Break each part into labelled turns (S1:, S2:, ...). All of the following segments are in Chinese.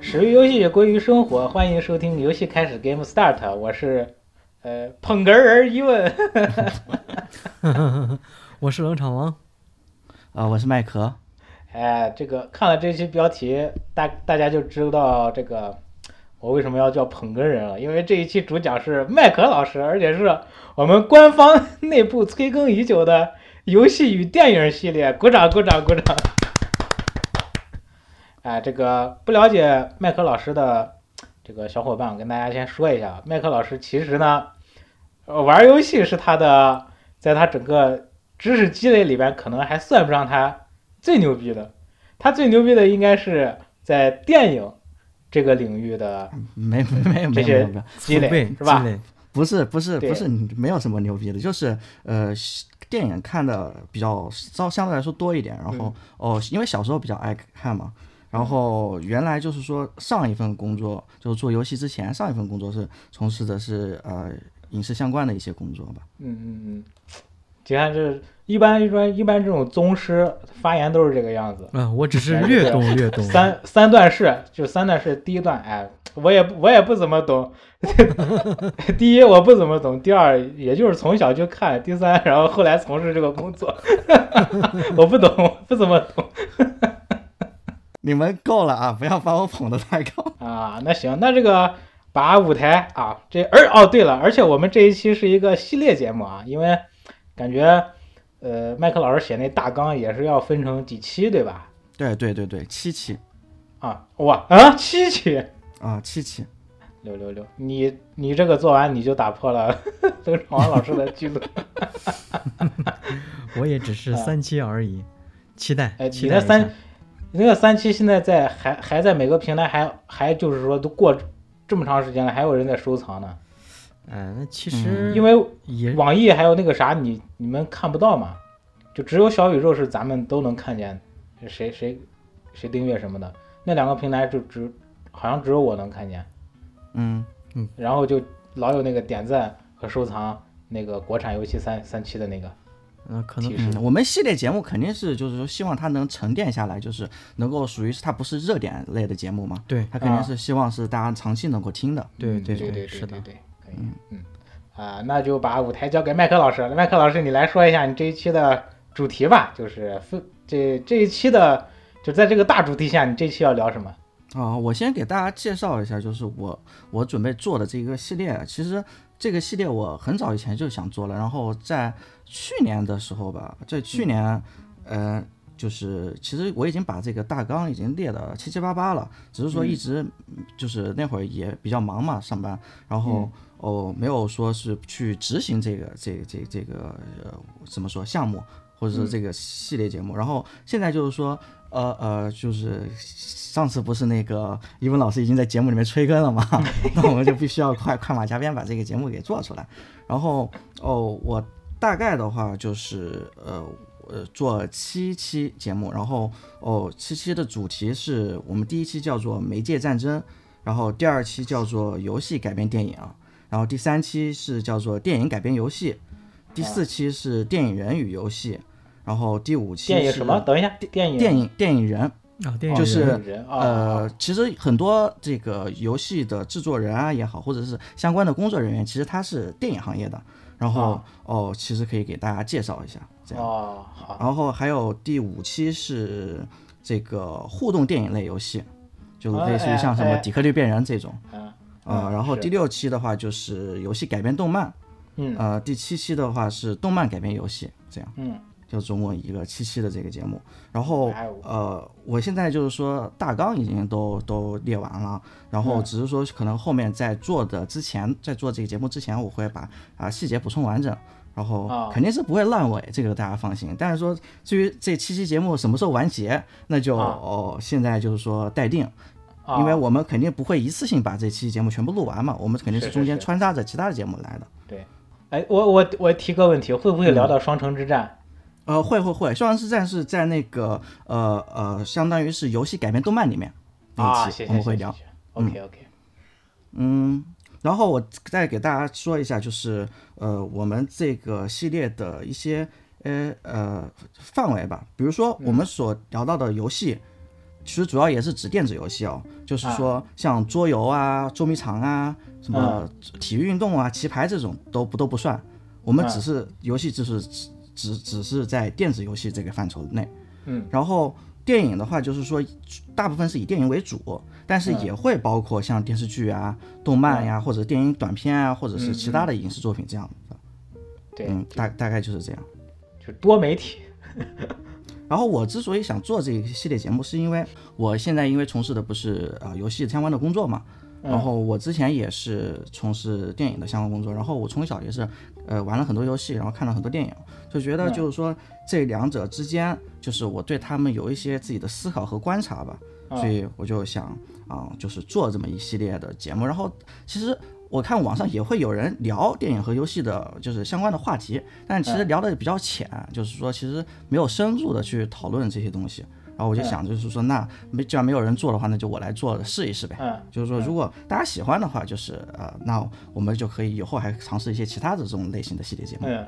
S1: 始于游戏，归于生活，欢迎收听《游戏开始 Game Start》，我是呃捧哏人一问，
S2: 我是冷场王，
S3: 啊，我是麦壳，
S1: 哎，这个看了这期标题，大大家就知道这个我为什么要叫捧哏人了，因为这一期主讲是麦克老师，而且是我们官方 内部催更已久的游戏与电影系列，鼓掌鼓掌鼓掌！哎，这个不了解麦克老师的这个小伙伴，我跟大家先说一下，麦克老师其实呢，呃玩游戏是他的，在他整个知识积累里边，可能还算不上他。最牛逼的，他最牛逼的应该是在电影这个领域的
S3: 没没没有没
S1: 这些
S3: 有没有没有，
S1: 积累
S2: 储备
S1: 是吧
S2: 嗯积累
S3: 不是不是
S1: 对
S3: 不是，没有什么牛逼的，就是呃，西电影看的比较稍相对来说多一点，
S1: 嗯
S3: 然后、哦，因为小时候比较爱看嘛，然后原来就是说上一份工作就是做游戏之前，上一份工作是从事的是呃影视相关的一些工作吧，
S1: 嗯嗯嗯，你看这一般一般一般这种宗师发言都是这个样子，
S2: 啊！我 只是略懂略懂，
S1: 三三段式就三段式，第一段哎，我也不我也不怎么懂， 第一我不怎么懂，第二也就是从小就看，第三然后后来从事这个工作， 我不懂，我不怎么懂。
S3: 你们够了啊，不要把我捧得太高，
S1: 啊，那行，那这个把舞台啊，这而哦对了，而且我们这一期是一个系列节目啊，因为感觉呃麦克老师写那大纲也是要分成几期对吧？
S3: 对对对对，七期
S1: 啊，哇啊七期
S3: 啊七期，
S1: 六六六，你你这个做完你就打破了 邓朝王老师的记录，
S2: 我也只是三期而已，期待
S1: 啊哎，
S2: 期
S1: 你
S2: 待
S1: 那
S2: 一下
S1: 三。你那个三期现在在还还在每个平台还还就是说都过这么长时间了，还有人在收藏呢，
S2: 哎，那其实
S1: 嗯因为
S2: 也
S1: 网易还有那个啥，你你们看不到嘛？就只有小宇宙是咱们都能看见，谁谁谁订阅什么的。那两个平台就只好像只有我能看见，
S3: 嗯，
S1: 然后就老有那个点赞和收藏那个国产游戏三三期的那个。
S2: 嗯，可能
S1: 其实
S3: 嗯，我们系列节目肯定是就是说希望它能沉淀下来，就是能够属于是它不是热点类的节目嘛，
S2: 对
S3: 它肯定
S1: 啊
S3: 是希望是大家长期能够听的。
S2: 对
S1: 嗯
S2: 对
S1: 对对，
S2: 是的
S1: 对，对，可以，嗯啊，那就把舞台交给麦克老师了。麦克老师，你来说一下你这一期的主题吧，就是分这这一期的，就在这个大主题下，你这期要聊什么？
S3: 啊、我先给大家介绍一下，就是我我准备做的这个系列，其实这个系列我很早以前就想做了，然后在去年的时候吧，在去年，呃，就是其实我已经把这个大纲已经列的七七八八了，只是说一直嗯就是那会儿也比较忙嘛，上班，然后、哦没有说是去执行这个这这这个呃怎么说项目或者是这个系列节目，然后现在就是说。呃呃，就是上次不是那个一文老师已经在节目里面催更了嘛，那我们就必须要快快马加鞭把这个节目给做出来。然后哦，我大概的话就是呃呃做七期节目，然后哦七期的主题是我们第一期叫做媒介战争，然后第二期叫做游戏改编电影，然后第三期是叫做电影改编游戏，第四期是电影人与游戏，然后第五期
S1: 电影
S3: 是
S1: 什么？等一下，电影
S3: 电影电影人，
S2: 啊，电影
S3: 就是
S2: 人
S1: 人啊，
S3: 呃，其实很多这个游戏的制作人啊也好，或者是相关的工作人员，其实他是电影行业的。然后、
S1: 啊
S3: 哦，其实可以给大家介绍一下这样。
S1: 哦，好，
S3: 然后还有第五期是这个互动电影类游戏，就
S1: 啊
S3: 类似于
S1: 哎
S3: 像什么
S1: 哎
S3: 《底特律变人》这种。
S1: 嗯
S3: 呃，然后
S1: 是
S3: 第六期的话就是游戏改编动漫，
S1: 嗯
S3: 呃，第七期的话是动漫改编游戏，这样
S1: 嗯，
S3: 就总共一个七期的这个节目。然后
S1: 哇哦
S3: 呃，我现在就是说大纲已经都都列完了，
S1: 嗯
S3: 然后只是说可能后面在做的之前，在做这个节目之前，我会把啊、细节补充完整。然
S1: 啊
S3: 后肯定是不会烂尾，这个大家放心。但是说至于这七期节目什么时候完结，那就、
S1: 啊
S3: 哦现在就是说待定，
S1: 啊
S3: 因为我们肯定不会一次性把这期节目全部录完嘛，我们肯定
S1: 是
S3: 是
S1: 是
S3: 中间
S1: 是
S3: 穿插着其他的节目来的。
S1: 哎，我我我提个问题，会不会
S3: 嗯
S1: 聊到双城之战？
S3: 呃，会会会，《双人之战》是在那个呃呃，相当于是游戏改编动漫里面那
S1: 啊，
S3: 一期
S1: 谢谢，
S3: 嗯我们会
S1: 谢谢
S3: 聊。。
S1: OK OK，
S3: 嗯，然后我再给大家说一下，就是呃，我们这个系列的一
S1: 嗯
S3: 些呃呃范围吧，比如说我们所聊到的游戏，其实主要也是指电子游戏哦，就是
S1: 啊
S3: 说像桌游啊、捉迷藏啊、什么
S1: 嗯
S3: 体育运动啊、棋牌这种都不都不算，我们
S1: 嗯
S3: 只是游戏就是只只只是在电子游戏这个范畴内。
S1: 嗯，
S3: 然后电影的话，就是说大部分是以电影为主，但
S1: 嗯
S3: 是也会包括像电视剧啊、动漫呀、或者电影短片啊，或者是其他的影视作品这样的。
S1: 嗯对，
S3: 嗯，大大概就是这样。
S1: 就多媒体。
S3: 然后我之所以想做这一系列节目，是因为我现在因为从事的不是啊、呃游戏相关的工作嘛，然后我之前也是从事电影的相关工作，然后我从小也是呃玩了很多游戏，然后看了很多电影，就觉得就是说这两者之间，就是我对他们有一些自己的思考和观察吧，所以我就想啊、就是做这么一系列的节目，然后其实。我看网上也会有人聊电影和游戏的，就是相关的话题，但其实聊的比较浅，就是说其实没有深入的去讨论这些东西。然后我就想，就是说那没既然没有人做的话，那就我来做试一试呗。
S1: 嗯
S3: 就是说如果大家喜欢的话，就是呃，那我们就可以以后还尝试一些其他的这种类型的系列节目。
S1: 嗯，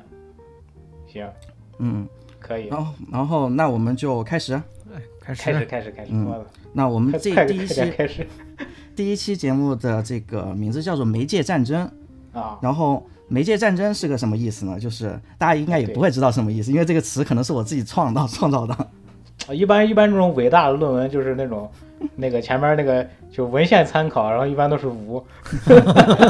S1: 行，
S3: 嗯，
S1: 可以，
S3: 然后然后那我们就开始。
S2: 哎，开
S1: 开始
S2: 始，
S1: 开始开始，
S3: 嗯
S1: 我了
S3: 那我们
S1: 快
S3: 这
S1: 快
S3: 第
S1: 点
S3: 一
S1: 快点
S3: 期
S1: 开始
S3: 第一期节目的这个名字叫做《媒介战争》。
S1: 啊，
S3: 然后媒介战争是个什么意思呢？就是大家应该也不会知道什么意思，因为这个词可能是我自己创造创造的。
S1: 啊一般一般这种伟大的论文就是那种，那个前面那个就文献参考，然后一般都是无，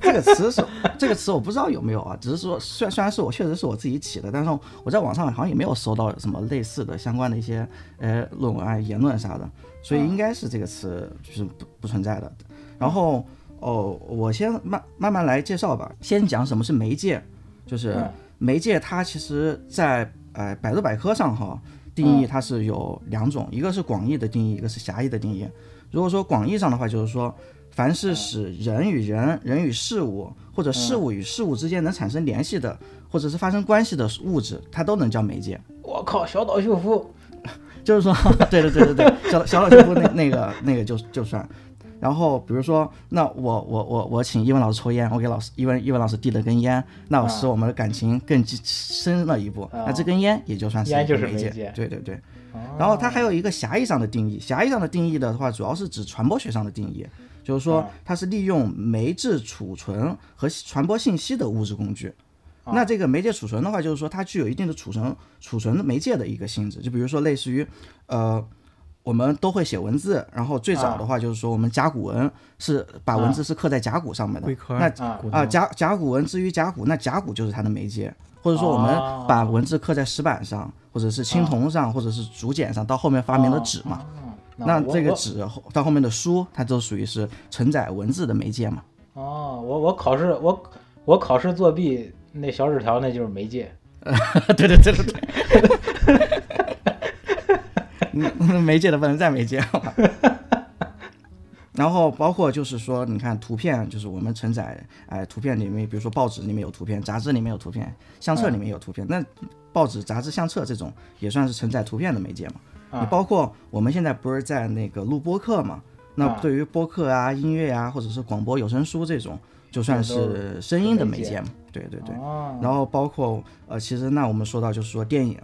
S3: 这个词是这个词我不知道有没有啊，只是说虽然虽然是我确实是我自己起的，但是我在网上好像也没有搜到什么类似的相关的一些呃论文啊言论啥的，所以应该是这个词就是不不存在的。然后哦，我先慢慢慢来介绍吧，先讲什么是媒介，就是
S1: 嗯
S3: 媒介它其实在呃百度百科上哈定义它是有两种，一个是广义的定义，一个是狭义的定义。如果说广义上的话，就是说凡是使人与人、人与事物或者事物与事物之间能产生联系的，或者是发生关系的物质，它都能叫媒介。
S1: 我靠，小岛秀夫，
S3: 就是说， 对对对对对，小小老师傅那那个那个就就算。然后比如说，那我我我我请一文老师抽烟，我给老师一文一文老师递了根烟，那我
S1: 嗯
S3: 使我们的感情更进深了一步，那这根烟也就算是一
S1: 烟就
S3: 个
S1: 是哦
S3: 媒
S1: 媒
S3: 介，
S1: 介
S3: 对对对。然后它还有一个狭义上的定义，狭义上的定义的话，主要是指传播学上的定义，就是
S1: 嗯
S3: 说它是利用媒质储存和传播信息的物质工具。那这个媒介储存的话，就是说它具有一定的储存储存媒介的一个性质，就比如说类似于，呃，我们都会写文字，然后最早的话就是说我们甲骨文是把文字是刻在甲骨上面的，
S2: 龟壳
S3: 那
S1: 啊
S2: 骨头
S3: 啊，甲甲骨文之于甲骨，那甲骨就是它的媒介，或者说我们
S1: 哦
S3: 把文字刻在石板上，或者是青铜上，或者是竹简上，到后面发明了纸嘛。那
S1: 我
S3: 这个
S1: 我
S3: 纸后到后面的书，它都属于是承载文字的媒介嘛。
S1: 哦，我我考试我我考试作弊那小纸条那就是媒介，
S3: 对对对对对。嗯 媒介的不能再媒介了。 然后包括就是说，你看图片，就是我们承载，哎，图片里面，比如说报纸里面有图片，杂志里面有图片，相册里面有
S1: 嗯
S3: 图片。那报纸、杂志、相册这种也算是承载图片的媒介嘛。
S1: 嗯
S3: 你包括我们现在不是在那个录播课嘛？那
S1: 啊
S3: 对于播客啊、音乐啊，或者是广播有声书这种，就算
S1: 这都
S3: 是声音的
S1: 媒
S3: 媒
S1: 介
S3: 介嘛。对对对。
S1: 哦，
S3: 然后包括呃，其实那我们说到就是说电影、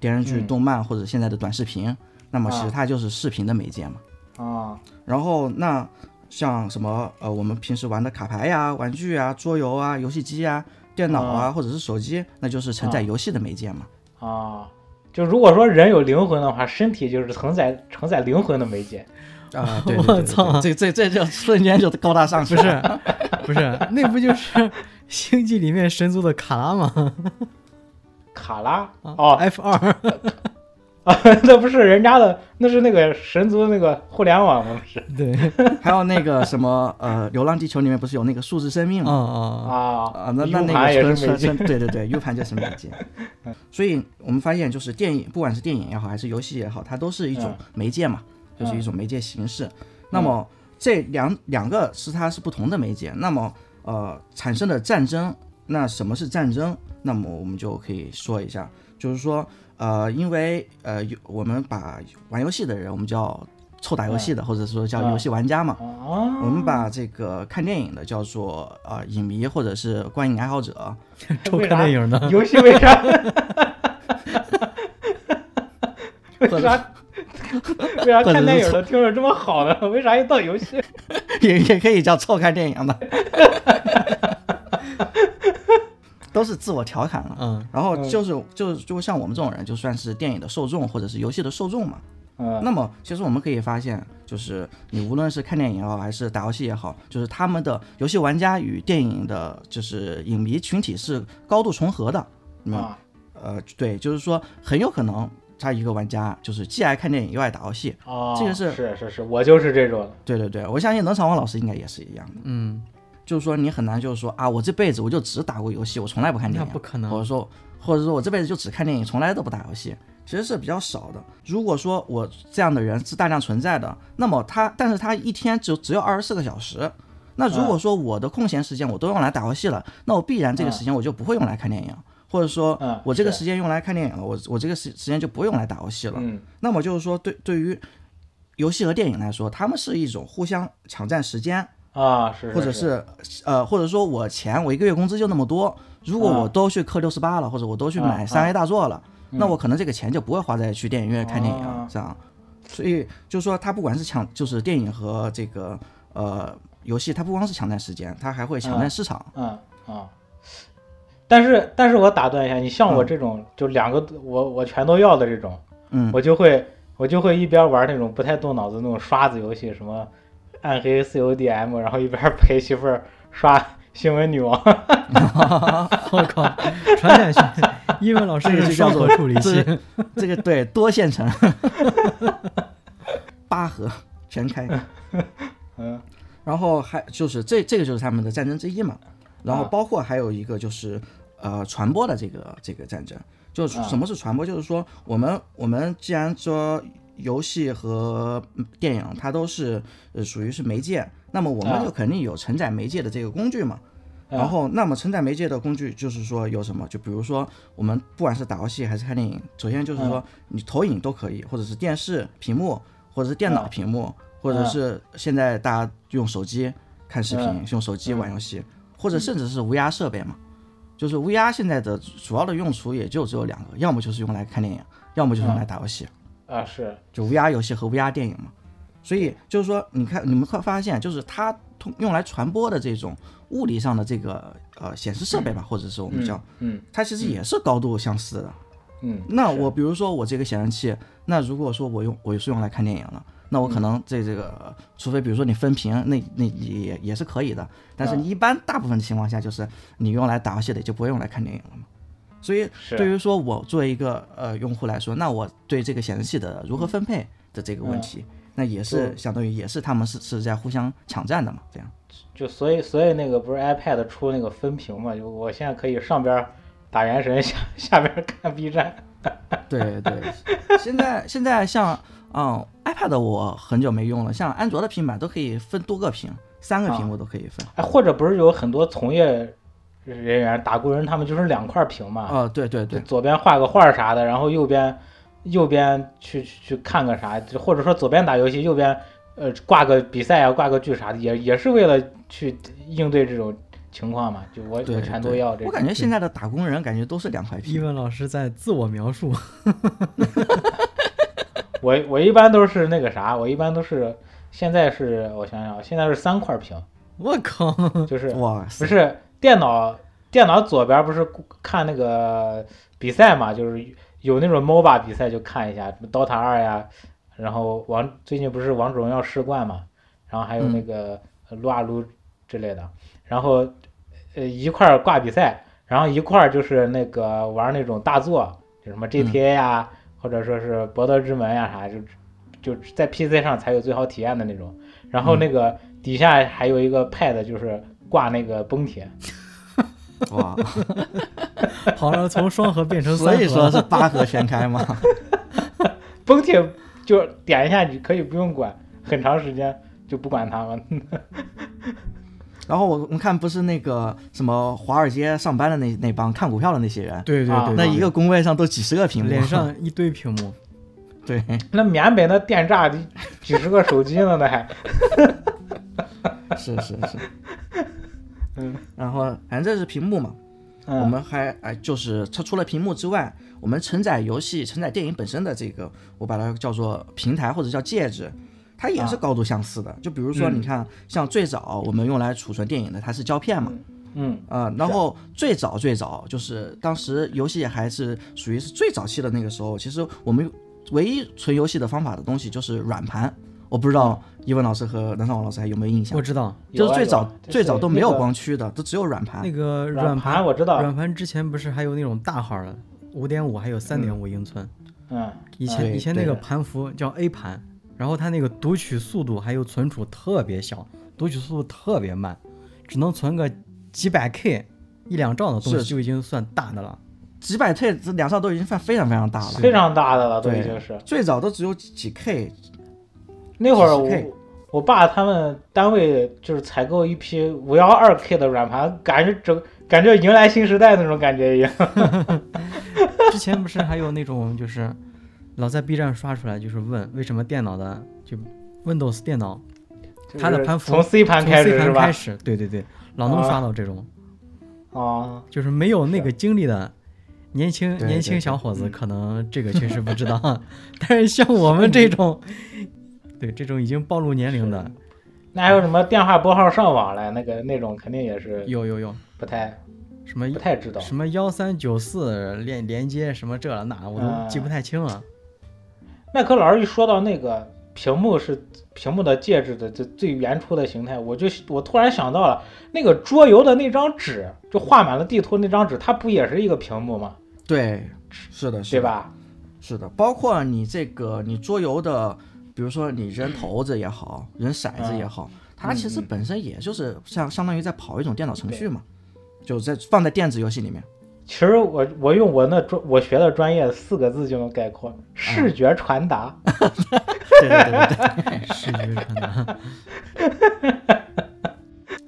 S3: 电视剧、动漫或者现在的短视频，那么其实它就是视频的媒介嘛。
S1: 啊
S3: 然后那像什么呃，我们平时玩的卡牌呀、玩具啊、桌游啊、游戏机啊、电脑啊，或者是手机，那就是承载游戏的媒介嘛。
S1: 啊，就如果说人有灵魂的话，身体就是承载承载灵魂的媒介。
S3: 啊、对对对对对
S2: 操
S3: 这这这就瞬间就高大上去
S2: 不
S3: 了。
S2: 是，不是，那不就是《星际》里面神族的卡拉吗？
S1: 卡拉
S2: 啊
S1: 哦
S2: ，F 二，
S1: 啊，那不是人家的，那是那个神族那个互联网吗？不是
S3: 嗯
S2: 对，
S3: 还有那个什么呃，《流浪地球》里面不是有那个数字生命
S2: 哦
S3: 吗？
S2: 哦，
S1: 啊
S3: 啊，那那
S1: U 盘
S3: 那
S1: 也
S3: 个纯
S1: 是媒
S3: 纯
S1: 介
S3: 纯，对对对，U 盘就是媒 介。所以我们发现，就是电影，不管是电影也好，还是游戏也好，它都是一种
S1: 嗯
S3: 媒介嘛，就是一种媒介形式。那么这两两个是它是不同的媒介，那么呃产生的战争，那什么是战争？那么我们就可以说一下，就是说呃，因为呃有我们把玩游戏的人，我们叫臭打游戏
S1: 嗯
S3: 的，或者说叫游戏玩家嘛，
S1: 啊，
S3: 我们把这个看电影的叫做呃影迷或者是观影爱好者，
S2: 抽看电影呢？
S1: 游戏为啥？为啥 为啥看电影的听着这么好呢？ 为啥一到游戏
S3: 也也可以叫凑看电影的， 都是自我调侃了。
S2: 嗯，
S3: 然后
S1: 嗯
S3: 就是就就像我们这种人，就算是电影的受众或者是游戏的受众嘛。
S1: 嗯
S3: 那么其实我们可以发现，就是你无论是看电影也好，还是打游戏也好，就是他们的游戏玩家与电影的，就是影迷群体是高度重合的。嗯，
S1: 啊
S3: 呃，对，就是说很有可能他一个玩家就是既爱看电影又爱打游戏。
S1: 哦，
S3: 这个是
S1: 是是是，我就是这种
S3: 对对对，我相信冷场王老师应该也是一样的。
S2: 嗯，
S3: 就是说你很难就是说啊，我这辈子我就只打过游戏，我从来不看电
S2: 那
S3: 影，
S2: 不可能
S3: 或者说或者说我这辈子就只看电影，从来都不打游戏，其实是比较少的。如果说我这样的人是大量存在的，那么他但是他一天只有只有二十四个小时。那如果说我的空闲时间我都用来打游戏了，那我必然
S2: 嗯
S3: 这个时间我就不会用来看电影，或者说
S1: 嗯
S3: 我这个
S1: 是
S3: 时间用来看电影了，我我这个时时间就不会用来打游戏了。
S1: 嗯
S3: 那么就是说，对对于游戏和电影来说，他们是一种互相抢占时间，
S1: 啊，是
S3: 或者
S1: 是
S3: 是呃，或者说我钱我一个月工资就那么多，如果
S1: 啊
S3: 我都去氪六十八了，或者我都去
S1: 啊
S3: 买三 A 大作了，那
S1: 嗯
S3: 我可能这个钱就不会花在去电影院看电影
S1: 哦
S3: 这样。所以就说它不管是抢，就是电影和这个呃游戏，它不光是抢占时间，它还会抢占市场。
S1: 嗯啊。但是，但是我打断一下，你像我这种、就两个我我全都要的这种，
S3: 嗯，
S1: 我就会我就会一边玩那种不太动脑子那种刷子游戏，什么暗黑 CODM，然后一边陪媳妇儿刷新闻女王。
S2: 我靠，传下去， 英文老师
S3: 这个
S2: 也
S3: 就
S2: 双
S3: 叫做
S2: 核处理器，
S3: 这这个对多线程， 八核全开。
S1: 嗯
S3: 然后还就是这这个就是他们的战争之一嘛，然后包括还有一个就是呃传播的这个这个战争，就是
S1: 啊
S3: 什么是传播？就是说我们我们既然说游戏和嗯电影它都是呃属于是媒介，那么我
S1: 啊
S3: 们就肯定有承载媒介的这个工具嘛。然后，那么承载媒介的工具就是说有什么？就比如说，我们不管是打游戏还是看电影，首先就是说你投影都可以，或者是电视屏幕，或者是电脑屏幕，或者是现在大家用手机看视频
S1: 嗯，
S3: 用手机玩游戏，或者甚至是 VR 设备嘛。就是 VR 现在的主要的用处也就只有两个，要么就是用来看电影，要么就是用来打游戏。
S1: 啊是
S3: 就 VR 游戏和 VR 电影嘛。所以就是说，你看你们会发现，就是它通用来传播的这种物理上的这个呃显示设备吧，或者是我们叫
S1: 嗯
S3: 它，其实也是高度相似的。
S1: 嗯，
S3: 那
S1: 是
S3: 我比如说我这个显示器，那如果说我用我是用来看电影了，那我
S1: 嗯
S3: 可能这这个，除非比如说你分屏，那那也也也是可以的。但是
S1: 啊
S3: 你一般大部分情况下，就是你用来打游戏的，就不会用来看电影了嘛。所以
S1: 是
S3: 对于说我作为一个呃用户来说，那我对这个显示器的如何分配的这个问题，那也是
S1: 嗯对
S3: 相当于也是他们是是在互相抢占的嘛，这样。
S1: 就所以所以那个不是 iPad 出那个分屏嘛？就我现在可以上边儿打原神，下下边儿看 B 站。
S3: 对对，现在现在像嗯 iPad 我很久没用了，像安卓的平板都可以分多个屏，三个屏
S1: 啊
S3: 幕都可以分。
S1: 哎，或者不是有很多从业人员打工人，他们就是两块屏嘛，
S3: 哦，对对
S1: 就
S3: 对，
S1: 左边画个画儿啥的，然后右边右边去去去看个啥，就或者说左边打游戏，右边呃挂个比赛啊，挂个剧啥的，也也是为了去应对这种情况嘛。就我
S3: 对
S1: 我全都要这
S3: 我
S1: 种。
S3: 感觉现在的打工人感觉都是两块
S2: 英
S3: 屏。
S2: 文老师在自我描述，
S1: 我我一般都是那个啥，我一般都是现在是我想啊想，现在是三块屏，
S2: 我靠，
S1: 就是
S3: 哇
S1: 不
S3: 塞，
S1: 是电脑电脑左边不是看那个比赛嘛，就是有那种 MOBA 比赛就看一下，什么 DOTA 二呀，然后王最近不是王者荣耀世冠嘛，然后还有那个呃撸啊撸之类的，然后呃一块儿挂比赛，然后一块儿就是那个玩那种大作，就什么 GTA 呀、或者说是博德之门呀、啥，就就在 PC 上才有最好体验的那种。然后那个底下还有一个 Pad，就是挂那个崩铁，
S3: 哇，
S2: 好像从双核变成三
S3: 所
S2: 核，
S3: 以说是八核全开嘛。
S1: 崩铁就点一下，你可以不用管很长时间，就不管它了。
S3: 然后我我们看不是那个什么华尔街上班的那那帮看股票的那些人，
S2: 对对
S1: 啊
S2: 对，
S3: 那
S2: 对
S3: 一个工位上都几十个屏幕，
S2: 脸上 一堆屏幕，
S3: 对，
S1: 那缅北那电诈几几十个手机呢，那还
S3: 是是是，
S1: 嗯
S3: 然后反正这是屏幕嘛。
S1: 嗯
S3: 我们还哎就是它除了屏幕之外，我们承载游戏、承载电影本身的这个，我把它叫做平台或者叫介质，它也是
S1: 啊
S3: 高度相似的。就比如说，
S1: 嗯
S3: 你看，像最早我们用来储存电影的，它是胶片嘛，
S1: 嗯
S3: 啊、然后最早最早就是当时游戏还是属于是最早期的那个时候，其实我们唯一存游戏的方法的东西就是软盘。我不知道一文老师和南尚王老师还有没有印象
S2: 我？知道
S1: 有
S3: 就
S1: 啊嗯
S3: 是最
S1: 有
S3: 早、
S1: 啊
S3: 最早
S1: 对
S3: 都没有
S1: 那个
S3: 光驱的，都只有软盘。
S2: 那个
S1: 软
S2: 软盘
S1: 我知道，
S2: 软盘之前不是还有那种大号的，五点五还有三点五英寸，
S1: 嗯，
S2: 以前
S3: 对
S2: 以前那
S3: 对
S2: 个
S3: 的
S2: 盘符叫 A 盘，然后它那个读取速度还有存储特别小，读取速度特别慢，只能存个几百 K 一两兆的东
S3: 是
S2: 西就已经算大 的了。
S3: 几百 K 这两兆都已经算非常非常大了。
S1: 非常大的了，都
S3: 对
S1: 已经是。
S3: 最早都只有几几 K，
S1: 那会儿我
S3: 10K
S1: 我爸他们单位就是采购一批五幺二 K 的软盘，感觉整感觉迎来新时代那种感觉一样。
S2: 之前不是还有那种就是老在 B 站刷出来，就是问为什么电脑的就 Windows 电脑它的盘符
S1: 从 C 盘
S2: 从
S1: 开
S2: C
S1: 始是
S2: 盘
S1: 吧
S2: 开？始，对对对，老能
S1: 啊
S2: 刷到这种，
S1: 啊，
S2: 就是没有那
S1: 是
S2: 个经历的。年轻
S3: 对
S2: 年
S3: 对对
S2: 轻小伙
S1: 嗯
S2: 子可能这个确实不知道， 但是像我们
S1: 嗯
S2: 这种，对这种已经暴露年龄的，
S1: 那还有什么电话拨号上网嘞？那个那种肯定也是
S2: 有有有
S1: 不太
S2: 什么
S1: 不太知道。
S2: 什么幺三九四连连接什么这了那，我
S1: 啊
S2: 都记不太 清了。
S1: 麦克老师一说到那个屏幕是屏幕的介质的最最原初的形态，我就我突然想到了那个桌游的那张纸，就画满了地图那张纸，它不也是一个屏幕吗？
S3: 对，是的，是
S1: 对
S3: 的？
S1: 吧？
S3: 是的，包括你这个你桌游的，比如说你扔骰子也好，扔骰子也好，
S1: 嗯
S3: 它其实本身也就是像相当于在跑一种电脑程序嘛，就在放在电子游戏里面。
S1: 其实我我用我那专我学的专业四个字就能概括：视觉传达。
S3: 对对对对对。
S2: 视觉传达，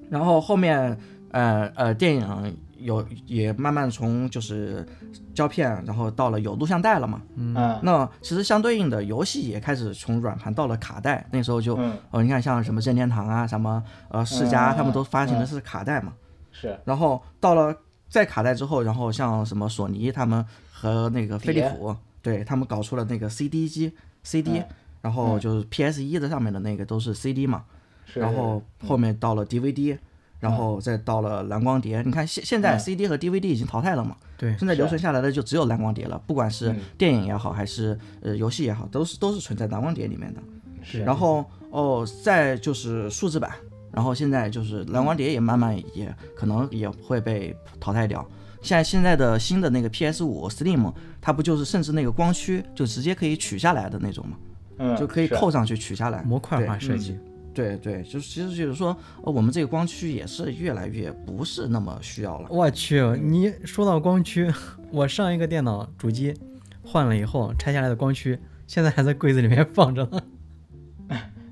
S3: 然后后面，呃呃，电影有也慢慢从就是胶片，然后到了有录像带了嘛。
S1: 嗯
S3: 那其实相对应的游戏也开始从软盘到了卡带，那时候就，
S1: 嗯，
S3: 哦，你看像什么任天堂啊，什么呃世嘉，
S1: 嗯
S3: 他们都发行
S1: 嗯
S3: 的是卡带嘛。
S1: 是
S3: 然后到了在卡带之后，然后像什么索尼他们和那个飞利浦，对他们搞出了那个 CD 机 CD，、
S1: 嗯
S3: 然后就是 PS 一的上面的那个都是 CD 嘛。
S1: 是。
S3: 然后后面到了 DVD，、然
S2: 嗯
S3: 后再到了蓝光碟。你看现现在
S1: 嗯
S3: CD 和 DVD 已经淘汰了嘛？
S2: 对啊嗯
S3: 现在留
S1: 是
S3: 存下来的就只有蓝光碟了，不管是电影也好，还是呃游戏也好，都是都是存在蓝光碟里面的。
S2: 是啊
S3: 然后哦，再就是数字版，然后现在就是蓝光碟也慢慢也可能也会被淘汰掉。像现在的新的那个 PS 五 Slim，它不就是甚至那个光驱就直接可以取下来的那种嘛，
S1: 嗯，
S3: 就可以
S1: 是
S3: 扣上去取下来。
S2: 啊模块
S3: 对
S1: 嗯
S3: 嗯
S2: 化设计，
S3: 对对，就是其实就是说，呃，我们这个光驱也是越来越不是那么需要了。
S2: 我去，你说到光驱，我上一个电脑主机换了以后拆下来的光驱，现在还在柜子里面放着呢。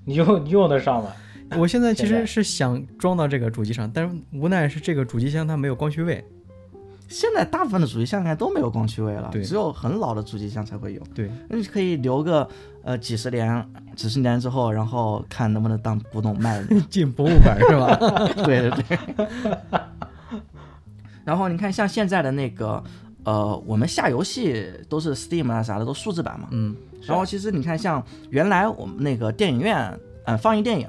S1: 你用你用得上吗？
S2: 我现在其
S1: 现在
S2: 实是想装到这个主机上，但是无奈是这个主机箱它没有光驱位。
S3: 现在大部分的主机箱应该都没有光驱位了，
S2: 对
S3: 只有很老的主机箱才会有。
S2: 对，
S3: 那可以留个呃几十年、几十年之后，然后看能不能当古董卖。
S2: 进博物馆是吧？
S3: 对对对。 然后你看，像现在的那个呃，我们下游戏都是 Steam 啊啥的，都数字版嘛。
S2: 嗯，
S3: 然后其实你看，像原来我们那个电影院，呃，放映电影，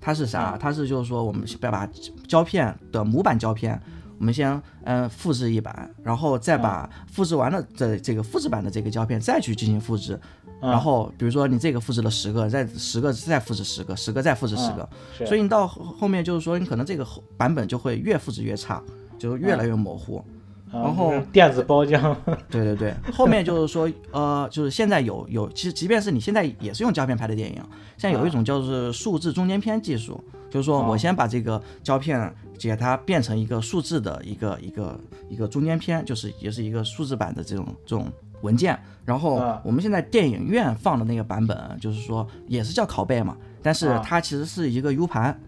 S3: 它是啥？它是就是说我们要把胶片的模板胶片，我们先嗯、呃复制一版，然后再把复制完了的这个复制版的这个胶片再去进行复制，
S1: 嗯
S3: 然后比如说你这个复制了十个，再十个再复制十个，十个再复制十个，
S1: 嗯是
S3: 所以你到后后面就是说你可能这个后版本就会越复制越差，就越来越模糊。
S1: 嗯
S3: 然后
S1: 就是电子包浆，
S3: 对对对，后面就是说，呃，就是现在有有，其实即便是你现在也是用胶片拍的电影，现在有一种叫做数字中间片技术，就是说我先把这个胶片给它变成一个数字的一个一个一个中间片，就是也是一个数字版的这种这种文件。然后
S1: 啊
S3: 我们现在电影院放的那个版本，就是说也是叫拷贝嘛，但是
S1: 啊
S3: 它其实是一个 U 盘。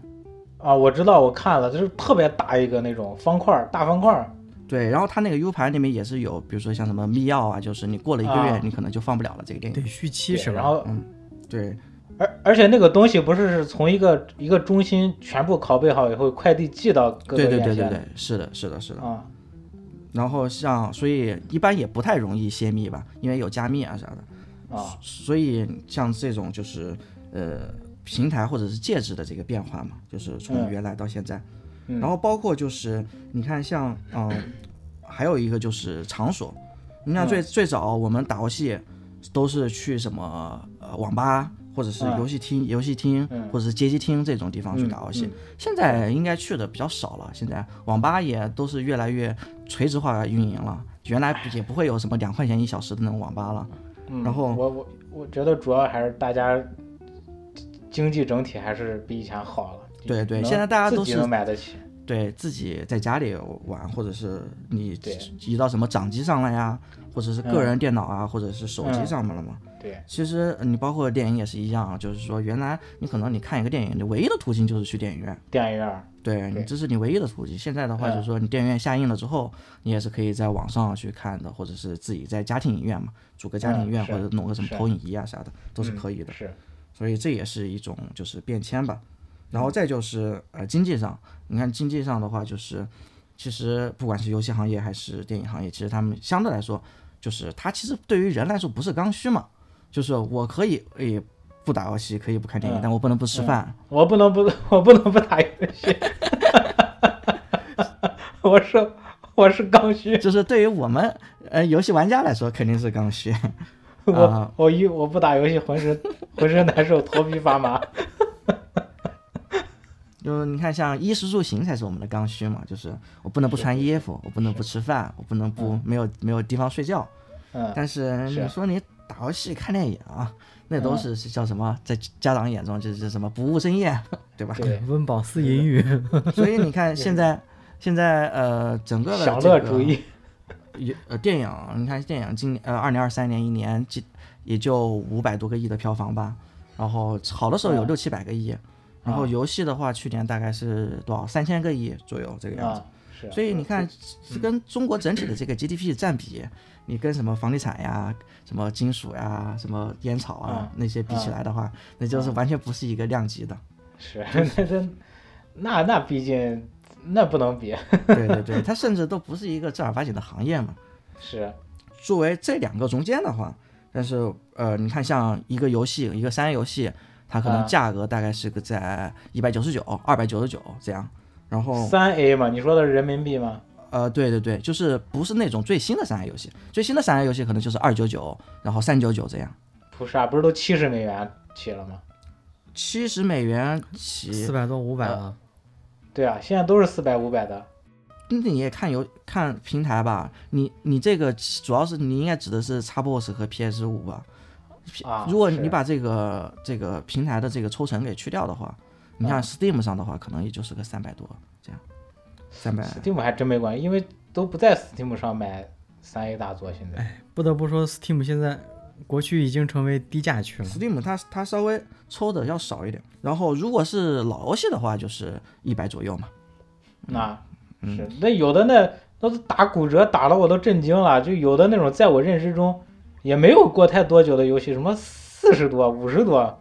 S1: 啊，我知道，我看了，就是特别大一个那种方块儿，大方块儿，
S3: 对，然后它那个 U 盘里面也是有，比如说像什么密钥啊，就是你过了一个
S1: 啊
S3: 月，你可能就放不了了这个电影。
S2: 对，续期是
S1: 对然
S2: 吧？
S3: 嗯
S1: 后
S3: 对，
S1: 而而且那个东西不是是从一个一个中心全部拷贝好以后，快递寄到各个
S3: 对对
S1: 院
S3: 对对
S1: 线的
S3: 对，是的，是的，是的。
S1: 啊，
S3: 然后像所以一般也不太容易泄密吧，因为有加密啊啥的。
S1: 啊，
S3: 所以像这种就是呃平台或者是介质的这个变化嘛，就是从
S1: 嗯
S3: 原来到现在，
S1: 嗯
S3: 然后包括就是你看像嗯、呃还有一个就是场所，你像最、
S1: 嗯
S3: 最早我们打游戏都是去什么呃网吧。或者是
S1: 嗯
S3: 游戏厅、游戏厅，
S1: 嗯
S3: 或者是街机厅这种地方去
S1: 嗯
S3: 打游戏，
S1: 嗯
S3: 现在应该去的比较少了。现在网吧也都是越来越垂直化运营了，原来也不会有什么两块钱一小时的那种网吧了。
S1: 嗯
S3: 然后
S1: 我我我觉得主要还是大家经济整体还是比以前好了。
S3: 对对
S1: 能
S3: 现在大家都
S1: 自己
S3: 是
S1: 能买得起。
S3: 对自己在家里玩，或者是你
S1: 对
S3: 移到什么掌机上了呀，或者是个人电脑啊，或者是手机
S1: 嗯
S3: 上面了嘛。
S1: 对，
S3: 其实你包括电影也是一样啊，就是说原来你可能你看一个电影，你唯一的途径就是去电影院，
S1: 电影院儿，
S3: 对你
S1: 对
S3: 这是你唯一的途径。现在的话
S1: 嗯
S3: 就是说你电影院下映了之后，你也是可以在网上去看的，或者是自己在家庭影院嘛，组个家庭影院
S1: 嗯是
S3: 或者弄个什么
S1: 是
S3: 投影仪啊啥的都是
S1: 嗯
S3: 可以的。
S1: 是，
S3: 所以这也是一种就是变迁吧。然后
S1: 嗯
S3: 再就是呃经济上，你看经济上的话，就是其实不管是游戏行业还是电影行业，其实他们相对来说，就是它其实对于人来说不是刚需嘛，就是我可以诶不打游戏，可以不看电
S1: 嗯
S3: 影，但我不能不吃饭。
S1: 我不能不，我不能不打游戏。 我是我是刚 需，
S3: 就是对于我们呃游戏玩家来说，肯定是刚需。
S1: 我、
S3: 啊
S1: 我一我不打游戏，浑身 浑身难受，头皮发麻。
S3: 就是你看，像衣食住行才是我们的刚需嘛，就是我不能不穿衣服，我不能不吃饭，我不能不没有没有地方睡觉，
S1: 嗯，
S3: 但是
S1: 是嗯
S3: 你说你打游戏、看电影啊，那都是是叫什么？在家长眼中就是什么不务正业，对吧？
S1: 对，
S2: 温饱思淫欲，
S3: 所以 你看现在现在呃整个的
S1: 享
S3: 这
S1: 乐
S3: 个
S1: 主义。
S3: 有呃电影，你看电影今年呃二零二三年一年几也就五百多个亿的票房吧，然后好的时候有
S1: 啊
S3: 六七百个亿，然后
S1: 啊
S3: 游戏的话去年大概是多少三千个亿左右这个样子
S1: 啊。，是啊，
S3: 所以你看，这跟中国整体的这个 GDP 占比，你跟什么房地产呀、什么金属呀、什么烟草啊、
S1: 嗯
S3: 那些比起来的话，那就是
S1: 啊
S3: 完全不是一个量级的。
S1: 是 那真那那毕竟那不能比，
S3: 对对对，它甚至都不是一个正儿八经的行业嘛。
S1: 是
S3: 作为这两个中间的话，但是呃，你看像一个游戏，一个三 A 游戏，它可能
S1: 啊
S3: 价格大概是个在一百九十九、二百九十九这样。然后
S1: 三 A 嘛？你说的是人民币吗？
S3: 呃，对对对，就是不是那种最新的三 A 游戏，最新的三 A 游戏可能就是二九九，然后三九九这样。
S1: 不是啊，不是都七十美元起了吗？
S3: 七十美元
S2: 四
S3: 起，
S2: 百多五百啊了。
S1: 对啊，现在都是四百五百的。
S3: 那你也看游看平台吧。你你这个主要是你应该指的是 Xbox 和 PS 五吧？
S1: 啊
S3: 如果你
S1: 是
S3: 把这个这个平台的这个抽成给去掉的话，你像
S1: 嗯
S3: Steam 上的话，可能也就是个三百多这样，三百
S1: Steam 还真没关系，因为都不在 Steam 上买三 A 大作，现在
S3: 哎
S2: 不得不说，Steam 现在国区已经成为低价区了。
S3: Steam 它它稍微抽的要少一点。然后如果是老游戏的话，就是一百左右嘛。嗯
S1: 那是那有的那都是打骨折打的我都震惊了，就有的那种在我认知中也没有过太多久的游戏，什么四十多、五十多，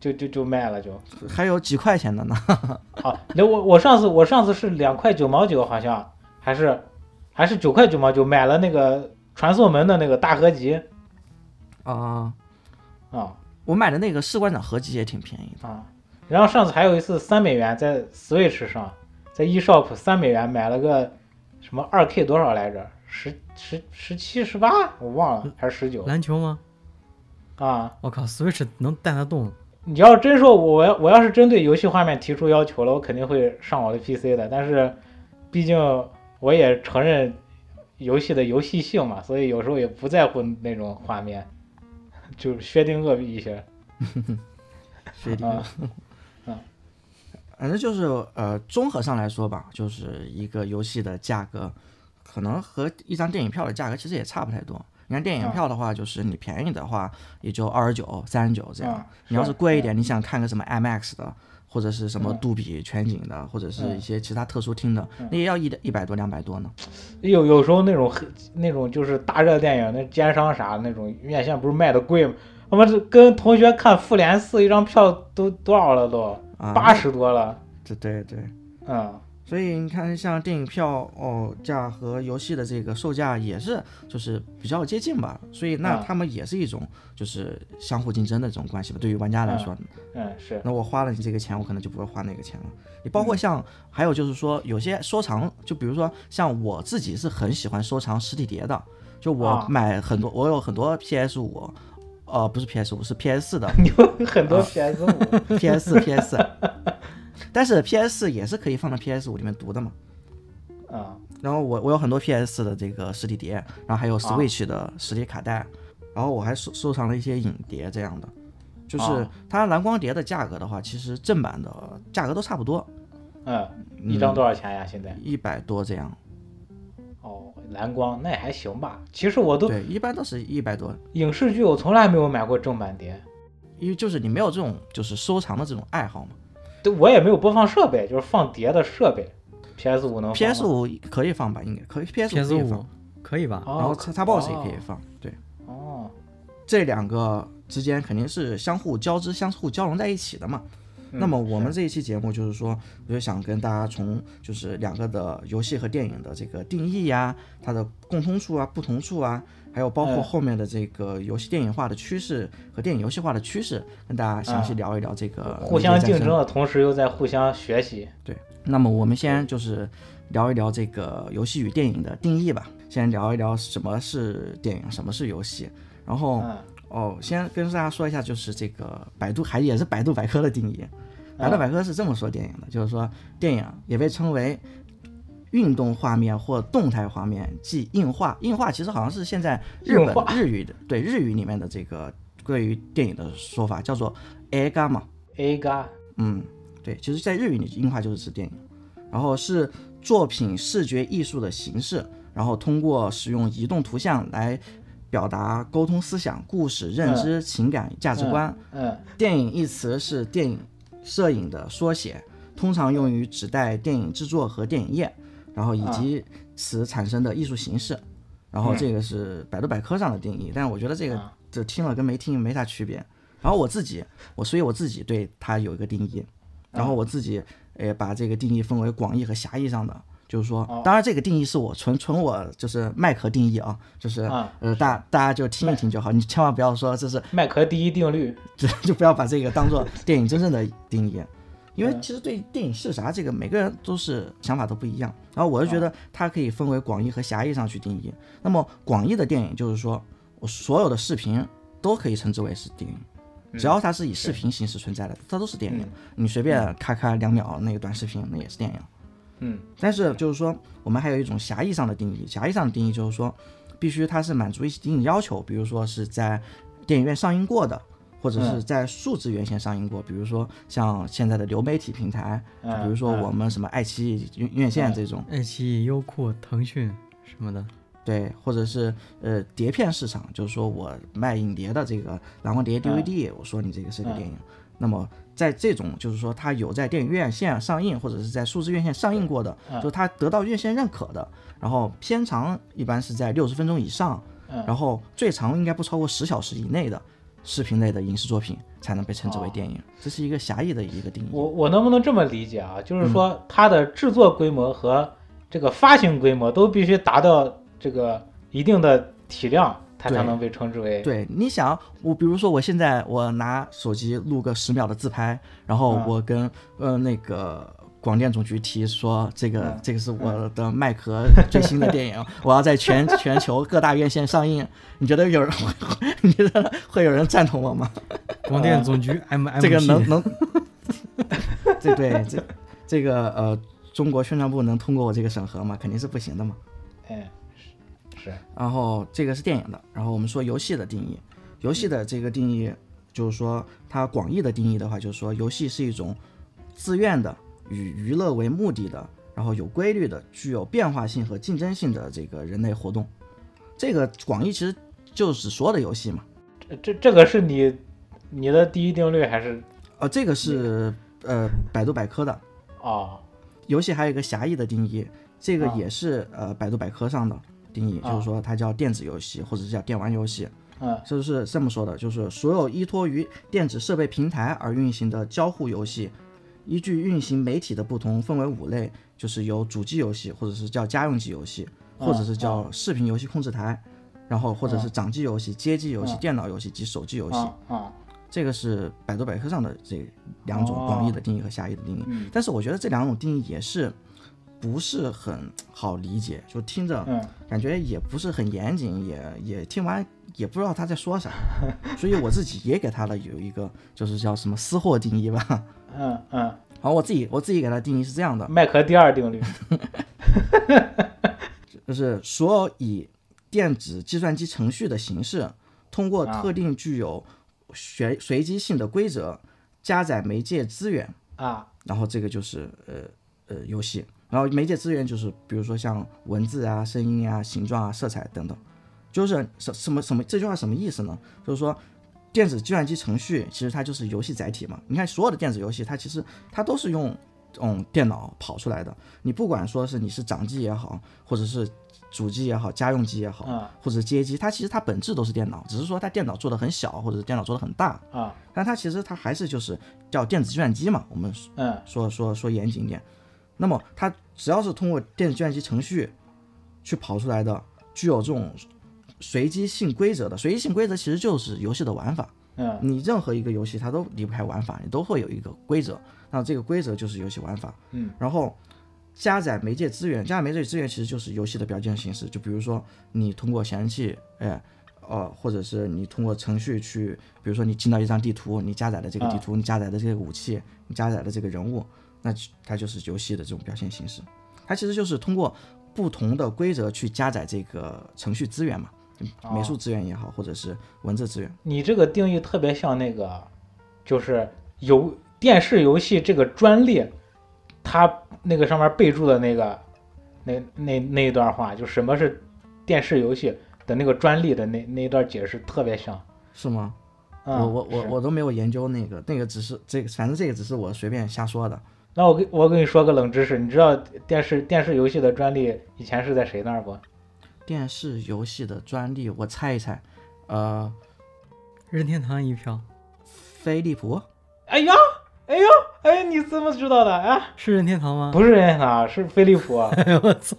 S1: 就就就卖了就。
S3: 还有几块钱的呢？
S1: 好，那我我上次我上次是两块九毛九，好像还是还是九块九毛九买了那个传送门的那个大合集
S3: 啊、
S1: 啊
S3: 我买的那个士官长合集也挺便宜的。
S1: 啊。然后上次还有一次三美元在 Switch 上，在 eShop 三美元买了个什么二 K 多少来着？十十十七十八我忘了，还是十九
S2: 篮球吗？
S1: 啊？
S2: 我靠，Switch 能带它动？
S1: 你要真说我要我要是针对游戏画面提出要求了，我肯定会上我的 PC 的。但是，毕竟我也承认游戏的游戏性嘛，所以有时候也不在乎那种画面，就是薛定谔一些
S3: 确定。
S1: 啊。
S3: 反正就是呃，综合上来说吧，就是一个游戏的价格，可能和一张电影票的价格其实也差不太多。你看电影票的话，就是你便宜的话也就二十九、三十九这样。
S1: 嗯
S3: 你要
S1: 是
S3: 是嗯贵一点，你想看个什么 IMAX 的，或者是什么杜比全景的，或者是一些其他特殊厅的，那也要一一百多、两百多呢。
S1: 有有时候那种黑那种就是大热电影，那奸商啥的那种院线不是卖的贵吗？他妈这跟同学看《复联四》一张票都多少了都
S3: 啊
S1: 八十多了，
S3: 对对对，
S1: 嗯，
S3: 所以你看，像电影票哦价和游戏的这个售价也是就是比较接近吧，所以那
S1: 嗯
S3: 他们也是一种就是相互竞争的这种关系吧。对于玩家来说，
S1: 嗯，是，
S3: 那我花了你这个钱，我可能就不会花那个钱了。你包括像，还有就是说，有些收藏，就比如说像我自己是很喜欢收藏实体碟的，就我
S1: 啊
S3: 买很多，我有很多 PS 五，呃，不是 PS 五，是 PS 四的
S1: 你有很
S3: 啊
S1: 多 PS 五，
S3: ，PS 四 PS 四， 但是 PS 四也是可以放到 PS 五里面读的嘛。
S1: 嗯
S3: 然后我我有很多 PS 的这个实体碟，然后还
S1: 啊
S3: 有 Switch 的实体卡带，然后我还收收藏了一些影碟这样的。就是
S1: 啊
S3: 它蓝光碟的价格的话，其实正版的价格都差不多，
S1: 嗯，一张多少钱呀？现在？
S3: 一百多这样。
S1: 哦，蓝光那也还行吧。其实我都
S3: 对，一般都是一百多，
S1: 影视剧我从来没有买过正版碟，
S3: 因为就是你没有这种就是收藏的这种爱好嘛。
S1: 对我也没有播放设备，就是放碟的设备。PS 五能
S3: PS 五可以放吧，应该可以。PS 五
S2: PS
S3: 可以
S2: 五
S3: 放，
S2: 可以吧？
S1: 哦
S3: 然后
S1: 可
S3: Xbox 也可以放。对，
S1: 哦，
S3: 这两个之间肯定是相互交织、相互交融在一起的嘛。
S1: 嗯
S3: 那么我们
S1: 是
S3: 这一期节目就是说，我就想跟大家从就是两个的游戏和电影的这个定义呀、它的共通处啊、不同处啊，还有包括
S1: 嗯
S3: 后面的这个游戏电影化的趋势和电影游戏化的趋势，跟大家详细
S1: 啊
S3: 聊一聊这个
S1: 互
S3: 媒介
S1: 相
S3: 战
S1: 竞争。的同时又在互相学习。
S3: 对，那么我们先就是聊一聊这个游戏与电影的定义吧，先聊一聊什么是电影，什么是游戏，然后。
S1: 嗯
S3: 哦，先跟大家说一下，就是这个百度还也是百度百科的
S1: 嗯
S3: 定义，百度百科是这么说电影的，就是说电影也被称为运动画面或动态画面，即映画。映画其实好像是现在日
S1: 映
S3: 本
S1: 画
S3: 日语的对日语里面的这个对于电影的说法叫做 aga 嘛，
S1: ，A 嘎，
S3: 嗯，对，其实，在日语里映画就是指电影，然后是作品视觉艺术的形式，然后通过使用移动图像来表达沟通思想、故事、认知、情感、价值观。
S1: 嗯
S3: 电影一词是电影摄影的缩写，通常用于指代电影制作和电影业，然后以及此产生的艺术形式。然后这个是百度百科上的定义，但我觉得这个
S1: 啊
S3: 这听了跟没听没啥区别。然后我自己，我所以我自己对它有一个定义，然后我自己也把这个定义分为广义和狭义上的。就是说，当然这个定义是我纯纯我就是麦克定义啊，就是、
S1: 啊
S3: 呃大大家就听一听就好，你千万不要说这是
S1: 麦壳第一定律。嗯
S3: 就 就不要把这个当做电影真正的定义，因为其实对电影是啥，这个每个人都是想法都不一样。然后我就觉得它可以分为广义和狭义上去定义。那么广义的电影就是说，我所有的视频都可以称之为是电影，只要它是以视频形式存在的，它都是电影。你随便咔咔两秒那个短视频，那也是电影。
S1: 嗯，
S3: 但是就是说，我们还有一种狭义上的定义，狭义上的定义就是说，必须它是满足一些定义要求，比如说是在电影院上映过的，或者
S1: 嗯
S3: 是在数字院线上映过，比如说像现在的流媒体平台，就
S1: 嗯
S3: 比如说
S1: 嗯
S3: 我们什么爱奇艺院院线这种，
S2: 爱奇艺、优酷、腾讯什么的，
S3: 对，或者是呃碟片市场，就是说我卖影碟的这个蓝光碟 DVD，、我说你这个是个电影，那么在这种就是说它有在电影院线上映，或者是在数字院线上映过的，就是它得到院线认可的，然后片长一般是在六十分钟以上，然后最长应该不超过十小时以内的视频类的影视作品才能被称之为电影，这是一个狭义的一个定义。
S1: 我我能不能这么理解啊？就是
S3: 嗯
S1: 说它的制作规模和这个发行规模都必须达到这个一定的体量，它才
S3: 对
S1: 能被称之为
S3: 对，你想我，比如说我现在我拿手机录个十秒的自拍，然后
S1: 嗯
S3: 我跟、呃那个广电总局提说，这个、
S1: 嗯
S3: 这个是我的麦壳最新的电影， 我要在全全球各大院线上映。你觉得有人 会，你觉得会有人赞同我吗？
S2: 广电总局 M M
S3: 这个能能， 这对这这个呃，中国宣传部能通过我这个审核吗？肯定是不行的嘛。
S1: 嗯是是
S3: 然后这个是电影的，然后我们说游戏的定义，游戏的这个定义就是说它广义的定义的话，就是说游戏是一种自愿的、以娱乐为目的的，然后有规律的、具有变化性和竞争性的这个人类活动。这个广义其实就是所有的游戏嘛，
S1: 这这这个是你你的第一定律还是
S3: 呃，这个是呃百度百科的
S1: 哦
S3: 游戏还有一个狭义的定义，这个
S1: 啊
S3: 也是呃百度百科上的定义，就
S1: 啊
S3: 是说它叫电子游戏或者是叫电玩游戏。
S1: 嗯
S3: 就是这么说的，就是所有依托于电子设备平台而运行的交互游戏，依据运行媒体的不同，分为五类，就是有主机游戏，或者是叫家用级游戏，或者是
S1: 哦
S3: 叫视频游戏控制台，然后或者是掌机游戏、街机
S1: 哦
S3: 游戏、电脑游戏及手机游戏。
S1: 啊啊，
S3: 这个是百度百科上的这两种
S1: 哦
S3: 广义的定义和狭义的定义。
S1: 嗯
S3: 但是我觉得这两种定义也是不是很好理解，就听着
S1: 嗯
S3: 感觉也不是很严谨，也也听完也不知道他在说啥， 所以我自己也给他了有一个就是叫什么私货定义吧。
S1: 嗯嗯，
S3: 好，我自己我自己给他定义是这样的，
S1: 麦克第二定律，
S3: 就是所有以电子计算机程序的形式，通过
S1: 啊
S3: 特定具有随随机性的规则加载媒介资源。
S1: 啊
S3: 然后这个就是呃呃游戏，然后媒介资源就是比如说像文字啊、声音啊、形状啊、色彩等等，就是什什么什么这句话什么意思呢？就是说电子计算机程序其实它就是游戏载体嘛。你看所有的电子游戏，它其实它都是用嗯电脑跑出来的。你不管说是你是掌机也好，或者是主机也好、家用机也好，
S1: 嗯
S3: 或者是街机，它其实它本质都是电脑，只是说它电脑做的很小，或者是电脑做的很大，
S1: 啊
S3: 但它其实它还是就是叫电子计算机嘛。我们
S1: 嗯
S3: 说说说严谨一点，那么它只要是通过电子计算机程序去跑出来的，具有这种随机性规则的，随机性规则其实就是游戏的玩法。
S1: 嗯
S3: 你任何一个游戏它都离不开玩法，你都会有一个规则，那这个规则就是游戏玩法。
S1: 嗯，
S3: 然后加载媒介资源，加载媒介资源其实就是游戏的表现形式，就比如说你通过显示器，哎。呃，或者是你通过程序去，比如说你进到一张地图，你加载的这个地图，你加载的这个武器，你加载的这个人物，那就它就是游戏的这种表现形式。它其实就是通过不同的规则去加载这个程序资源嘛，美术资源也好，或者是文字资源。
S1: 你这个定义特别像那个，就是游电视游戏这个专利，它那个上面备注的那个那那那一段话，就什么是电视游戏的那个专利的那那一段解释特别像。
S3: 是吗？
S1: 嗯、
S3: 我我我
S1: 是
S3: 我都没有研究那个，那个只是这个，反正这个只是我随便瞎说的。
S1: 那我给我跟你说个冷知识，你知道电视电视游戏的专利以前是在谁那儿不？
S3: 电视游戏的专利，我猜一猜，呃，
S2: 任天堂一票，
S3: 飞利浦
S1: 哎呀，哎呦，哎，你怎么知道的啊？
S2: 是任天堂吗？
S1: 不是任天堂，是飞利 浦。
S2: 哎呦我操！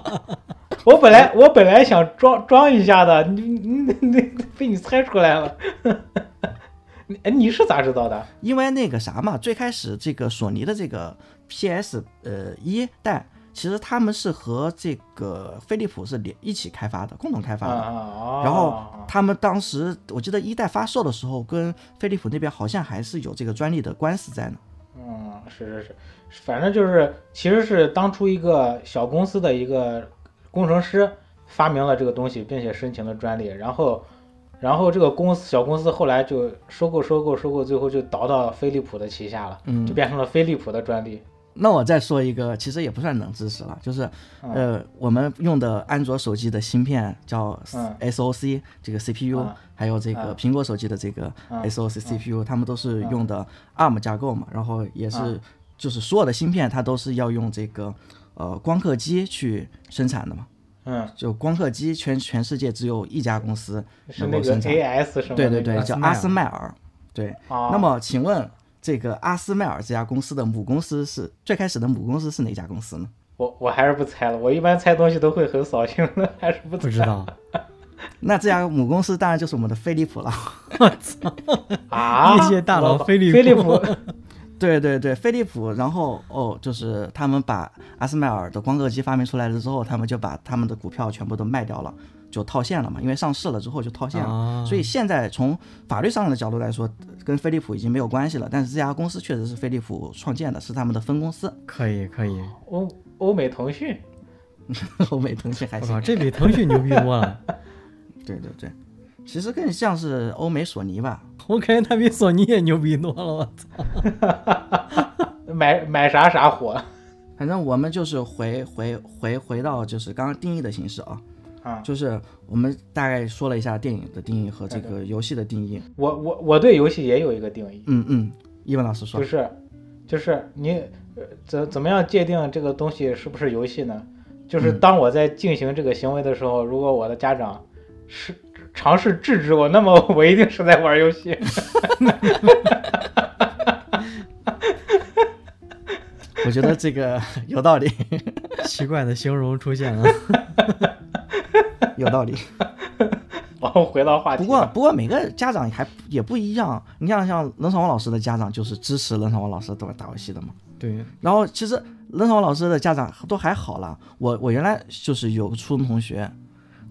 S1: 我本来我本来想装装一下的，你你你被你猜出来了。 你哎，你是咋知道的？
S3: 因为那个啥嘛，最开始这个索尼的这个 PS 呃一代，其实他们是和这个飞利浦是联一起开发的，共同开
S1: 啊
S3: 发的。
S1: 啊啊！
S3: 然后他们当时，我记得一代发售的时候，跟飞利浦那边好像还是有这个专利的官司在呢。
S1: 嗯，是是是，反正就是其实是当初一个小公司的一个工程师发明了这个东西，并且申请了专利，然后然后这个公司小公司后来就收购收购收购，最后就倒到飞利浦的旗下了，
S3: 嗯
S1: 就变成了飞利浦的专利。
S3: 那我再说一个，其实也不算冷知识了，就是，
S1: 嗯
S3: 呃，我们用的安卓手机的芯片叫
S1: 嗯
S3: SOC，、这个 CPU，、
S1: 嗯
S3: 还有这个苹果手机的这个
S1: 嗯
S3: SOC CPU，、它们都是用的 ARM 架构嘛，然后也是、
S1: 嗯
S3: 就是所有的芯片它都是要用这个呃光刻机去生产的嘛，
S1: 嗯，
S3: 就光刻机全全世界只有一家公司
S1: 是
S3: 能
S1: 那
S3: 够
S1: 个
S3: 生产，
S1: AS 什么
S3: 对
S1: 的
S3: 对
S1: 那
S3: 对，
S1: 个
S3: 叫
S2: 阿
S3: 阿
S2: 斯
S3: 斯麦尔，对，
S1: 啊，
S3: 那么，请问这个阿斯麦尔这家公司的母公司是最开始的母公司是哪家公司呢？
S1: 我我还是不猜了，我一般猜东西都会很扫兴的，还是不
S2: 不
S1: 猜
S2: 知道，
S3: 那这家母公司当然就是我们的飞利浦了。
S1: 啊。
S2: 业界大佬
S1: 我
S2: 飞利
S1: 飞利
S2: 浦
S1: 浦，
S3: 对对对，飞利浦。然后哦，就是他们把阿斯麦尔的光刻机发明出来了之后，他们就把他们的股票全部都卖掉了，就套现了嘛。因为上市了之后就套现了，
S2: 啊
S3: 所以现在从法律上的角度来说，跟飞利浦已经没有关系了。但是这家公司确实是飞利浦创建的，是他们的分公司。
S2: 可以可以，
S1: 欧欧美腾讯，
S3: 欧美腾讯还
S2: 我
S3: 行。
S2: 靠，这比腾讯牛逼多了。
S3: 对对对，其实更像是欧美索尼吧。
S2: 我感觉他比索尼也牛逼多了，我操！
S1: 买买啥啥火
S3: 反正我们就是回回回回到就是刚刚定义的形式啊，
S1: 啊！
S3: 就是我们大概说了一下电影的定义和这个游戏的定义。
S1: 我我我对游戏也有一个定义，
S3: 嗯嗯，一文老师说
S1: 就，是就是你呃怎怎么样界定这个东西是不是游戏呢？就是
S3: 嗯
S1: 当我在进行这个行为的时候，如果我的家长是尝试制止我，那么我一定是在玩游戏。
S3: 我觉得这个 有道理，
S2: 奇怪的形容出现了。
S3: 有道理。
S1: 我们回到话题
S3: 不
S1: 吧。
S3: 过，不过每个家长还也不一样。你像像冷场王老师的家长就是支持冷场王老师打打游戏的嘛。
S2: 对，
S3: 然后其实冷场王老师的家长都还好啦。我我原来就是有个初中同学，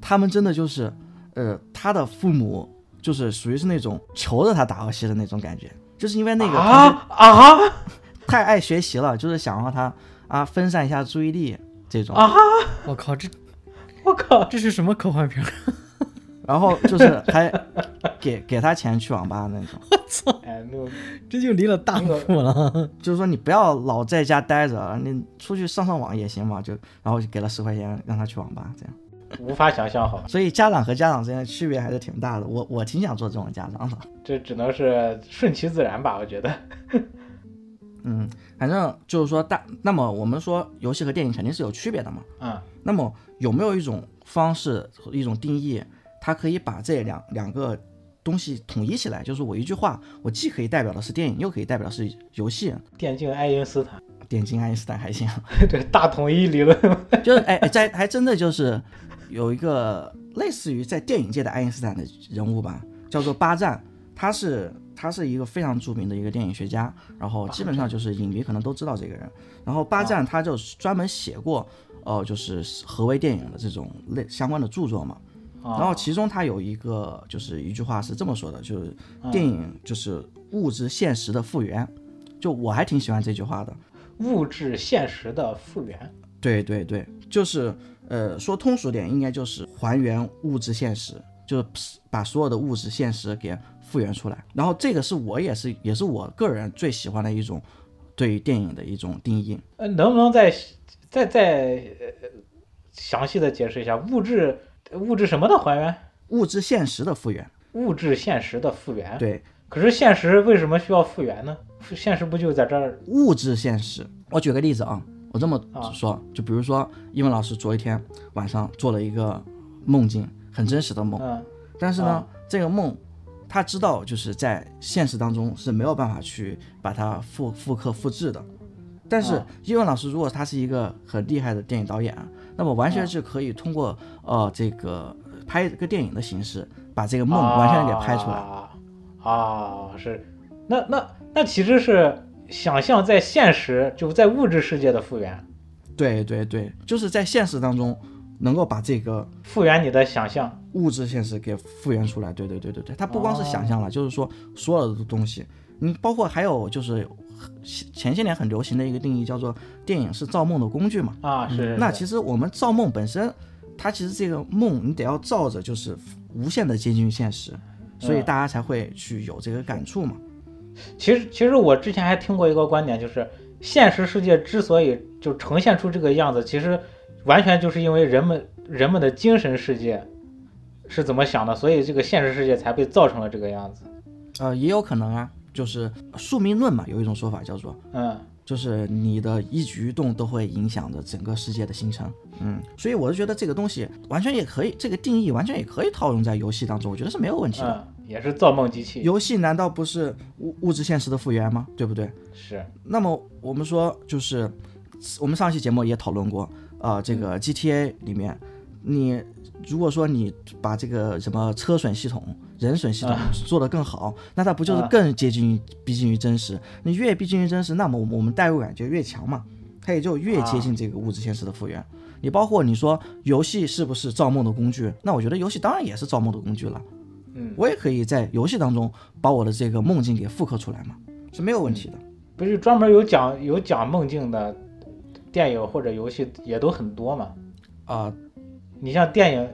S3: 他们真的就是，呃，他的父母就是属于是那种求着他打游戏的那种感觉，就是因为那个同学
S1: 啊啊
S3: 太爱学习了，就是想让他啊分散一下注意力这种。
S1: 啊！
S2: 我靠，这
S1: 我靠！
S2: 这是什么科幻片儿？
S3: 然后就是还给给他钱去网吧那 种，
S1: 哎，那种
S2: 这就离了大谱了。
S3: 就是说你不要老在家待着，你出去上上网也行嘛。就然后就给了十块钱让他去网吧这样。
S1: 无法想象，好吧？
S3: 所以家长和家长之间的区别还是挺大的。我我挺想做这种家长的。
S1: 这只能是顺其自然吧，我觉得。
S3: 嗯，反正就是说大，那么我们说游戏和电影肯定是有区别的嘛。
S1: 嗯，
S3: 那么有没有一种方式、一种定义，它可以把这两两个东西统一起来？就是我一句话，我既可以代表的是电影，又可以代表的是游戏。
S1: 电竞爱因斯坦，
S3: 电竞爱因斯坦还行，
S1: 这大统一理论。
S3: 就是哎，哎在还真的就是有一个类似于在电影界的爱因斯坦的人物吧，叫做巴赞，他是他是一个非常著名的一个电影学家，然后基本上就是影迷可能都知道这个人。然后巴赞他就专门写过哦、呃就是何为电影的这种类相关的著作嘛。
S1: 啊
S3: 然后其中他有一个就是一句话是这么说的，就是电影就是物质现实的复原，就我还挺喜欢这句话的。
S1: 物质现实的复原。
S3: 对对对，就是呃，说通俗点，应该就是还原物质现实，就是把所有的物质现实给复原出来。然后这个是我也是也是我个人最喜欢的一种对于电影的一种定义。
S1: 呃，能不能再再再、呃、详细的解释一下物质物质什么的还原？
S3: 物质现实的复原，
S1: 物质现实的复原。。
S3: 对
S1: 可是现实为什么需要复原呢？现实不就在这儿？
S3: 物质现实。我举个例子啊，我这么
S1: 啊
S3: 说，就比如说英文老师昨一天晚上做了一个梦境，很真实的梦，
S1: 嗯
S3: 但是呢，
S1: 啊
S3: 这个梦，他知道就是在现实当中是没有办法去把它复复刻复制的。但是
S1: 啊
S3: 英文老师如果他是一个很厉害的电影导演，啊那么完全是可以通过呃这个拍一个电影的形式，把这个梦完全给拍出来。
S1: 啊啊，是，那那那其实是想象在现实，就在物质世界的复原，
S3: 对对对，就是在现实当中能够把这个
S1: 复原你的想象。
S3: 物质现实给复原出来。对对对对对，它不光是想象了，就是说所有的东西，你包括还有就是前些年很流行的一个定义叫做电影是造梦的工具嘛。
S1: 啊，是
S3: 嗯那其
S1: 实
S3: 实我们造梦本身，它其实这个梦你得要造着，就是无限的接近现实，所以
S1: 嗯
S3: 大家才会去有这个感触嘛。
S1: 其实其实我之前还听过一个观点，就是现实世界之所以就呈现出这个样子，其实完全就是因为人们人们的精神世界是怎么想的，所以这个现实世界才被造成了这个样子。
S3: 呃，也有可能啊，就是宿命论嘛，有一种说法叫做，
S1: 嗯，
S3: 就是你的一举一动都会影响着整个世界的形成。嗯，所以我是觉得这个东西完全也可以，这个定义完全也可以套用在游戏当中，我觉得是没有问题的。
S1: 嗯，也是造梦机器，
S3: 游戏难道不是物物质现实的复原吗？对不对？
S1: 是
S3: 那么我们说，就是我们上期节目也讨论过，呃，这
S1: 嗯
S3: 个 GTA 里面，你如果说你把这个什么车损系统、人损系统做得更好，那它不就是
S1: 啊
S3: 更接近于逼近于真实？你越逼近于真实，那么我们我们代入感就越强嘛，它也就越接近这个物质现实的复
S1: 啊
S3: 原。你包括你说游戏是不是造梦的工具？那我觉得游戏当然也是造梦的工具了。
S1: 嗯，
S3: 我也可以在游戏当中把我的这个梦境给复刻出来嘛，是没有问题的。
S1: 不是专门有讲有讲梦境的电影或者游戏也都很多嘛？
S3: 啊、
S1: 你像电影，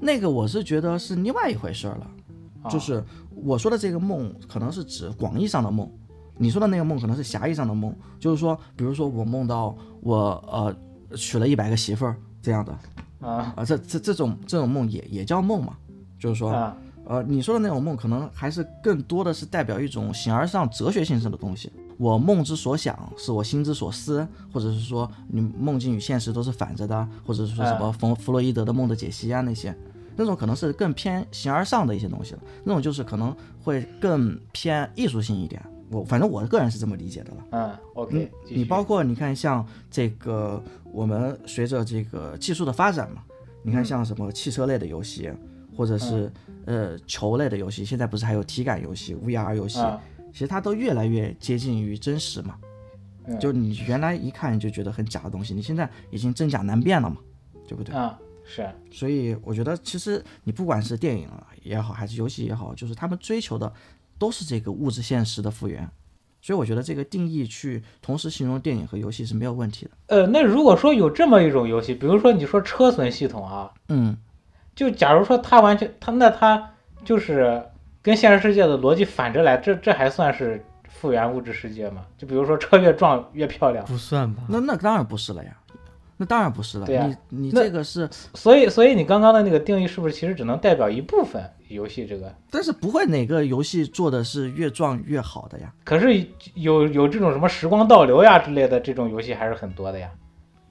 S3: 那个我是觉得是另外一回事儿了，
S1: 啊、
S3: 就是我说的这个梦，可能是指广义上的梦，你说的那个梦可能是狭义上的梦，就是说，比如说我梦到我呃娶了一百个媳妇儿这样的
S1: 啊
S3: 啊、这这这种这种梦也也叫梦嘛，就是说，
S1: 啊
S3: 呃，你说的那种梦，可能还是更多的是代表一种形而上哲学性质的东西。我梦之所想，是我心之所思，或者是说你梦境与现实都是反着的，或者是说什么弗弗洛伊德的梦的解析啊那些，那种可能是更偏形而上的一些东西了。那种就是可能会更偏艺术性一点。我反正我个人是这么理解的了。
S1: 嗯， OK，继续
S3: 你包括你看像这个，我们随着这个技术的发展嘛，你看像什么汽车类的游戏，或者
S1: 嗯
S3: 是呃球类的游戏，现在不是还有体感游戏、VR 游戏，
S1: 啊，
S3: 其实它都越来越接近于真实嘛。
S1: 嗯
S3: 就你原来一看就觉得很假的东西，你现在已经真假难辨了嘛，对不对？
S1: 啊是，
S3: 所以我觉得，其实你不管是电影也好，还是游戏也好，就是他们追求的都是这个物质现实的复原。所以我觉得这个定义去同时形容电影和游戏是没有问题的。
S1: 呃，那如果说有这么一种游戏，比如说你说车损系统啊，
S3: 嗯，
S1: 就假如说它完全它那它就是跟现实世界的逻辑反着来，这这还算是复原物质世界吗？就比如说车越撞越漂亮，
S2: 不算吧？
S3: 那那当然不是了呀，那当然不是了。
S1: 对呀啊
S3: 你你
S1: 那
S3: 这个是，
S1: 所以所以你刚刚的那个定义是不是其实只能代表一部分游戏这个？
S3: 但是不会哪个游戏做的是越撞越好的呀。
S1: 可是有有这种什么时光倒流呀之类的这种游戏还是很多的呀，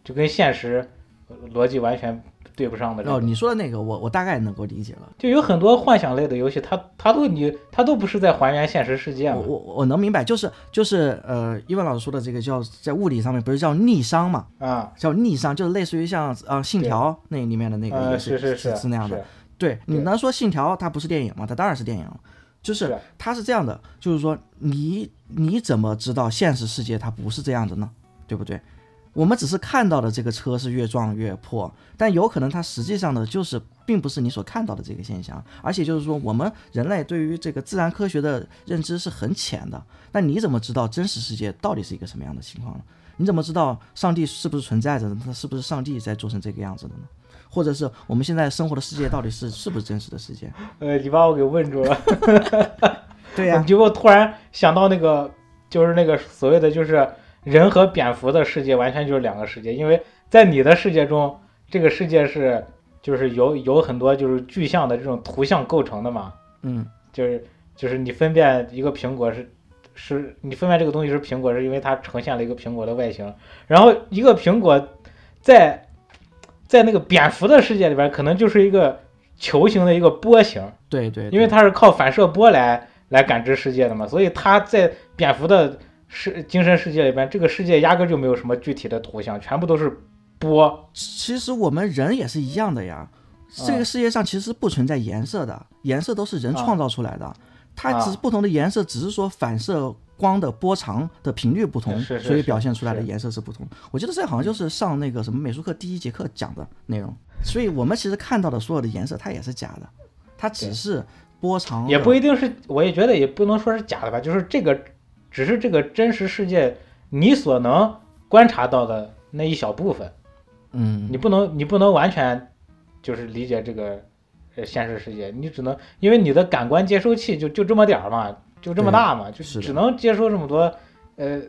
S1: 就跟现实呃逻辑完全对不上的这
S3: 哦，
S1: 种。
S3: 你说的那个我我大概能够理解了，
S1: 就有很多幻想类的游戏，它它都你它都不是在还原现实世界
S3: 我
S1: 嘛。
S3: 我我能明白，就是就是呃，伊万老师说的这个叫在物理上面不是叫逆商嘛，
S1: 啊，
S3: 叫逆商，就是类似于像呃《信条》那里面的那个
S1: 呃
S3: 也是、
S1: 是是
S3: 是那样的。对，你
S1: 对
S3: 能说《信条》它不是电影吗？它当然是电影了。就是
S1: 是
S3: 它是这样的，就是说你你怎么知道现实世界它不是这样的呢？对不对？我们只是看到的这个车是越撞越破，但有可能它实际上的就是并不是你所看到的这个现象，而且就是说我们人类对于这个自然科学的认知是很浅的。那你怎么知道真实世界到底是一个什么样的情况呢？你怎么知道上帝是不是存在着呢？他是不是上帝在做成这个样子的呢？或者是我们现在生活的世界到底是是不是真实的世界？
S1: 呃，你把我给问 住了，
S3: 对哎呀、
S1: 你就给我突然想到那个，就是那个所谓的就是人和蝙蝠的世界完全就是两个世界，因为在你的世界中，这个世界是就是由有很多就是具象的这种图像构成的嘛，
S3: 嗯，
S1: 就是就是你分辨一个苹果是是你分辨这个东西是苹果，是因为它呈现了一个苹果的外形。然后一个苹果在在那个蝙蝠的世界里边，可能就是一个球形的一个波形，
S3: 对对，
S1: 因为它是靠反射波来来感知世界的嘛，所以它在蝙蝠的世精神世界里边，这个世界压根儿就没有什么具体的图像，全部都是波。
S3: 其实我们人也是一样的呀。这个世界上其实不存在颜色的，颜色都是人创造出来的。它
S1: 啊
S3: 只是不同的颜色，只是说反射光的波长的频率不同，
S1: 是是
S3: 所以
S1: 是
S3: 表现出来的
S1: 是
S3: 颜色是不同。我记得这好像就是上那个什么美术课第一节课讲的内容。所以我们其实看到的所有的颜色，它也是假的，它只是波长的
S1: 也不一定是，我也觉得也不能说是假的吧，就是这个，只是这个真实世界你所能观察到的那一小部分，
S3: 嗯，
S1: 你不能你不能完全就是理解这个呃现实世界，你只能因为你的感官接收器就就这么点儿嘛，就这么
S3: 对
S1: 大嘛，就是
S3: 的
S1: 只能接收这么多呃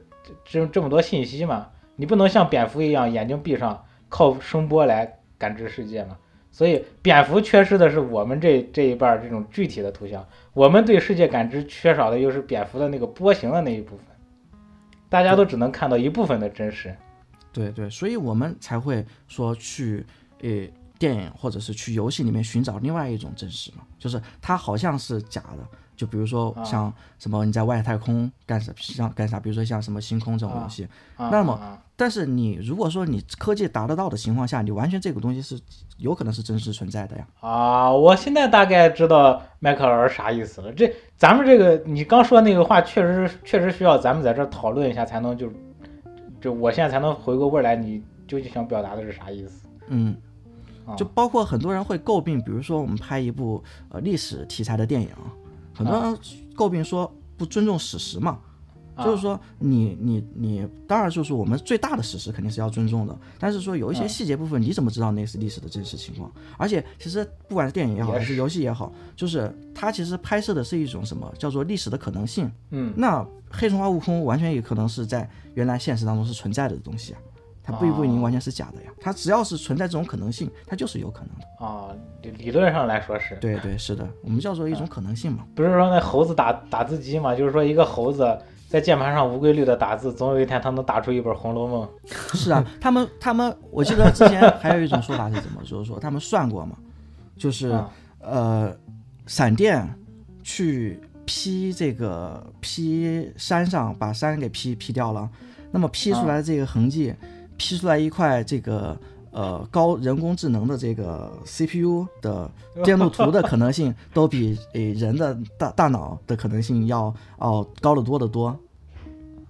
S1: 这这么多信息嘛，你不能像蝙蝠一样眼睛闭上靠声波来感知世界嘛。所以蝙蝠缺失的是我们这这一半儿这种具体的图像，我们对世界感知缺少的又是蝙蝠的那个波形的那一部分，大家都只能看到一部分的真实。
S3: 对对，所以我们才会说去呃电影或者是去游戏里面寻找另外一种真实嘛，就是它好像是假的。就比如说
S1: 啊
S3: 像什么你在外太空干啥像干啥，比如说像什么星空这种东西，
S1: 啊
S3: 那么
S1: 啊啊
S3: 但是你如果说你科技达得到的情况下，你完全这个东西是有可能是真实存在的呀。
S1: 啊，我现在大概知道迈克尔老师啥意思了。这咱们这个你刚说那个话，确实是确实需要咱们在这儿讨论一下，才能就就我现在才能回过味儿来，你究竟想表达的是啥意思？
S3: 嗯
S1: 啊，
S3: 就包括很多人会诟病，比如说我们拍一部呃历史题材的电影，啊很多人诟病说不尊重史实嘛。
S1: 啊
S3: 就是说你你你，当然就是我们最大的史实肯定是要尊重的，但是说有一些
S1: 嗯
S3: 细节部分，你怎么知道那是历史的真实情况？而且其实不管是电影也好，
S1: 也
S3: 还是游戏也好，就是它其实拍摄的是一种什么叫做历史的可能性。
S1: 嗯，
S3: 那黑神话悟空完全也可能是在原来现实当中是存在的东西啊，它不不一定
S1: 哦
S3: 完全是假的呀。它只要是存在这种可能性，它就是有可能的。
S1: 啊，理理论上来说是，
S3: 对对，是的，我们叫做一种可能性嘛。
S1: 不是说那猴子打打字机嘛？就是说一个猴子在键盘上无规律的打字，总有一天他能打出一本《红楼梦》
S3: 是啊，他们他们，我记得之前还有一种说法是怎么，就是说他们算过嘛，就是、
S1: 啊
S3: 呃，闪电去劈这个劈山上，把山给劈劈掉了，那么劈出来的这个痕迹，劈出来一块这个呃高人工智能的这个 CPU 的电路图的可能性，都比诶人的大大脑的可能性要哦高得多得多。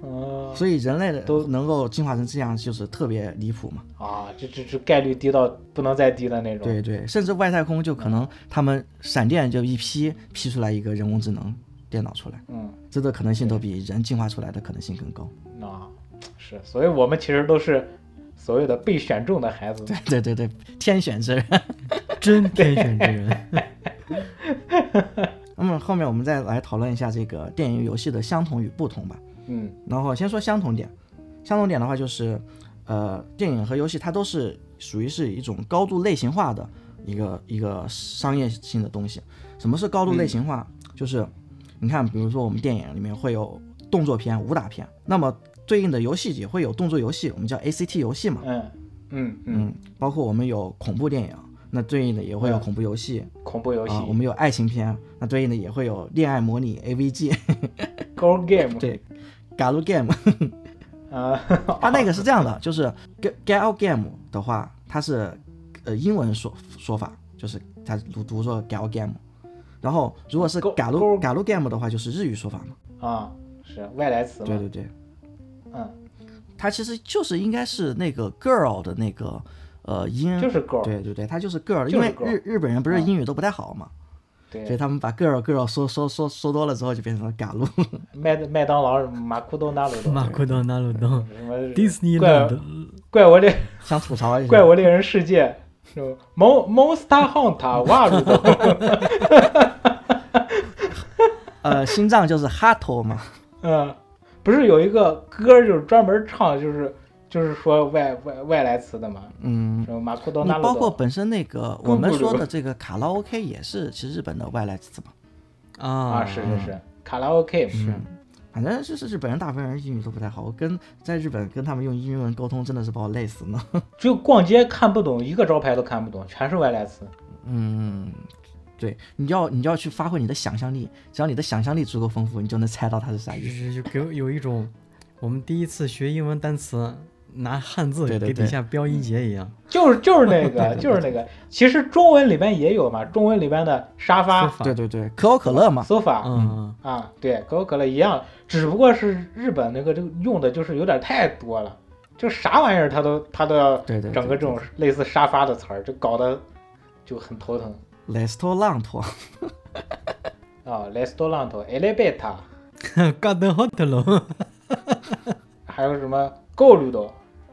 S1: 嗯，
S3: 所以人类的
S1: 都
S3: 能够进化成这样，就是特别离谱嘛。
S1: 啊，这这这概率低到不能再低的那种。
S3: 对对，甚至外太空就可能他们闪电就一劈劈出来一个人工智能电脑出来，
S1: 嗯，
S3: 这个可能性都比人进化出来的可能性更高。
S1: 啊，是，所以我们其实都是所谓的被选中的孩子。
S3: 对对对对，天选之人。
S2: 真天选之人。
S3: 那么后面我们再来讨论一下这个电影游戏的相同与不同吧。
S1: 嗯
S3: 然后先说相同点，相同点的话就是，呃，电影和游戏它都是属于是一种高度类型化的一个一个商业性的东西。什么是高度类型化？
S1: 嗯
S3: 就是你看，比如说我们电影里面会有动作片、武打片，那么对应的游戏也会有动作游戏，我们叫 ACT 游戏嘛。
S1: 嗯嗯嗯，
S3: 嗯，包括我们有恐怖电影，那对应的也会有
S1: 嗯
S3: 恐怖游戏。
S1: 恐怖游戏、
S3: 啊，我们有爱情片，那对应的也会有恋爱模拟 AVG，
S1: 嗯 g o Game
S3: 对，Galu Game，
S1: 啊，
S3: 它那个是这样的，就是 Ga- Gal Game 的话，它是呃英文说说法，就是它读读作 Gal Game，然后如果是
S1: Go-
S3: Galu
S1: Go-
S3: Galu Game 的话，就是日语说法嘛，
S1: 啊，是外来词嘛？
S3: 对对对，
S1: 嗯，
S3: 它其实就是应该是那个 girl 的那个呃音，
S1: 就是 girl
S3: 对对对，它就是 girl，
S1: 就是
S3: 因为
S1: girl 嗯
S3: 日日本人不是英语都不太好嘛，所以
S1: 对，
S3: 他们把 girl girl 说说说说多了之后就变成了 Galu。
S1: 麦麦当劳什么马库多纳鲁多，
S2: 马库当纳鲁当
S1: 什么怪
S2: ，Disneyland，
S1: 怪我猎
S3: 想吐槽一下，
S1: 怪我猎人世界，是吧？Mon Monster Hunt 啊瓦鲁多，
S3: 呃，心脏就是哈头嘛，
S1: 嗯，不是有一个歌儿就是专门唱就是就是说外外外来词的嘛？
S3: 嗯，
S1: 什么马库多
S3: 你
S1: 纳鲁
S3: 包括
S1: 多？
S3: 本身那个
S1: 不
S3: 我们
S1: 不
S3: 说
S1: 不
S3: 的这个卡拉 OK 也是其实日本的外来词嘛，
S2: 啊
S1: 啊，是是是，卡拉 OK 是
S3: 嗯反正就是日本人大部分人英语都不太好，我跟在日本跟他们用英文沟通真的是把我累死 呢。
S1: 就逛街看不懂，一个招牌都看不懂，全是外来词。
S3: 嗯，对，你要你要去发挥你的想象力，只要你的想象力足够丰富，你就能猜到它是啥意思。
S2: 是是，就给我有一种我们第一次学英文单词拿汉字
S3: 对对
S2: 给
S3: 对
S2: 底下标音节一样，
S1: 就是就是那 个就是那个，其实中文里边也有嘛，中文里边的沙发、
S2: 法
S3: 对对对， 可口可乐嘛，
S1: sofa
S2: 嗯，
S1: 啊，对，可口可乐一样，只不过是日本那个这个用的就是有点太多了，就啥玩意儿他都他都要
S3: 对对对
S1: 整个这种类似沙发的词儿，就搞得就很头疼
S3: l e s t o r a n t
S1: 啊。restaurant、elevator，
S2: 干 得好的喽，
S1: 还有什么 gold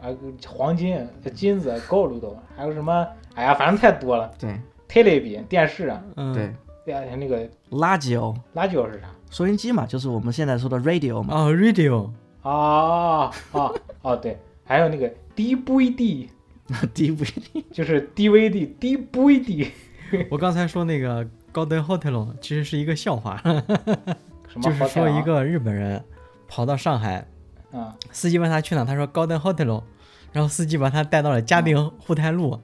S1: 啊，黄金、金子 gold，还有什么？哎呀，反正太多了。
S3: 对
S1: television 电视啊，
S2: 嗯，
S3: 对，
S1: 电视那个
S3: 垃圾哦，
S1: 拉九是啥？
S3: 收音机嘛，就是我们现在说的 radio 嘛，
S2: 啊，radio，
S1: 啊啊啊！对，还有那个 DVD，
S3: DVD
S1: 就是 DVD，DVD
S2: 我刚才说那个高登 hotel 其实是一个笑话，
S1: 什么？
S2: 就是说一个日本人跑到上海，
S1: 啊，
S2: 司机问他去哪，他说高登 hotel，然后司机把他带到了嘉
S1: 嗯
S2: 定沪 太路。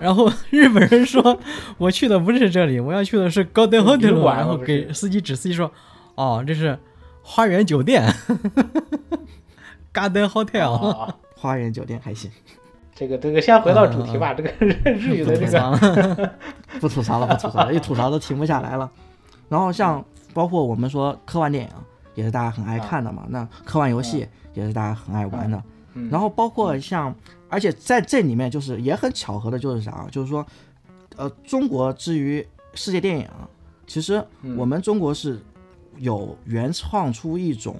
S2: 然后日本人说：“我去的不是这里，我要去的是高登
S1: 旅
S2: hotel。”
S1: 馆
S2: 然后
S1: 不是
S2: 给司机指司机说：“哦，这是花园酒店，高登 hotel。
S1: 啊啊
S3: 花园酒店还行，
S1: 这个这个，先回到主题吧。这个日日语的这个，
S2: 个
S3: 不吐槽了，不吐槽了，一吐槽都停不下来了。然后像包括我们说科幻电影也是大家很
S1: 啊
S3: 爱看的嘛，那科幻游戏也是大家很爱玩的。
S1: 嗯
S3: 然后包括像，而且在这里面就是也很巧合的就是啥啊，就是说，呃，中国之于世界电影，其实
S1: 嗯
S3: 我们中国是有原创出一种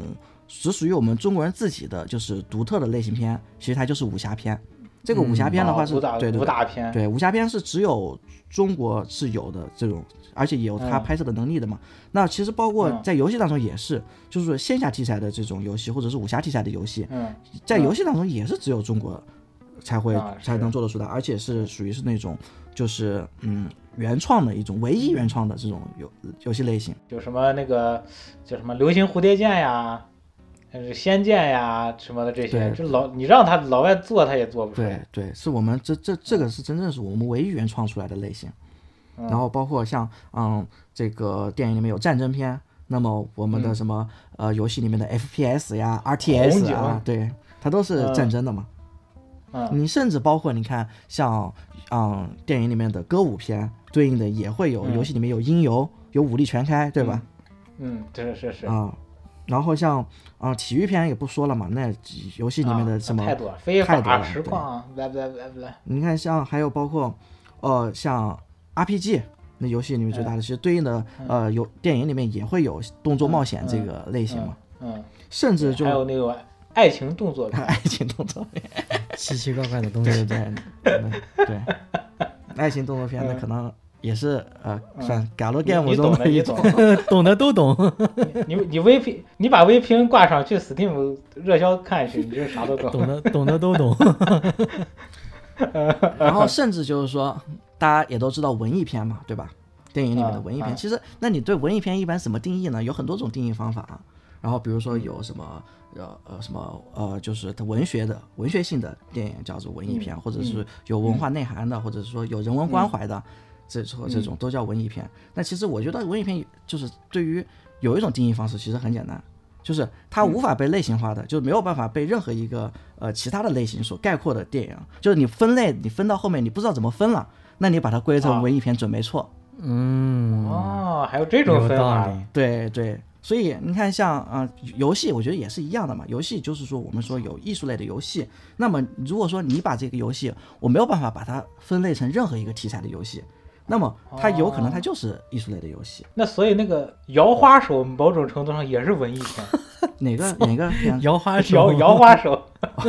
S3: 只属于我们中国人自己的就是独特的类型片，其实它就是武侠片。这个武侠片的话
S1: 啊
S3: 是、
S1: 武打
S3: 对对
S1: 武
S3: 对
S1: 打片，
S3: 对，武侠片是只有中国是有的这种，而且也有它
S1: 嗯
S3: 拍摄的能力的嘛。那其实包括
S1: 嗯
S3: 在游戏当中也是，就是说线下题材的这种游戏，或者是武侠题材的游戏，
S1: 嗯
S3: 在
S1: 嗯
S3: 游戏当中也是只有中国才会、
S1: 啊
S3: 才能做得出来，而且是属于是那种就是嗯原创的一种唯一原创的这种游游戏类型。
S1: 有什么那个叫什么《流星蝴蝶剑》呀，呃，《仙剑》呀什么的这些，
S3: 对
S1: 这老你让他老外做他也做不出
S3: 对
S1: 来。
S3: 对，是我们这这这个是真正是我们唯一原创出来的类型。
S1: 嗯
S3: 然后包括像嗯这个电影里面有战争片，那么我们的什么、呃游戏里面的 FPS 呀、
S1: 红
S3: RTS
S1: 警
S3: 啊，对，它都是战争的嘛。
S1: 嗯，
S3: 你甚至包括你看像嗯电影里面的歌舞片对应的也会有，
S1: 嗯
S3: 游戏里面有音游，有武力全开，对吧？
S1: 嗯，是是是，
S3: 啊、然后像啊、体育片也不说了嘛，那游戏里面的
S1: 啊
S3: 什么，啊
S1: 太多了，非
S3: 太多
S1: 法
S3: 了
S1: 实况，啊来来来来，
S3: 你看像还有包括呃像 RPG。那游戏里面最
S1: 哎
S3: 大的，其实对应的
S1: 嗯
S3: 呃，有电影里面也会有动作冒险这个类型嘛，
S1: 嗯，
S3: 甚至就
S1: 还有那个爱情动作片，
S3: 爱情动作片，
S2: 奇奇怪怪的东
S3: 对
S2: 西
S3: 对。对对对， 爱情动作片那可能也是呃，算
S1: 嗯
S3: galo
S1: 你
S3: game
S1: 你懂
S3: 中
S1: 的，
S3: 一
S1: 你
S3: 种
S1: 懂。的，
S2: 懂的都懂，
S1: 你你 VP，你把 VPN 挂上去，Steam 热销看去，你就啥都 懂。
S2: 懂的懂的都懂。
S3: 然后甚至就是说，大家也都知道文艺片嘛，对吧？电影里面的
S1: 嗯
S3: 文艺片，
S1: 嗯
S3: 其实那你对文艺片一般怎么定义呢？有很多种定义方法啊。然后比如说
S1: 嗯
S3: 有什么呃呃什么呃，就是它文学的文学性的电影叫做文
S1: 嗯
S3: 艺片，或者是有文化内涵的，或者是说有人文关怀的，这种
S1: 嗯
S3: 这种都叫文艺片。那其实我觉得文艺片就是对于有一种定义方式，其实很简单，就是它
S1: 嗯
S3: 无法被类型化的，就是没有办法被任何一个呃其他的类型所概括的电影，就是你分类，你分到后面你不知道怎么分了，那你把它归成
S1: 啊
S3: 文艺片准没错。
S2: 嗯，
S1: 哦，还有这种
S2: 有
S1: 分
S2: 道
S1: 法
S2: 理。
S3: 对对，所以你看像啊、呃游戏，我觉得也是一样的嘛。游戏就是说我们说有艺术类的游戏，那么如果说你把这个游戏，我没有办法把它分类成任何一个题材的游戏，那么它有可能它就是艺术类的游戏。
S1: 那所以那个摇花手某种程度上也是文艺片，
S3: 哪个哪 个片？
S2: 摇花手，
S1: 摇摇花手。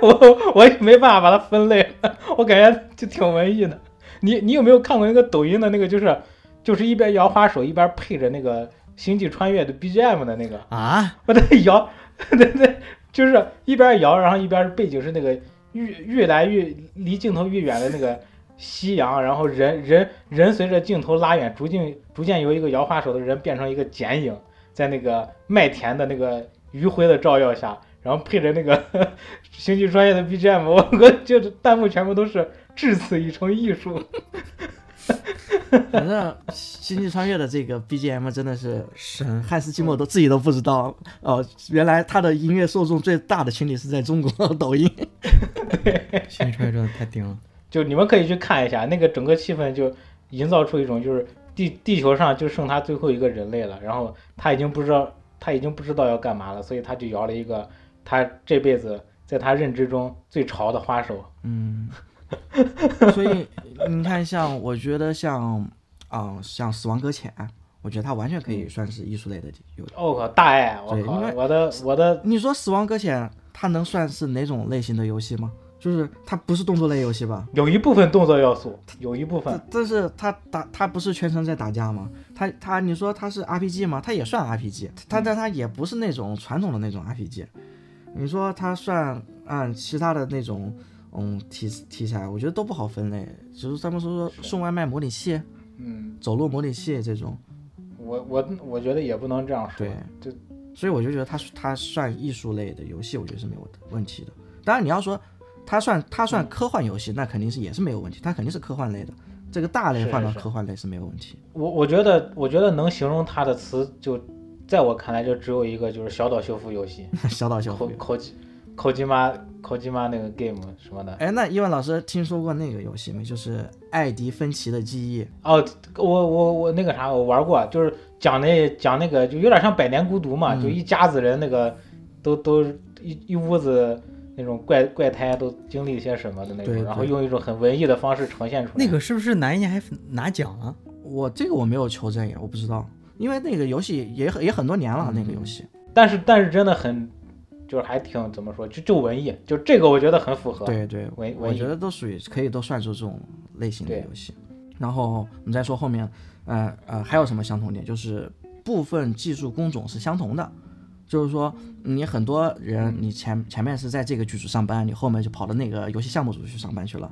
S1: 我我也没办法把它分类，我感觉就挺文艺的。你你有没有看过那个抖音的那个，就是就是一边摇花手一边配着那个《星际穿越》的 BGM 的那个？
S2: 啊，
S1: 我在摇，对对，就是一边摇，然后一边背景是那个越越来越离镜头越远的那个夕阳，然后人人人随着镜头拉远，逐渐逐渐由一个摇花手的人变成一个剪影，在那个麦田的那个余晖的照耀下，然后配着那个 星际穿越的 BGM，我我就是弹幕全部都是至此已成艺术，
S3: 反正《星际穿越》的这个 BGM 真的 是
S2: 神，
S3: 汉斯季默都自己都不知道哦、原来他的音乐受众最大的群体是在中国 抖音。
S2: 新穿越真的太顶了。
S1: 就你们可以去看一下，那个整个气氛就营造出一种就是地地球上就剩他最后一个人类了，然后他已经不知道他已经不知道要干嘛了，所以他就摇了一个他这辈子在他认知中最潮的花手。
S3: 嗯，所以你看，像我觉得像，啊、像《死亡搁浅》，我觉得它完全可以算是艺术类的有。
S1: 我、靠，哦大爱！我
S3: 对
S1: 靠
S3: 因为，
S1: 我的我的
S3: 你说《死亡搁浅》它能算是哪种类型的游戏吗？就是它不是动作类游戏吧？
S1: 有一部分动作要素，有一部
S3: 但
S1: 分
S3: 但是它打它不是全程在打架吗？它它你说它是 RPG 吗？它也算 RPG，它
S1: 嗯
S3: 但它也不是那种传统的那种 RPG。你说它算按其他的那种嗯题题材，我觉得都不好分类。就是咱们说说送外卖模拟器，
S1: 嗯，
S3: 走路模拟器这种，
S1: 我我我觉得也不能这样说
S3: 对，
S1: 就
S3: 所以我就觉得它它算艺术类的游戏，我觉得是没有问题的。当然你要说它算它
S1: 嗯
S3: 算科幻游戏，那肯定是也是没有问题，它肯定是科幻类的。这个大类
S1: 是
S3: 换到
S1: 是是
S3: 科幻类是没有问题。
S1: 我我觉得我觉得能形容他的词就。在我看来，就只有一个，就是小岛秀夫游戏。
S3: 小岛秀
S1: 口
S3: 夫。
S1: 口鸡口鸡妈口鸡妈那个 game 什么的。
S3: 哎，那伊万老师听说过那个游戏没？就是艾迪芬奇的记忆。
S1: 哦，我我我那个啥，我玩过，啊就是讲那讲那个，就有点像《百年孤独》嘛，
S3: 嗯
S1: 就一家子人那个都都一一屋子那种怪怪胎都经历些什么的那种，
S3: 对
S1: 然后
S3: 对
S1: 用一种很文艺的方式呈现出来。
S2: 那个是不是哪一年还拿奖了？
S3: 我这个我没有求证呀，我不知道，因为那个游戏也很也很多年了，那个游戏。
S1: 但是但是真的很，就是还挺怎么说，就就文艺，就这个我觉得很符合。
S3: 对对，
S1: 文
S3: 我
S1: 文艺
S3: 觉得都属于可以都算出这种类型的
S1: 对
S3: 游戏。然后我们再说后面，呃呃，还有什么相同点？就是部分技术工种是相同的，就是说你很多人，你前前面是在这个剧组上班，你后面就跑到那个游戏项目组去上班去了，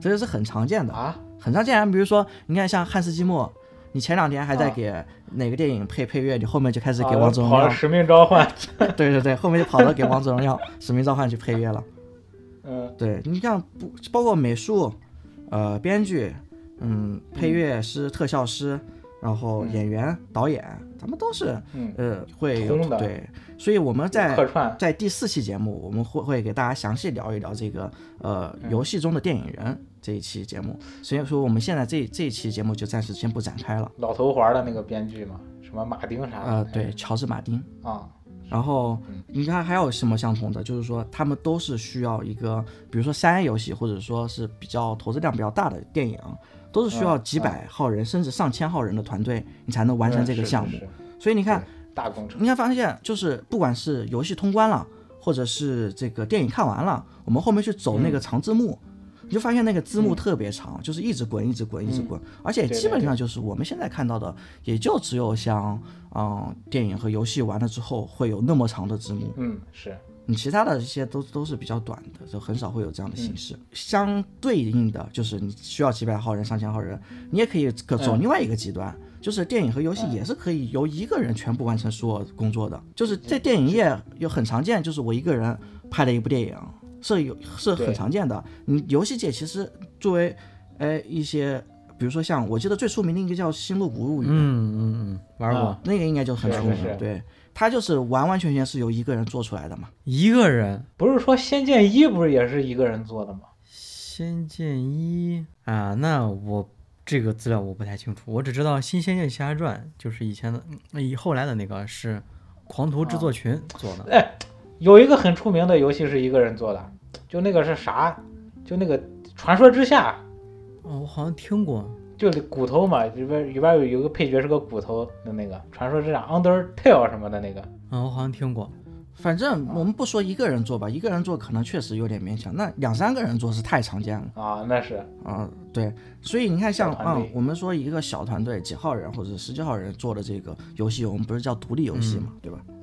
S3: 这个是很常见的
S1: 啊，
S3: 很常见。比如说，你看像汉斯季默，你前两天还在
S1: 啊
S3: 给哪个电影配配乐，你后面就开始给
S1: 啊
S3: 王者荣
S1: 跑
S3: 耀，
S1: 了使命召唤，
S3: 对对对，后面就跑到给王者荣耀、使命召唤去配乐了。
S1: 嗯
S3: 对你像不
S1: 嗯
S3: 包括美术，呃，编剧，嗯，配乐师、特效师，然后演员、导演，咱们都是
S1: 嗯，
S3: 呃会
S1: 通的
S3: 对，所以我们在
S1: 客串，
S3: 在第四期节目，我们会会给大家详细聊一聊这个呃
S1: 嗯
S3: 游戏中的电影人这一期节目，所以说我们现在这这一期节目就暂时先不展开了。
S1: 老头环的那个编剧嘛，什么马丁啥的。
S3: 呃，对，乔治马丁。
S1: 啊，
S3: 然后你看还有什么相同的？就是说他们都是需要一个，比如说三 A 游戏，或者说是比较投资量比较大的电影，都
S1: 嗯
S3: 是需要几百号人、甚至上千号人的团队，你才能完成这个
S1: 嗯是
S3: 项目
S1: 是。是
S3: 所以你看，
S1: 大工程。
S3: 你看发现就是不管是游戏通关了，或者是这个电影看完了，我们后面去走那个长字幕，你就发现那个字幕特别长，就是一直滚，一直滚，一直滚，而且基本上就是我们现在看到的，也就只有像嗯电影和游戏完了之后会有那么长的字幕，
S1: 嗯，是
S3: 你其他的一些都都是比较短的，就很少会有这样
S1: 嗯
S3: 的形式。相对应的就是你需要几百号人、上千号人，你也可以可
S1: 嗯
S3: 走另外一个极端，就是电影和游戏也是可以由一个人全部完成所有工作的。就是
S1: 嗯
S3: 在电影业有很常见，就是我一个人拍了一部电影，是有是很
S1: 对
S3: 常见的。你游戏界其实作为呃一些，比如说像我记得最出名的一个叫《星露谷物语》，
S2: 嗯嗯嗯，玩过、
S1: 啊
S3: 那个应该就很
S1: 是
S3: 出
S1: 是
S3: 名，
S1: 是
S3: 对。它就是完完全全是由一个人做出来的嘛，
S2: 一个人。
S1: 不是说《仙剑一》不是也是一个人做的吗？
S2: 《仙剑一》啊，那我这个资料我不太清楚，我只知道《新仙剑奇侠传》就是以前的，嗯以后来的那个是狂徒制作群做的。
S1: 哎有一个很出名的游戏是一个人做的，就那个是啥？就那个《传说之下
S2: 哦，我好像听过。》，
S1: 就骨头嘛，里边里边有有个配角是个骨头的那个《传说之下》（Undertale） 什么的那个。
S2: 嗯，我好像听过。
S3: 反正
S1: 啊
S3: 我们不说一个人做吧，一个人做可能确实有点勉强，那两三个人做是太常见了
S1: 啊，那是
S3: 啊、对，所以你看像
S1: 小
S3: 啊、
S1: 团队
S3: 我们说一个小团队几号人或者十几号人做的这个游戏，我们不是叫独立游戏嘛，对吧？
S1: 嗯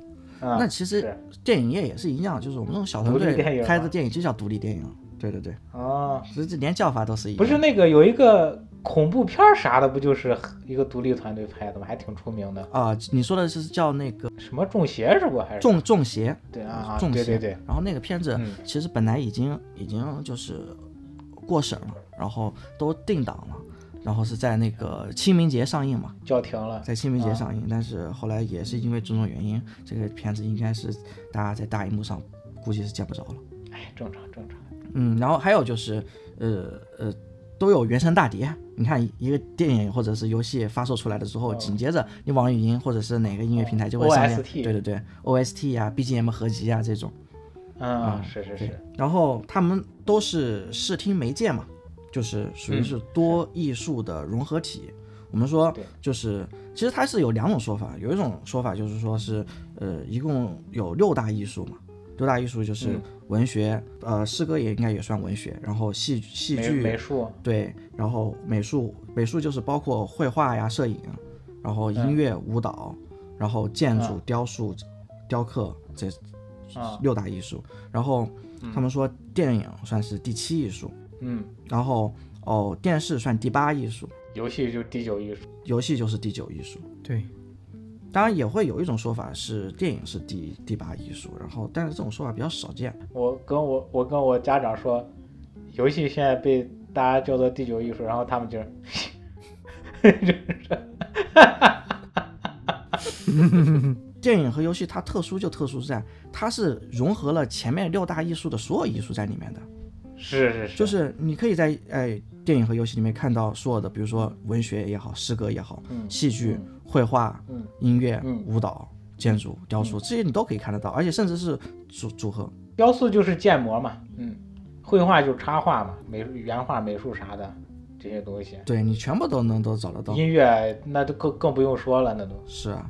S3: 那其实
S1: 是
S3: 电影业也是一样，就是我们这种小团
S1: 独立电
S3: 队
S1: 影
S3: 拍
S1: 嘛
S3: 的电影就叫独立电影。对对对，
S1: 啊，
S3: 所以这连叫法都是一样。
S1: 不是那个有一个恐怖片儿啥的，不就是一个独立团队拍的吗？还挺出名的，
S3: 啊、你说的是叫那个
S1: 什么中邪是不还是？
S3: 中中邪，
S1: 对啊，啊
S3: 中
S1: 对对
S3: 邪
S1: 对，。
S3: 然后那个片子
S1: 嗯
S3: 其实本来已经已经就是过审了，然后都定档了，然后是在那个清明节上映嘛，
S1: 叫停了。
S3: 在清明节上映，但是后来也是因为种种原因，这个片子应该是大家在大荧幕上估计是见不着了。
S1: 哎，正常正常。
S3: 嗯，然后还有就是，呃呃，都有原声大碟。你看一个电影或者是游戏发售出来了之
S1: 哦
S3: 后，紧接着你网易云或者是哪个音乐平台就会上面，
S1: OST
S3: 对对对，OST 啊、BGM 合集啊这种。
S1: 嗯，是是
S3: 啊对
S1: 是，，
S3: 然后他们都是视听媒介嘛，就是属于是多艺术的融合体。我们说
S1: 嗯对
S3: 就是，其实它是有两种说法，有一种说法就是说是，呃，一共有六大艺术嘛，六大艺术就是
S1: 嗯
S3: 文学，呃，诗歌也应该也算文学，然后戏戏
S1: 美
S3: 剧
S1: 美术
S3: 对，然后美术，美术就是包括绘画呀、摄影，然后
S1: 嗯
S3: 音乐、舞蹈，然后建筑、雕塑、雕刻这
S1: 啊，
S3: 六大艺术。然后他们说电影算是第七艺术，
S1: 嗯，
S3: 然后哦电视算第八艺术，
S1: 游戏就第九艺术，
S3: 游戏就是第九艺术。
S2: 对，
S3: 当然也会有一种说法是电影是第第八艺术，然后但是这种说法比较少见。
S1: 我跟我我跟我家长说，游戏现在被大家叫做第九艺术，然后他们就，
S3: 电影和游戏它特殊就特殊在它是融合了前面六大艺术的所有艺术在里面的。
S1: 是是是，
S3: 就是你可以在哎电影和游戏里面看到所有的，比如说文学也好，诗歌也好，
S1: 嗯
S3: 戏剧、绘画、
S1: 嗯
S3: 音乐、
S1: 嗯
S3: 舞蹈、建筑、雕塑，这些你都可以看得到，而且甚至是组组合。
S1: 雕塑就是建模嘛，嗯，绘画就是插画嘛，美术原画、美术啥的这些东西，
S3: 对你全部都能都找得到。
S1: 音乐那都更更不用说了，那都，
S3: 是啊，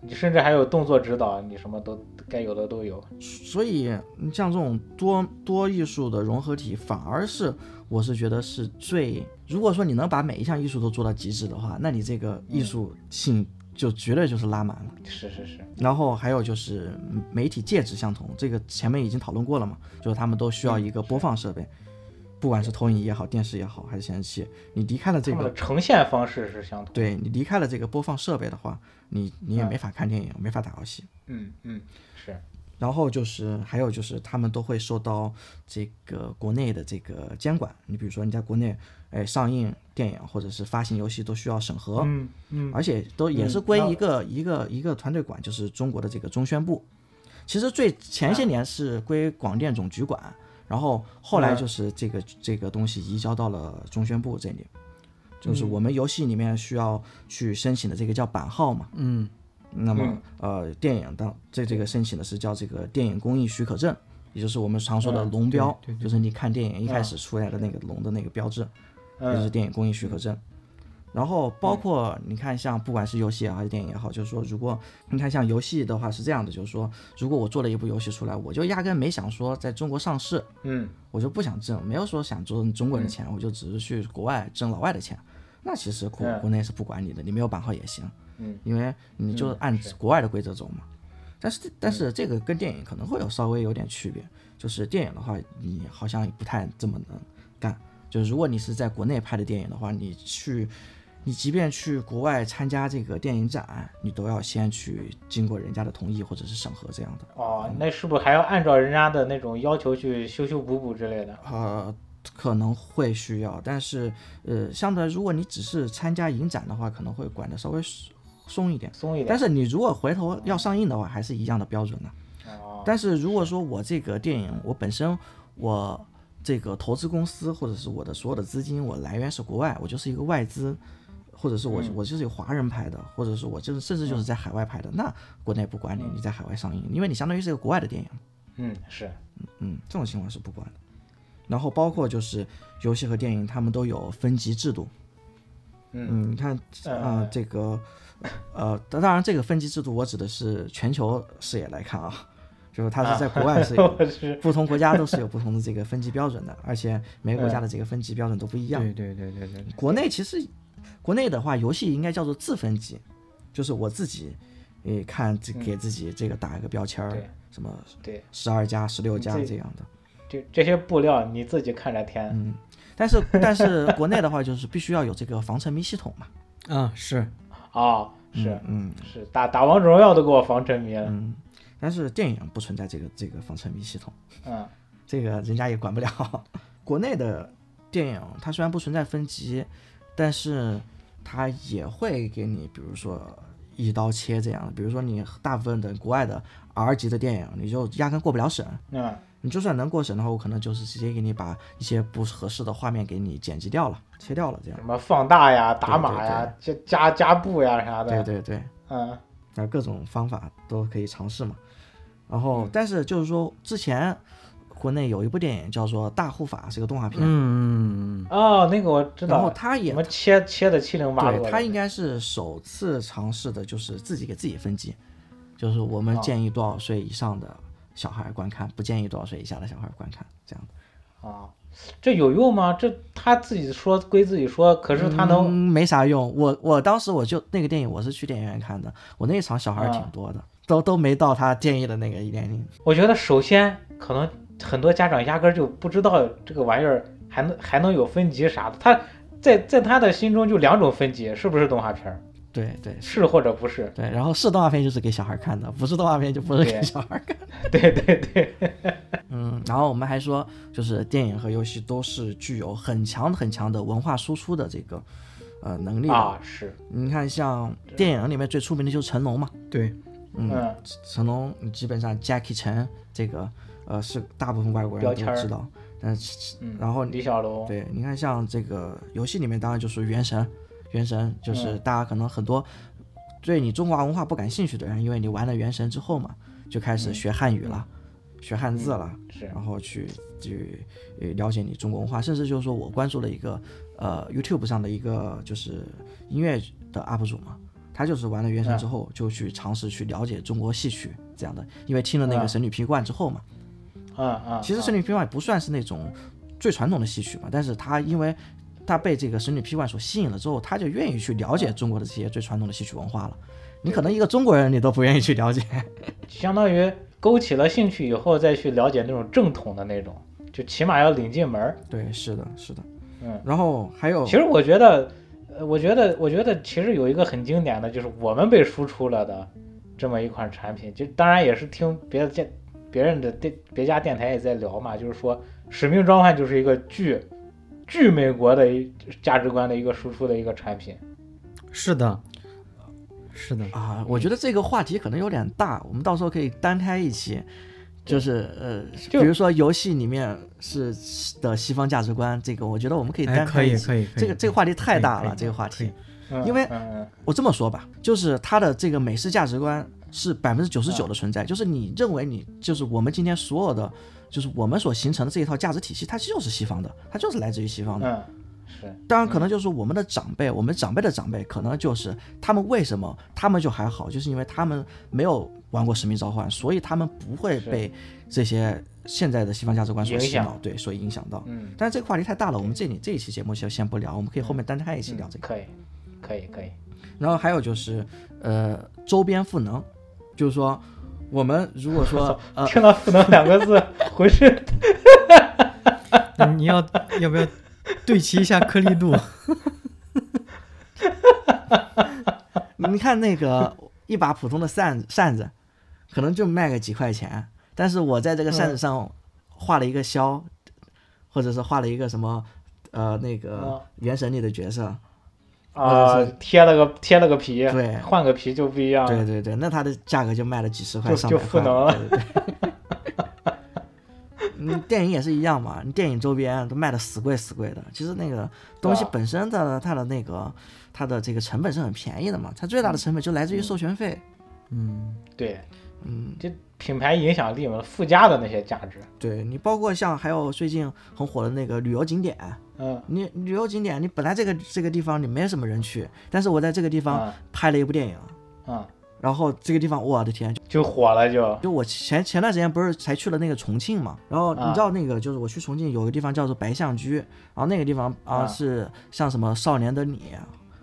S1: 你甚至还有动作指导，你什么都该有的都有，
S3: 所以你像这种多多艺术的融合体，反而是我是觉得是最，如果说你能把每一项艺术都做到极致的话，那你这个艺
S1: 嗯
S3: 术性就绝对就是拉满了。
S1: 是是是，
S3: 然后还有就是媒体介质相同，这个前面已经讨论过了嘛，就是他们都需要
S1: 嗯
S3: 一个播放设备，不管是投影仪也好，电视也好，还是显示器，你离开了这
S1: 他们
S3: 个
S1: 的，呈现方式是相同，
S3: 对你离开了这个播放设备的话，你你也没法看电影，没法打游戏。
S1: 嗯嗯，是
S3: 然后就是还有就是他们都会受到这个国内的这个监管，你比如说你在国内，哎、哎上映电影或者是发行游戏都需要审核，
S1: 嗯嗯，
S3: 而且都也是
S1: 嗯
S3: 归
S1: 那
S3: 一个、一个一个团队管，就是中国的这个中宣部。其实最前
S1: 啊
S3: 些年是归广电总局管，然后后
S1: 啊
S3: 来就是这个、这个东西移交到了中宣部这里，
S2: 嗯
S3: 就是我们游戏里面需要去申请的这个叫版号嘛。
S2: 嗯
S3: 那么、呃，电影当这这个申请的是叫这个电影工艺许可证，也就是我们常说的
S1: 嗯
S3: 龙标，
S2: 啊对对对
S3: 就是你看电影一开始出来的那个龙的那个标志。
S2: 啊
S3: 也就是
S1: 嗯
S3: 电影工艺许可证。然后包括你看，像不管是游戏也好还是电影也好，就是说，如果你看像游戏的话是这样的，就是说，如果我做了一部游戏出来，我就压根没想说在中国上市，
S1: 嗯
S3: 我就不想挣，没有说想挣中国人的钱，我就只是去国外挣老外的钱。那其实国
S1: 嗯
S3: 国内是不管你的，你没有版号也行，
S1: 嗯，
S3: 因为你就
S1: 嗯
S3: 按
S1: 是嗯
S3: 国外的规则走嘛。但是但是这个跟电影可能会有稍微有点区别，就是电影的话，你好像不太这么能干。就是如果你是在国内拍的电影的话，你去，你即便去国外参加这个电影展，你都要先去经过人家的同意或者是审核这样的。
S1: 哦，那是不是还要按照人家的那种要求去修修补补之类的？
S3: 呃，可能会需要，但是呃，相对来，如果你只是参加影展的话，可能会管得稍微松松一点。
S1: 松一点
S3: 但。是你如果回头要上映的话，还是一样的标准的、
S1: 哦，
S3: 但是如果说我这个电影，我本身我这个投资公司或者是我的所有的资金，我来源是国外，我就是一个外资，或者是
S1: 嗯
S3: 我、我就是有华人拍的，或者是我就是甚至就是在海外拍的，那国内不管你，你在海外上映，因为你相当于是一个国外的电影。
S1: 嗯是，
S3: 嗯，这种情况是不管的。然后包括就是游戏和电影，他们都有分级制度。嗯，你看，呃
S1: 呃，
S3: 这个，呃，当当然这个分级制度，我指的是全球视野来看啊，就是它是在国外是有、
S1: 我是
S3: 不同国家都是有不同的这个分级标准的，而且每个国家的这个分级标准都不一样。
S2: 对对对对对，
S3: 国内其实，国内的话，游戏应该叫做自分级，就是我自己，呃，看这给自己这个打一个标签儿，
S1: 对
S3: 什么
S1: 对
S3: 十二加、十六加
S1: 这
S3: 这样的。
S1: 这这些布料你自己看着填。
S3: 嗯但是 但是国内的话，就是必须要有这个防沉迷系统嘛。
S2: 啊是，
S1: 哦，是
S3: 嗯，
S1: 是，打打王者荣耀都给我防沉迷了。
S3: 但是电影不存在这个这个防沉迷系统，
S1: 嗯
S3: 这个人家也管不了。 国内的电影它虽然不存在分级，但是它也会给你，比如说一刀切这样的。比如说你大部分的国外的 R 级的电影，你就压根过不了审。
S1: 嗯
S3: 你就算能过审的话，我可能就是直接给你把一些不合适的画面给你剪辑掉了、切掉了这样
S1: 什。么放大呀、打码呀、加加加布呀啥的。
S3: 对对对。
S1: 嗯
S3: 那各种方法都可以尝试嘛。
S1: 嗯
S3: 然后，但是就是说，之前国内有一部电影叫做《大护法》，是个动画片，
S2: 嗯嗯
S1: 哦，那个我知
S3: 然后
S1: 道，
S3: 它也
S1: 什么切切的七零八落
S3: 对
S1: 的。
S3: 它应该是首次尝试的，就是自己给自己分级，就是我们
S1: 哦
S3: 建议多少岁以上的小孩观看，不建议多少岁以下的小孩观看，这样。
S1: 啊，这有用吗？这他自己说归自己说，可是他能、
S3: 嗯没啥用。我我当时我就那个电影，我是去电影院看的，我那一场小孩挺
S1: 啊
S3: 多的，都都没到他建议的那个年龄。
S1: 我觉得首先可能很多家长压根儿就不知道这个玩意儿还能还能有分级啥的，他在在他的心中就两种分级，是不是动画片儿？
S3: 对对
S1: 是或者不是？
S3: 对，然后是动画片就是给小孩看的，不是动画片就不是给
S1: 对
S3: 小孩看。
S1: 对对对，
S3: 嗯，然后我们还说，就是电影和游戏都是具有很强很强的文化输出的这个呃能力的。
S1: 啊是，
S3: 你看，像电影里面最出名的就是成龙嘛，
S2: 嗯对，
S3: 嗯，
S1: 嗯
S3: 成龙基本上 Jackie Chan 这个呃是大部分外国人
S1: 标签
S3: 都
S1: 儿
S3: 知道，但是
S1: 嗯，
S3: 然后
S1: 李小龙，
S3: 对，你看像这个游戏里面，当然就是《原神》，《原神》就是
S1: 嗯
S3: 大家可能很多对你中华文化不感兴趣的人，因为你玩了《原神》之后嘛，就开
S1: 嗯
S3: 始学汉语了，学汉字了，
S1: 是
S3: 然后去去呃了解你中国文化，甚至就是说我关注了一个呃 YouTube 上的一个就是音乐的 UP 主嘛。他就是玩了《原神》
S1: 嗯
S3: 之后，就去尝试去了解中国戏曲这样的，因为听了那个《
S1: 嗯
S3: 神女劈冠》之后嘛，
S1: 嗯嗯，
S3: 其实
S1: 嗯
S3: 《神女劈腕》不算是那种最传统的戏曲嘛，但是他因为他被这个《神女劈腕》所吸引了之后，他就愿意去了解中国的这些最传统的戏曲文化了。你可能一个中国人你都不愿意去了解，
S1: 啊相当于勾起了兴趣以后再去了解那种正统的那种，就起码要领进门儿。
S3: 对，是的，是的，
S1: 嗯，
S3: 然后还有
S1: 其实我觉得，呃，我觉得，我觉得其实有一个很经典的，就是我们被输出了的这么一款产品，就当然也是听别的电、别人的电、别家电台也在聊嘛，就是说《使命召唤》就是一个巨巨美国的一价值观的一个输出的一个产品。
S2: 是的，是的，
S3: 啊，我觉得这个话题可能有点大，我们到时候可以单开一期，就是呃，比
S1: 就
S3: 如说游戏里面是的西方价值观，这个我觉得我们可以
S2: 哎，
S3: 单
S2: 可
S3: 开一
S2: 以，
S3: 期。
S2: 可以，可以
S3: 这个这个话题太大
S2: 可以
S3: 了，
S2: 可以
S3: 这个话
S2: 可以
S3: 题。
S1: 嗯、
S3: 因为
S1: 嗯
S3: 我这么说吧，就是它的这个美式价值观是百分之九十九的
S1: 嗯
S3: 存在，就是你认为你就是我们今天所有的，就是我们所形成的这一套价值体系，它就是西方的，它就是来自于西方
S1: 嗯
S3: 的。
S1: 嗯是
S3: 当然，可能就是我们的长辈，我们长辈的长辈，可能就是他们为什么他们就还好，就是因为他们没有玩过《使命召唤》，所以他们不会
S1: 是
S3: 被这些现在的西方价值观所
S1: 影
S3: 洗
S1: 响
S3: 脑，对，所以影响到。
S1: 嗯
S3: 但是这个话题太大了，我们这里这一期节目就先不聊，我们可以后面单开一期聊
S1: 嗯
S3: 这个。
S1: 可以可以可以
S3: 然后还有就是，呃，周边赋能，就是说我们如果说呃，
S1: 听到“赋能”两个字， 浑身
S2: 那你要要不要对齐一下颗粒度？
S3: 你看那个一把普通的扇子扇子，可能就卖个几块钱，但是我在这个扇子上画了一个枭，或者是画了一个什么呃那
S1: 嗯
S3: 个原神里的角色，
S1: 啊、
S3: 或者
S1: 贴了个贴了个皮，
S3: 对
S1: 换个皮就不一样
S3: 对
S1: 了。
S3: 对对，那它的价格就卖了几十
S1: 啊
S3: 块
S1: 就
S3: 上
S1: 就
S3: 百
S1: 赋
S3: 块，
S1: 能了
S3: 对对对。你电影也是一样嘛，你电影周边都卖的死贵死贵的。其实那个东西
S1: 对啊
S3: 本身的它的那个它的这个成本是很便宜的嘛，它最
S1: 嗯
S3: 大的成本就来自于授权费。
S2: 嗯，
S1: 对，
S3: 嗯，
S1: 这品牌影响力嘛，附加的那些价值，
S3: 对你，包括像还有最近很火的那个旅游景点，
S1: 嗯，
S3: 你旅游景点，你本来这个这个地方你没什么人去，但是我在这个地
S1: 啊
S3: 方拍了一部电影，
S1: 嗯，
S3: 然后这个地方，我的天，就
S1: 就火了就，
S3: 就我前前段时间不是才去了那个重庆嘛，然后你
S1: 啊
S3: 知道那个就是我去重庆有个地方叫做白象居，然后那个地方啊、
S1: 啊
S3: 是像什么少年的你，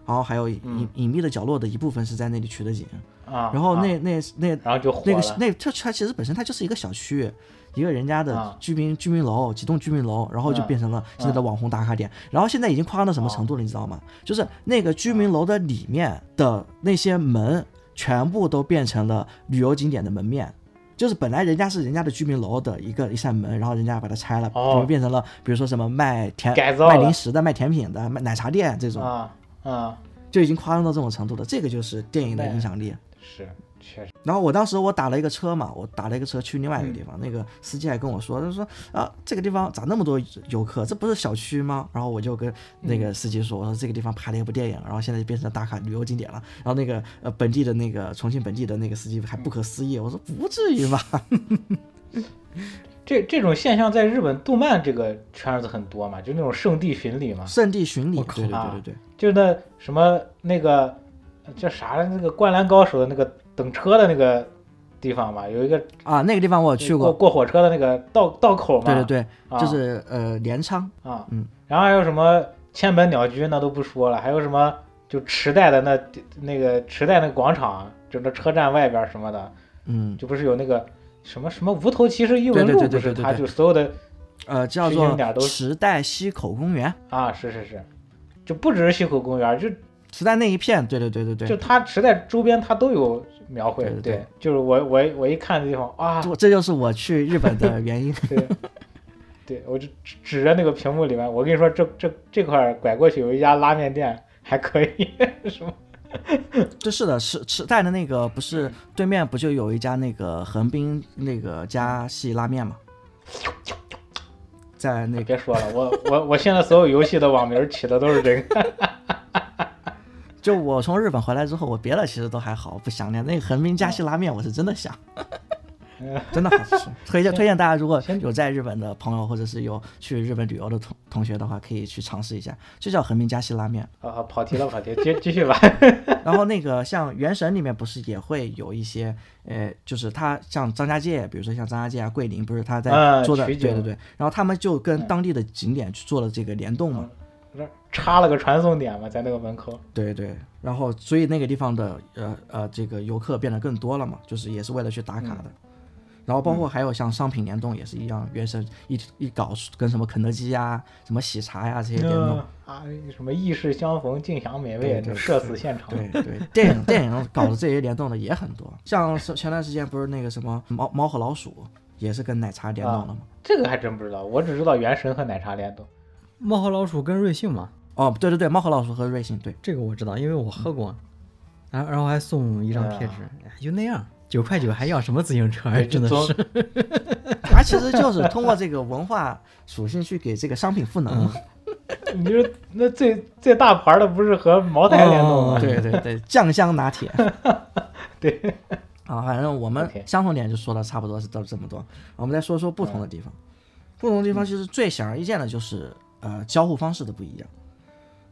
S3: 然后还有隐隐秘的角落的一部分是在那里取的景，
S1: 嗯啊，
S3: 然后
S1: 啊
S3: 那那那
S1: 然后就火
S3: 那
S1: 了，
S3: 个那它它其实本身它就是一个小区，一个人家的
S1: 啊
S3: 居民、居民楼，几栋居民楼，然后就
S1: 嗯哦
S3: 变成了现在的网红打卡点。然后现在已经夸张到什么程度了，你知道吗？就是那个居民楼的里面的那些门，全部都变成了旅游景点的门面。就是本来人家是人家的居民楼的一个一扇门，然后人家把它拆了，
S1: 哦
S3: 怎么变成了比如说什么卖甜
S1: 改造
S3: 卖
S1: 了
S3: 零食的、卖甜品的、卖奶茶店这种，
S1: 啊啊
S3: 就已经夸张到这种程度了。这个就是电影的影响力。
S1: 是确实
S3: 然后我当时我打了一个车嘛，我打了一个车去另外一个
S1: 嗯
S3: 地方，那个司机还跟我说，他说啊这个地方咋那么多游客？这不是小区吗？然后我就跟那个司机说，我说这个地方拍了一部电影，然后现在就变成打卡旅游景点了。然后那个呃本地的那个重庆本地的那个司机还不可思议，我说不至于 吧？
S1: 啊这这种现象在日本动漫这个圈子很多嘛，就那种圣地巡礼嘛，
S3: 圣地巡礼，
S2: 我靠
S3: 对对对
S1: 啊
S3: 对对，
S1: 就那什么那个叫啥来着那个灌篮高手的那个等车的那个地方嘛，有一个
S3: 啊那个地方我去
S1: 过
S3: 过，
S1: 过火车的那个道道口嘛，
S3: 对对对，
S1: 啊
S3: 就是呃镰仓，
S1: 啊，
S3: 嗯，
S1: 然后还有什么千本鸟居那都不说了，还有什么就池袋的那那个池袋那个广场，整个车站外边儿什么的，
S3: 嗯
S1: 就不是有那个什么什么无头骑士异
S3: 对
S1: 闻
S3: 对
S1: 录，
S3: 对对
S1: 不
S3: 对
S1: 是
S3: 对
S1: 它
S3: 对
S1: 就所有的
S3: 呃叫
S1: 巡
S3: 做
S1: 景点都
S3: 池袋西口公园，
S1: 啊，是是是，就不只是西口公园，就
S3: 池袋那一片，对对对对对，
S1: 就它池袋周边它都有描绘，
S3: 对对对
S1: 就是我我我一看这地方啊，
S3: 这这就是我去日本的原因。
S1: 对。对，我就指指着那个屏幕里面，我跟你说，这这这块儿拐过去有一家拉面店，还可以，什么
S3: 这是的，池池袋的那个不是对面不就有一家那个横滨那个加系拉面嘛？在那个
S1: 别说了，我我我现在所有游戏的网名起的都是这个。
S3: 就我从日本回来之后，我别的其实都还好，不想念那个横滨加系拉面，我是真的想， 真的好吃。推荐推荐大家，如果有在日本的朋友，或者是有去日本旅游的同同学的话，可以去尝试一下，就叫横滨加系拉面。
S1: 啊，跑题了，跑题，继继续 吧。
S3: 然后那个像《原神》里面不是也会有一些，呃，就是他像张家界，比如说像张家界啊、桂林，不是他在
S1: 啊
S3: 做的，
S1: 取
S3: 对
S1: 景
S3: 对对。然后他们就跟当地的景点去做了这个联动嘛，
S1: 这插了个传送点嘛，在那个门口。
S3: 对对。然后所以那个地方的呃呃这个游客变得更多了嘛，就是也是为了去打卡的。然后包
S1: 嗯
S3: 括还有像商品联动也是一样，《原神》一一搞跟什么肯德基呀、什么喜茶呀、这些联动。
S1: 嗯啊，什么意式相逢，尽享美味
S3: 对，对
S1: 社死现场。
S3: 对对，电影电影搞的这些联动的也很多，像是前段时间不是那个什么猫猫和老鼠也是跟奶茶联动了吗？
S1: 啊这个还真不知道，我只知道原神和奶茶联动。
S2: 猫和老鼠跟瑞幸嘛，
S3: 哦，对对对，猫和老鼠和瑞幸，对，
S2: 这个我知道，因为我
S3: 嗯
S2: 喝过，然后然后还送一张贴
S3: 啊
S2: 纸，哎就那样，九块九还要什么自行车？哎，
S1: 对
S2: 真的
S1: 总
S2: 是，
S3: 它其实就是通过这个文化属性去给这个商品赋能
S1: 嗯
S3: 嘛。
S1: 你说那最最大牌的不是和茅台联动吗？
S2: 哦
S3: 对对对，酱香拿铁。
S1: 对，
S3: 啊，反正我们
S1: OK
S3: 相同点就说了差不多是到这么多，我们再说说不同的地方。不同的
S1: 嗯
S3: 地方其实最显而易见的就是呃交互方式的不一样，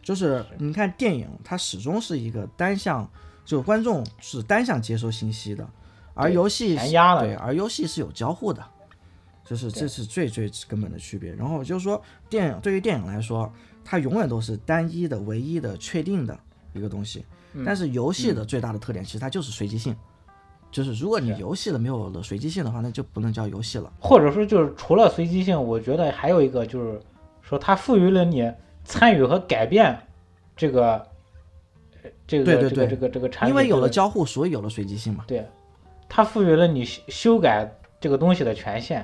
S3: 就是你看电影它始终是一个单向，就观众是单向接收信息的，而
S1: 对
S3: 游戏
S1: 全
S3: 是
S1: 压了
S3: 对，而游戏是有交互的，就是这是最最根本的区别。然后就是说电影对于电影来说，它永远都是单一的、唯一的、确定的一个东西，
S1: 嗯
S3: 但是游戏的最大的特点其实它就是随机性。就是如果你游戏了没有了随机性的话，那就不能叫游戏了。
S1: 或者说就是除了随机性，我觉得还有一个就是说它赋予了你参与和改变这个呃这个这个
S3: 对对对
S1: 这个这个产品，
S3: 因为有
S1: 这
S3: 了
S1: 个
S3: 交互，所以有了随机性嘛。
S1: 对，它赋予了你修修改这个东西的权限。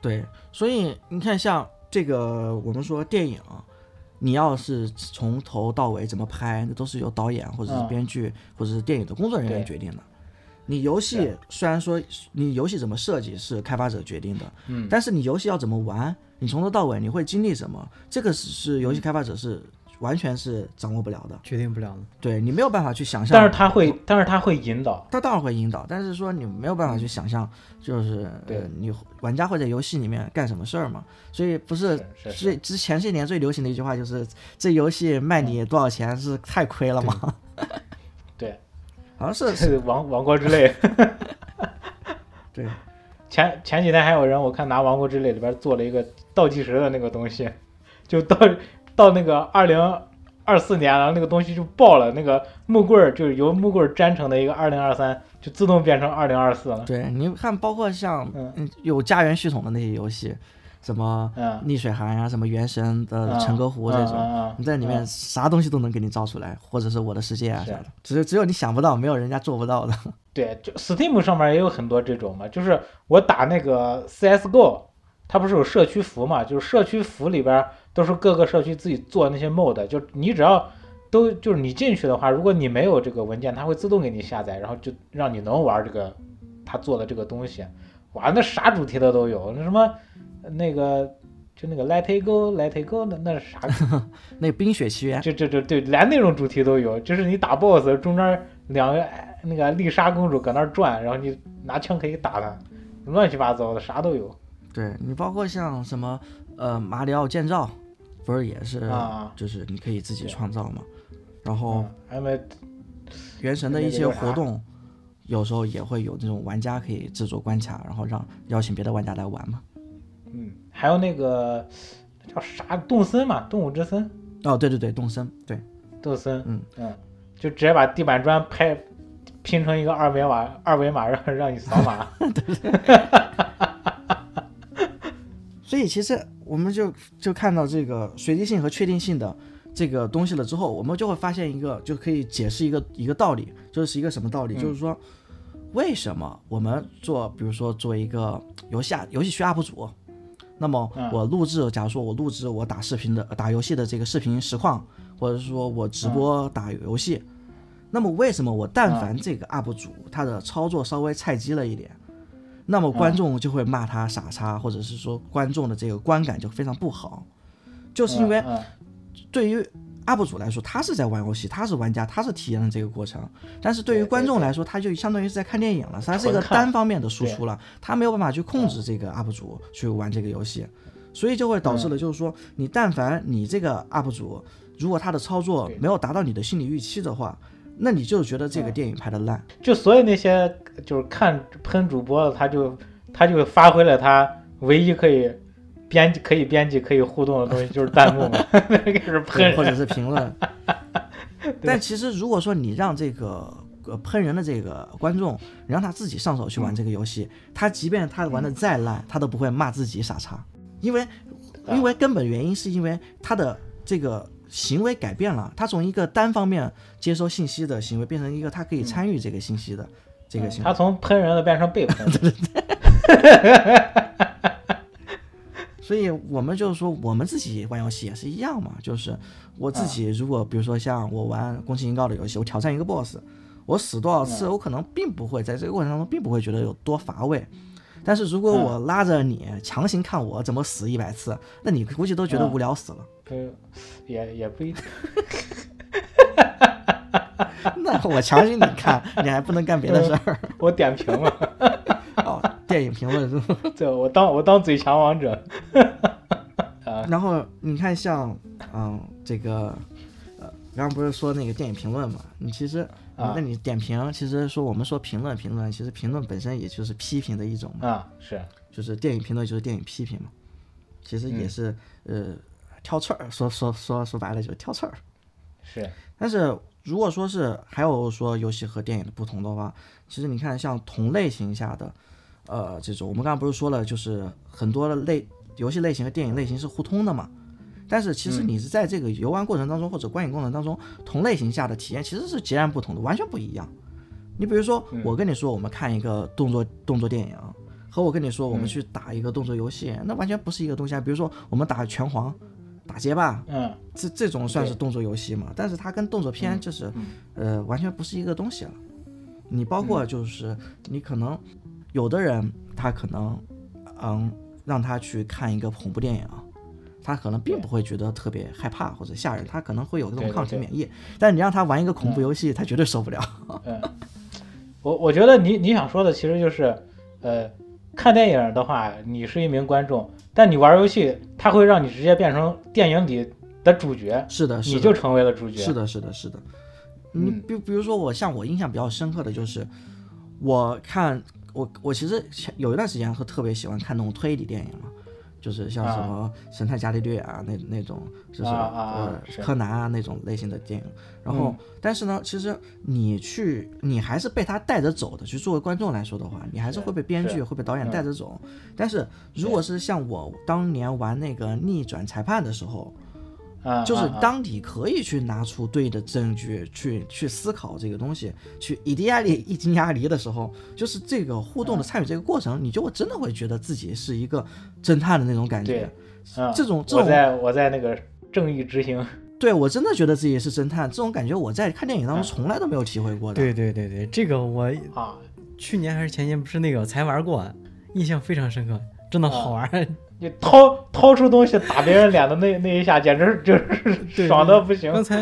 S3: 对，所以你看，像这个我们说电影，你要是从头到尾怎么拍，那都是由导演或者是
S1: 嗯
S3: 编剧、或者是电影的工作人员
S1: 对啊
S3: 决定的。你游戏虽然说你游戏怎么设计是开发者决定的，嗯，但是你游戏要怎么玩，你从头到尾你会经历什么，这个是是
S1: 嗯
S3: 游戏开发者是完全是掌握不了的。
S2: 决定不了的。
S3: 对你没有办法去想象。
S1: 但是它会，但是它会引导，
S3: 他当然会引导，但是说你没有办法去想象，就是
S1: 对
S3: 呃你玩家会在游戏里面干什么事儿嘛？所以不是
S1: 是是是
S3: 最之前些年最流行的一句话就是这游戏卖你多少钱是太亏了吗？
S1: 对，
S3: 好像是
S1: 是 王王国之泪。
S3: 对
S1: 前前几天还有人，我看拿《王国之泪》里边做了一个倒计时的那个东西， 就到到那个二零二四年了，然后那个东西就爆了，那个木棍儿就是由木棍儿粘成的一个二零二三，就自动变成二零二四了。
S3: 对，你看包括像
S1: 嗯
S3: 嗯有家园系统的那些游戏，什么
S1: 嗯
S3: 逆水寒呀、什么原神的
S1: 嗯
S3: 成歌湖这
S1: 嗯嗯
S3: 种
S1: 嗯，
S3: 你在里面
S1: 嗯
S3: 啥东西都能给你造出来，或者是我的世界啊
S1: 是
S3: 啥的，只只有你想不到，没有人家做不到的。
S1: 对，就 Steam 上面也有很多这种嘛，就是我打那个 CSGO，它不是有社区服嘛，就是社区服里边都是各个社区自己做那些 mod，就你只要都就是你进去的话，如果你没有这个文件，它会自动给你下载，然后就让你能玩这个他做的这个东西。哇，那啥主题的都有，那什么那个就那个 Let It Go，Let It Go，那那是啥
S3: 那《冰雪奇缘》
S1: 这这这对，连那种主题都有，就是你打 BOSS 中间两个哎那个丽莎公主搁那儿转，然后你拿枪可以打她，乱七八糟的啥都有。
S3: 对你包括像什么呃马里奥建造，不是也是、
S1: 啊
S3: 就是你可以自己
S1: 对
S3: 创造嘛。然后
S1: 嗯，还有没有
S3: 原神的
S1: 那个
S3: 一些
S1: 叫啥
S3: 活动，有时候也会有那种玩家可以制作关卡，然后让邀请别的玩家来玩嘛。
S1: 嗯，还有那个叫啥动森嘛，动物之森，
S3: 哦，对对对，动森，对
S1: 动森，
S3: 嗯
S1: 就直接把地板砖拍拼成一个二维码，二维码让让你扫码。
S3: 所以其实我们就就看到这个随机性和确定性的这个东西了之后，我们就会发现一个就可以解释一个一个道理，就是一个什么
S1: 嗯
S3: 道理？就是说，为什么我们做，比如说做一个游戏啊游戏区 UP 主，那么我录制，假如说我录制我打视频的打游戏的这个视频实况，或者说我直播打游戏，那么为什么我但凡这个 UP 主他的操作稍微菜鸡了一点，那么观众就会骂他傻叉，或者是说观众的这个观感就非常不好， 就是因为
S1: 嗯
S3: 对于 UP 主来说，他是在玩游戏，他是玩家，他是体验了这个过程。但是对于
S1: 对对
S3: 观众来说，他就相当于是在看电影了，他是一个
S1: 纯看嗯
S3: 单方面的输出了，他没有办法去控制这个 UP 主去玩这个游戏，所以就会导致
S1: 嗯
S3: 了，就是说，你但凡你这个 UP 主，如果他的操作没有达到你的心理预期的话，那你就觉得
S1: 嗯
S3: 这个电影拍的烂。
S1: 就所有那些就是看喷主播的，他就他就发挥了他唯一可以编辑、可以编辑、可以互动的东西，就是弹幕 嘛，那个是喷
S3: 对，或
S1: 人。
S3: 者是评论。但其实如果说你让这个呃喷人的这个观众，你让他自己上手去玩这个游戏，他即便他玩的再烂，他都不会骂自己傻叉，因为因为根本原因是因为他的这个。行为改变了，他从一个单方面接收信息的行为，变成一个他可以参与这个信息的、这
S1: 嗯
S3: 个行为。
S1: 他从喷人的变成被喷，
S3: 所以我们就是说，我们自己玩游戏也是一样嘛，就是我自己如果比如说像我玩宫崎英高的游戏，我挑战一个 BOSS，我死多少次，我可能并不会在这个过程当中并不会觉得有多乏味。但是如果我拉着你强行看我怎么死一百次，那你估计都觉得无聊死了。
S1: 不呃也也不一定，
S3: 那我强行你看，你还不能干别的事儿。
S1: 我点评了，
S3: 哦，电影评论是吧？
S1: 对我当我当最强王者，
S3: 然后你看像，嗯，这个，呃，刚刚不是说那个电影评论嘛？你其实，
S1: 啊
S3: 那你点评，其实说我们说评论评论，其实评论本身也就是批评的一种嘛，
S1: 啊是
S3: 就是电影评论就是电影批评嘛，其实也是、呃挑刺儿，说说说说白了就是挑刺儿。
S1: 是
S3: 但是如果说是还有说游戏和电影的不同的话，其实你看像同类型下的，呃，这种我们刚刚不是说了，就是很多的类游戏类型和电影类型是互通的嘛。但是其实你是在这个游玩过程当中或者观影过程当中，同类型下的体验其实是截然不同的，完全不一样。你比如说，我跟你说我们看一个动作动作电影，和我跟你说我们去打一个动作游戏，那完全不是一个东西啊。比如说我们打拳皇、打街霸，
S1: 嗯
S3: 这这种算是动作游戏嘛？但是它跟动作片就是，呃，完全不是一个东西了。你包括就是你可能有的人他可能，嗯，让他去看一个恐怖电影，他可能并不会觉得特别害怕或者吓人，他可能会有这种
S1: 对对
S3: 抗体
S1: 对
S3: 免疫。但你让他玩一个恐怖游戏，他绝对受不了。
S1: 嗯，我我觉得你你想说的其实就是，呃，看电影的话，你是一名观众，但你玩游戏，它会让你直接变成电影里的主角，
S3: 是的，是
S1: 你
S3: 的
S1: 就，成为了主角。
S3: 是的，是的，是的。你
S1: 嗯
S3: 比比如说我像我印象比较深刻的就是，我看我我其实前有一段时间会特别喜欢看那种推理电影嘛，就是像什
S1: 啊
S3: 么《神探伽利略》啊那那种，就是、
S1: 啊啊啊是嗯
S3: 呃柯南啊那种类型的电影。然后，但是呢，其实你去你还是被他带着走的，就作为观众来说的话，你还是会被编剧
S1: 是
S3: 会被导演
S1: 嗯
S3: 带着走。但是如
S1: 对
S3: 果是像我当年玩那个《逆转裁判》的时候，
S1: 啊，
S3: 就是
S1: 啊啊
S3: 当你可以去拿出对的证据去去思考这个东西，去一地压力一惊压离的时候，就是这个互动的参与这个过程，你就真的会觉得自己是一个侦探的那种感觉
S1: 对。嗯
S3: 这种这
S1: 我
S3: 种
S1: 在我在那个正义之行，
S3: 对我真的觉得自己是侦探，这种感觉我在看电影当中从来都没有体会过的。
S2: 对对对对，这个我
S1: 啊，
S2: 去年还是前年不是那个才玩过，印象非常深刻，真的好
S3: 啊
S2: 玩。
S1: 你掏掏出东西打别人脸的那那一下，简直就是
S2: 对
S1: 爽的不行。
S2: 刚 才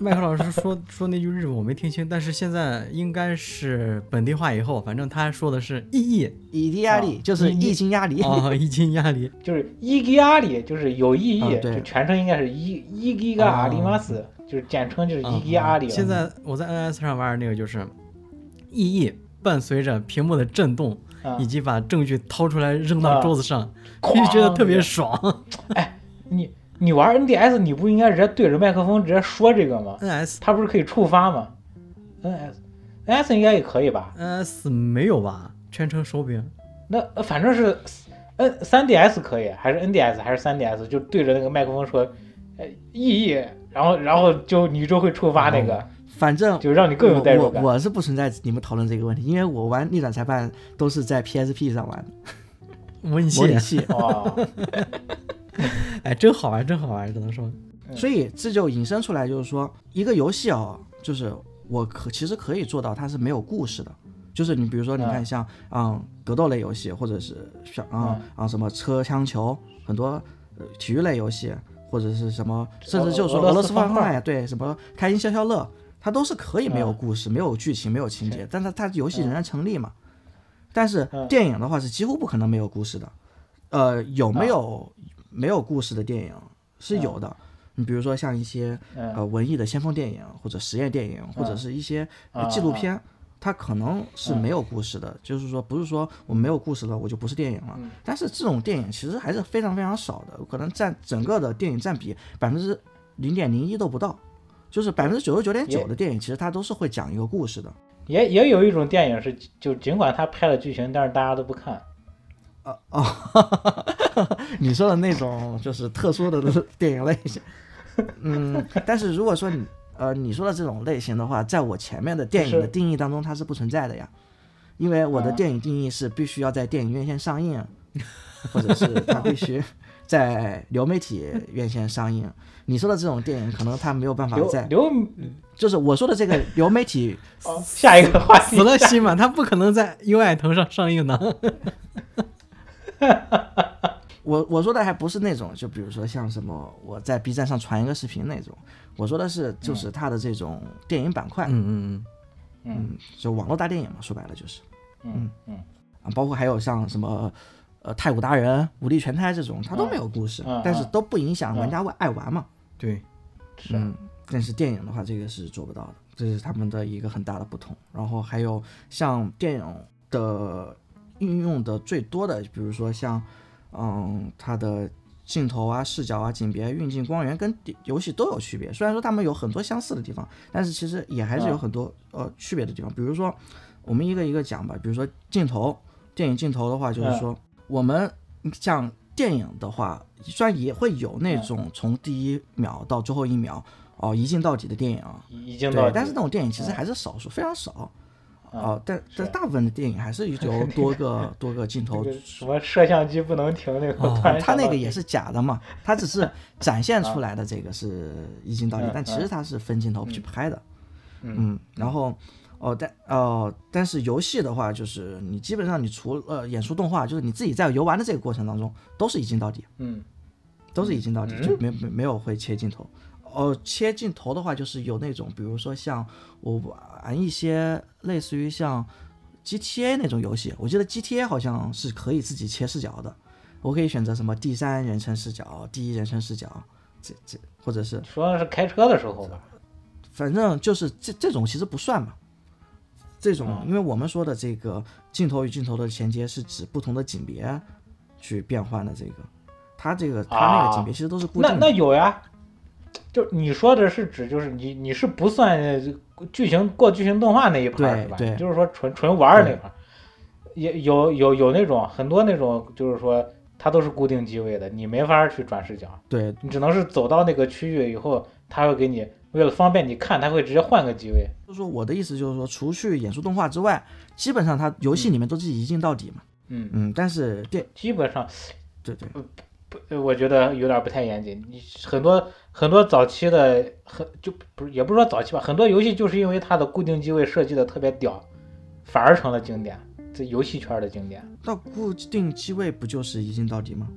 S2: 麦克老师说说那句日文我没听清，但是现在应该是本地化以后，反正他说的是意 义
S3: 以地压力就是
S1: 你你
S3: 一惊压离。
S2: 啊，一斤压力。
S1: 就是伊吉阿里，就是有意义，
S3: 啊对哦
S1: 就全称应该是伊伊吉嘎阿里马斯，就是简称就是伊
S3: 啊
S1: 吉阿里。
S2: 现在我在 NS 上玩的那个就是意义伴随着屏幕的震动，
S1: 啊
S2: 以及把证据掏出来扔到
S1: 啊
S2: 桌子上，
S1: 哐
S2: 就觉得特别爽。
S1: 你你玩 NDS，你不应该直接对着麦克风直接说这个吗？
S2: NS
S1: 它不是可以触发吗？NS NS 应该也可以吧？
S2: NS 没有吧？全程手柄
S1: 那呃反正是 N 三 DS 可以，还是 NDS 还是三 DS，就对着那个麦克风说，呃，意义，然后然后就你就会触发那个，
S3: 反正
S1: 就让你更有代入
S3: 我
S1: 感
S3: 哦我我是不存在你们讨论这个问题，因为我玩逆转裁判都是在 PSP 上玩的
S2: 模
S1: 啊
S2: 拟器
S3: 模，拟器。
S1: 哦，
S2: 哎，真好玩，真好玩，只 能说
S1: 嗯
S3: 所以这就引申出来，就是说一个游戏哦，就是我可其实可以做到它是没有故事的，就是你比如说你看
S1: 嗯
S3: 像嗯格斗类游戏，或者是像啊
S1: 嗯
S3: 啊什么车枪球，很多呃体育类游戏，或者是什么，甚至就
S1: 俄
S3: 说
S1: 俄
S3: 俄
S1: 罗
S3: 罗
S1: 斯
S3: 斯
S1: 方
S3: 方块，对什么开心消消乐，它都是可以没有
S1: 嗯
S3: 故事、没有剧情、没有情节，但它它游戏仍然成立嘛。但是
S1: 嗯
S3: 电影的话是几乎不可能没有故事的，呃，有没有没有故事的电影是有的。你比如说像一些
S1: 嗯
S3: 呃文艺的先锋电影，或者实验电影，或者是一些呃
S1: 啊嗯
S3: 纪录片，它可能是没有故事的。就是说，不是说我没有故事了，我就不是电影了。
S1: 嗯
S3: 但是这种电影其实还是非常非常少的，可能占整个的电影占比百分之零点零一都不到。就是百分之九十九点九
S1: 也
S3: 的电影，其实它都是会讲一个故事的。
S1: 也也有一种电影是，就尽管他拍了剧情，但是大家都不看。
S3: 啊你说的那种就是特 殊的电影类型，嗯，但是如果说你呃你说的这种类型的话，在我前面的电影
S1: 就
S3: 的
S1: 是
S3: 定义当中，它是不存在的呀，因为我的
S1: 啊
S3: 电影定义是必须要在电影院线上映，或者是它必须在流媒体院线上映。你说的这种电影，可能它没有办法
S1: 流
S3: 在，
S1: 流
S3: 就是我说的这个流媒体，
S1: 哦，下一个话题
S2: 死了心嘛，他不可能在优爱腾上上映的。
S3: 我我说的还不是那种，就比如说像什么我在 B 站上传一个视频那种，我说的是
S1: 嗯
S3: 就是它的这种电影板块，
S2: 嗯嗯
S3: 嗯，就网络大电影嘛，说白了就是。
S1: 嗯嗯
S3: 啊，包括还有像什么呃太古达人、武力全开这种，它都没有故事，
S1: 嗯嗯
S3: 但是都不影响玩家爱玩嘛。
S2: 嗯，对，
S1: 是
S3: 嗯，但是电影的话，这个是做不到的，这是他们的一个很大的不同。然后还有像电影的运用的最多的，比如说像嗯它的。镜头啊、视角啊、景别、运镜、光源跟底游戏都有区别。虽然说它们有很多相似的地方，但是其实也还是
S1: 嗯
S3: 有很多、呃区别的地方。比如说，我们一个一个讲吧。比如说镜头，电影镜头的话，
S1: 嗯
S3: 就是说、我们像电影的话，虽然也会有那
S1: 嗯
S3: 种从第一秒到最后一秒哦、一镜到底的电影，啊
S1: 已已经到
S3: 对
S1: 底，，嗯
S3: 但是那种电影其实还是少数，非常少。哦、但但
S1: 是啊
S3: 大部分的电影还是 由多个多个镜头
S1: 这个什么摄像机不能停那个，我
S2: 哦
S1: 突然
S3: 它
S1: 想
S3: 那
S1: 到啊
S3: 个也是假的嘛，它 只是展现出来的这个是一镜到底
S1: 嗯，
S3: 但其实它是分镜头去拍的。
S1: 嗯
S3: 嗯，然后哦，但哦，但是游戏的话，就是你基本上你除了呃演出动画，就是你自己在游玩的这个过程当中，都是一镜到底，
S1: 嗯
S3: 都是一镜到底，就没没没有会切镜头。哦，切镜头的话，就是有那种，比如说像我玩一些类似于像 GTA 那种游戏，我记得 GTA 好像是可以自己切视角的，我可以选择什么第三人称视角、第一人称视角，这这或者是
S1: 说的是开车的时候吧，
S3: 反正就是这这种其实不算嘛。这种，因为我们说的这个镜头与镜头的衔接是指不同的景别去变换的这个，它这个它那个景别其实都是固定
S1: 那
S3: 的。
S1: 那有呀，就你说的是指就是你你是不算剧情过剧情动画那一盘儿
S3: 对
S1: 是吧？
S3: 对
S1: 就是说纯纯玩儿那块儿，也有有有那种很多那种就是说它都是固定机位的，你没法儿去转视角，
S3: 对
S1: 你只能是走到那个区域以后，它会给你为了方便你看，它会直接换个机位。
S3: 就是说我的意思就是说，除去演出动画之外，基本上它游戏里面都是一镜到底嘛。
S1: 嗯，
S3: 嗯，但是电
S1: 基本上
S3: 对对
S1: 呃我觉得有点不太严谨。你很多很多早期的很就不是也不是说早期吧，很多游戏就是因为它的固定机位设计的特别屌，反而成了经典，这游戏圈的经典。
S3: 那固定机位不就是一镜到底吗？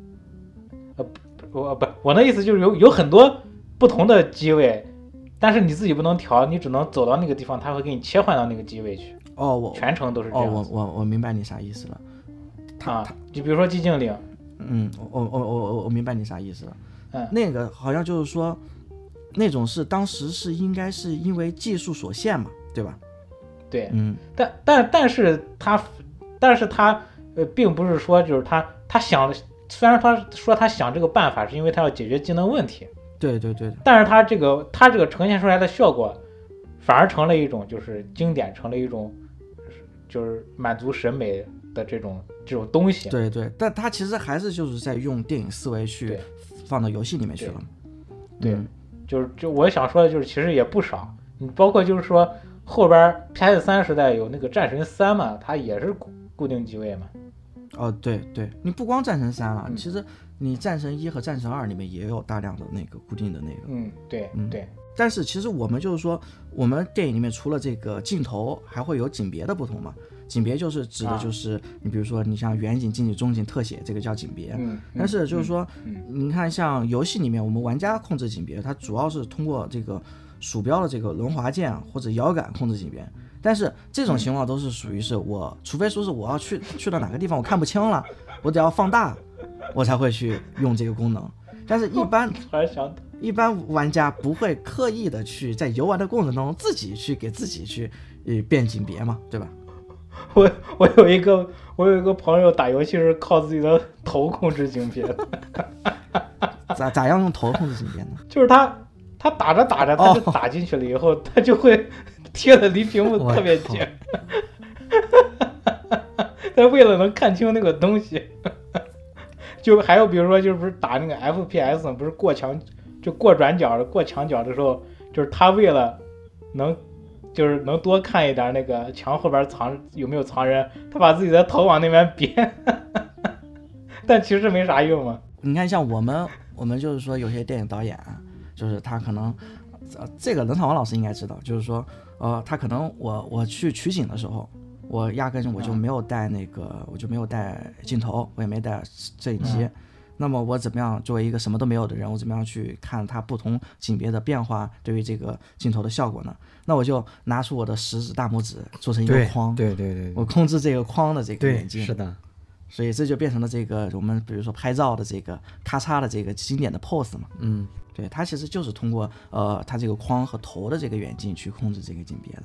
S1: 我不，我那意思就是有有很多不同的机位，但是你自己不能调，你只能走到那个地方，它会给你切换到那个机位去，
S3: 哦，我
S1: 全程都是这
S3: 哦
S1: 样
S3: 我
S1: 子。
S3: 我我明白你啥意思了。他
S1: 啊，就比如说寂静岭，
S3: 嗯，我我我我我明白你啥意思了。
S1: 嗯
S3: 那个好像就是说，那种是当时是应该是因为技术所限嘛，对吧？
S1: 对，
S3: 嗯，
S1: 但但但是他，但是他呃，并不是说就是他他想，虽然他说他想这个办法是因为他要解决技能问题，
S3: 对对对，
S1: 但是他这个他这个呈现出来的效果，反而成了一种就是经典，成了一种就是满足审美的这种这种东西。
S3: 对对，但他其实还是就是在用电影思维去
S1: 对
S3: 放到游戏里面去
S1: 对
S3: 了嘛。
S1: 对
S3: 嗯
S1: 就是就我想说的就是，其实也不少。你包括就是说后边 PS 三时代有那个战神三嘛，它也是固固定机位嘛。
S3: 哦，对对，你不光战神三了，
S1: 嗯
S3: 其实你战神一和战神二里面也有大量的那个固定的那个。
S1: 嗯，对
S3: 嗯
S1: 对，
S3: 但是其实我们就是说，我们电影里面除了这个镜头，还会有景别的不同嘛。景别就是指的
S1: 啊
S3: 就是、你比如说你像远景、近景、中景、特写，这个叫景别。
S1: 嗯。
S3: 但是就是
S1: 嗯
S3: 说，
S1: 嗯
S3: 你看像游戏里面我们玩家控制景别，它主要是通过这个鼠标的这个轮滑键或者摇杆控制景别。但是这
S1: 嗯
S3: 种情况都是属于是我，除非说是我要去去到哪个地方我看不清了，我得要放大，我才会去用这个功能。但是一般
S1: 突然想 到，
S3: 一般玩家不会刻意的去在游玩的过程当中自己去给自己去呃变景别嘛，对吧？
S1: 我我有一个我有一个朋友打游戏是靠自己的头控制景别的，
S3: 咋咋样用头控制景别呢？
S1: 就是他他打着打着，他就
S3: 哦
S1: 打进去了以后，他就会 贴的离屏幕
S2: 我
S1: 特别
S2: 靠
S1: 近，他为了能看清那个东西，就还有比如说就是不是打那个 FPS 嘛不是过墙就过转角过墙角的时候，就是他为了能。就是能多看一点那个墙后边藏有没有 藏人，他把自己的头往那边别，但其实没啥用嘛。
S3: 你看像我们，我们就是说有些电影导演啊，就是他可能，呃，这个冷场王老师应该知道，就是说，呃，他可能我我去取景的时候，我压根我就没
S2: 嗯
S3: 有带那个，我就没有带镜头，我也没带摄影
S2: 嗯
S3: 机。那么我怎么样作为一个什么都没有的人，我怎么样去看它不同景别的变化对于这个镜头的效果呢？那我就拿出我的食指、大拇指做成一个
S2: 对
S3: 框，
S2: 对对对
S3: 我控制这个框的这个
S2: 对
S3: 眼
S2: 对，是
S3: 睛，
S2: 的，
S3: 所以这就变成了这个我们比如说拍照的这个咔嚓的这个经典的 pose 嘛。
S2: 嗯，
S3: 对，它其实就是通过呃它这个框和头的这个远近去控制这个景别的。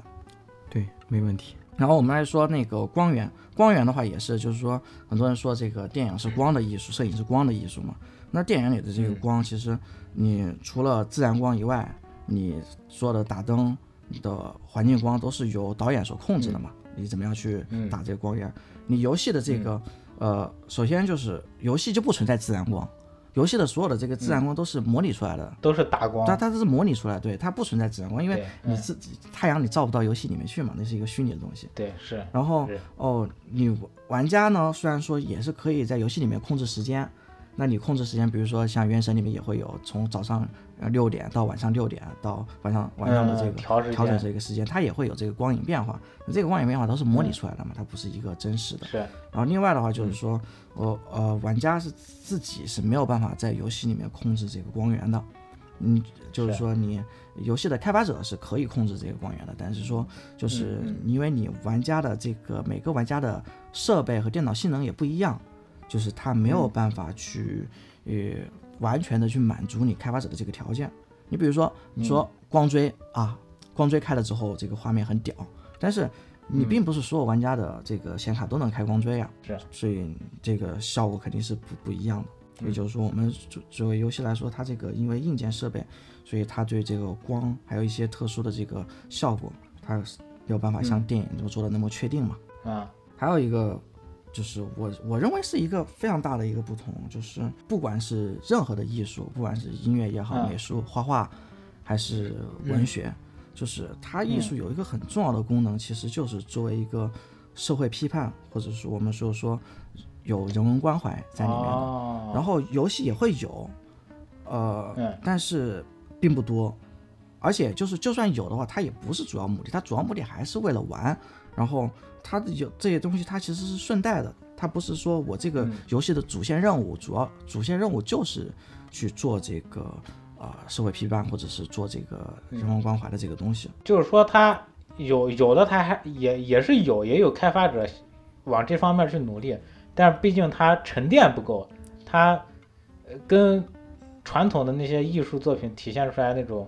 S2: 对，没问题。
S3: 然后我们来说那个光源，光源的话也是，就是说很多人说这个电影是光的艺术，摄影是光的艺术嘛。那电影里的这个光，其实你除了自然光以外，你说的打灯你的环境光都是由导演所控制的嘛。你怎么样去打这个光源？你游戏的这个，呃，首先就是游戏就不存在自然光，游戏的所有的这个自然光都是模拟出来的，
S1: 都是打光
S3: 它，它是模拟出来，对，它不存在自然光，因为
S1: 嗯对
S3: 你自己太阳你照不到游戏里面去嘛，那是一个虚拟的东西。
S1: 对，是，
S3: 然后
S1: 是
S3: 哦，你玩家呢，虽然说也是可以在游戏里面控制时间，那你控制时间，比如说像《原神》里面也会有从早上呃六点到晚上六点到晚上晚上的这个、
S1: 嗯调时间
S3: 整这个时间，它也会有这个光影变化。这个光影变化都是模拟出来的嘛，它不是一个真实的。
S1: 是，
S3: 然后另外的话就是说，我呃，玩家是自己是没有办法在游戏里面控制这个光源的，嗯，就是
S1: 是
S3: 说你游戏的开发者是可以控制这个光源的，但是说就是因为你玩家的这个每个玩家的设备和电脑性能也不一样，就是它没有办法去呃完全的去满足你开发者的这个条件。你比如说，你说光追啊，光追开了之后这个画面很屌，但是你并不是所有玩家的这个显卡都能开光追呀、啊
S1: 是
S3: 所以这个效果肯定是不不一样的。也就是说，我们作作为游戏来说，它这个因为硬件设备，所以它对这个光还有一些特殊的这个效果，它是没有办法像电影中做的那么确定嘛。
S1: 嗯，
S3: 还有一个就是我我认为是一个非常大的一个不同，就是不管是任何的艺术，不管是音乐也好，
S1: 嗯
S3: 美术、画画，还是文学，就是它艺术有一个很重要的功能，其实就是作为一个社会批判，或者是我们说说有人文关怀在里面的。
S1: 哦，
S3: 然后游戏也会有，呃，
S1: 嗯
S3: 但是并不多，而且就是就算有的话，它也不是主要目的，它主要目的还是为了玩。然后它的有这些东西，它其实是顺带的，它不是说我这个游戏的主线任务，主要主线任务就是去做这个啊、呃社会批判或者是做这个人文关怀的这个东西。
S1: 就是说它有有的它还也也是有，也有开发者往这方面去努力，但是毕竟它沉淀不够，它呃跟传统的那些艺术作品体现出来那种，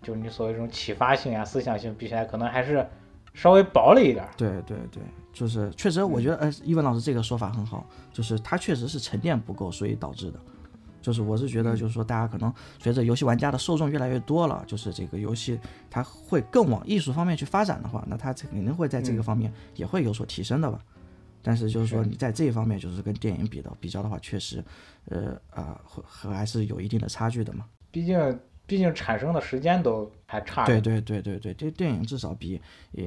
S1: 就是你所谓这种启发性啊呀、思想性比起来，可能还是稍微薄了一点儿。
S3: 对对对，就是确实，我觉得呃，一文老师这个说法很好，就是他确实是沉淀不够，所以导致的。就是我是觉得，就是说大家可能随着游戏玩家的受众越来越多了，就是这个游戏它会更往艺术方面去发展的话，那它肯定会在这个方面也会有所提升的吧。但是嗯就是说你在这一方面就是跟电影比的比较的话，确实，呃啊，和和还是有一定的差距的嘛。
S1: 毕竟毕竟产生的时间都还差着
S3: 对对对对对，这电影至少比呃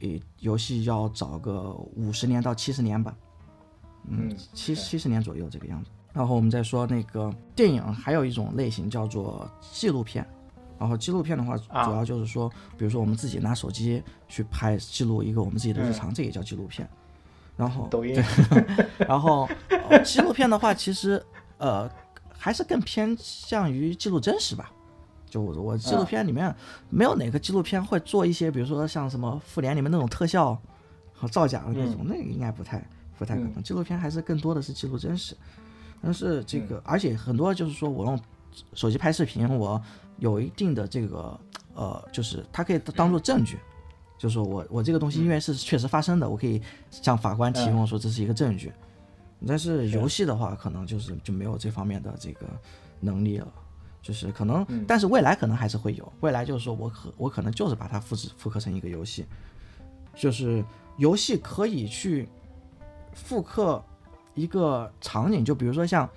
S3: 呃游戏要早个五十年到七十年吧，
S1: 嗯，
S3: 七七十年左右这个样子。然后我们再说那个电影，还有一种类型叫做纪录片。然后纪录片的话，
S1: 啊
S3: 主要就是说，比如说我们自己拿手机去拍记录一个我们自己的日常，这也叫纪录片。然后
S1: 抖音
S3: 然后、呃纪录片的话，其实呃还是更偏向于记录真实吧。就我我纪
S1: 嗯
S3: 录片里面没有哪个纪录片会做一些，比如说像什么复联里面那种特效和造假的那
S1: 嗯
S3: 种，那个应该不太不太可能。纪录片还是更多的是记录真实。但是这
S1: 嗯
S3: 个，而且很多就是说我用手机拍视频，我有一定的这个呃，就是它可以当做证据，就是说我我这个东西因为是确实发生的，我可以向法官提供说这是一个证据。但是游戏的话，可能就是就没有这方面的这个能力了。就是可能，但是未来可能还是会有。未来就是说我可我可能就是把它复制复刻成一个游戏，就是游戏可以去复刻一个场景，就比如说像，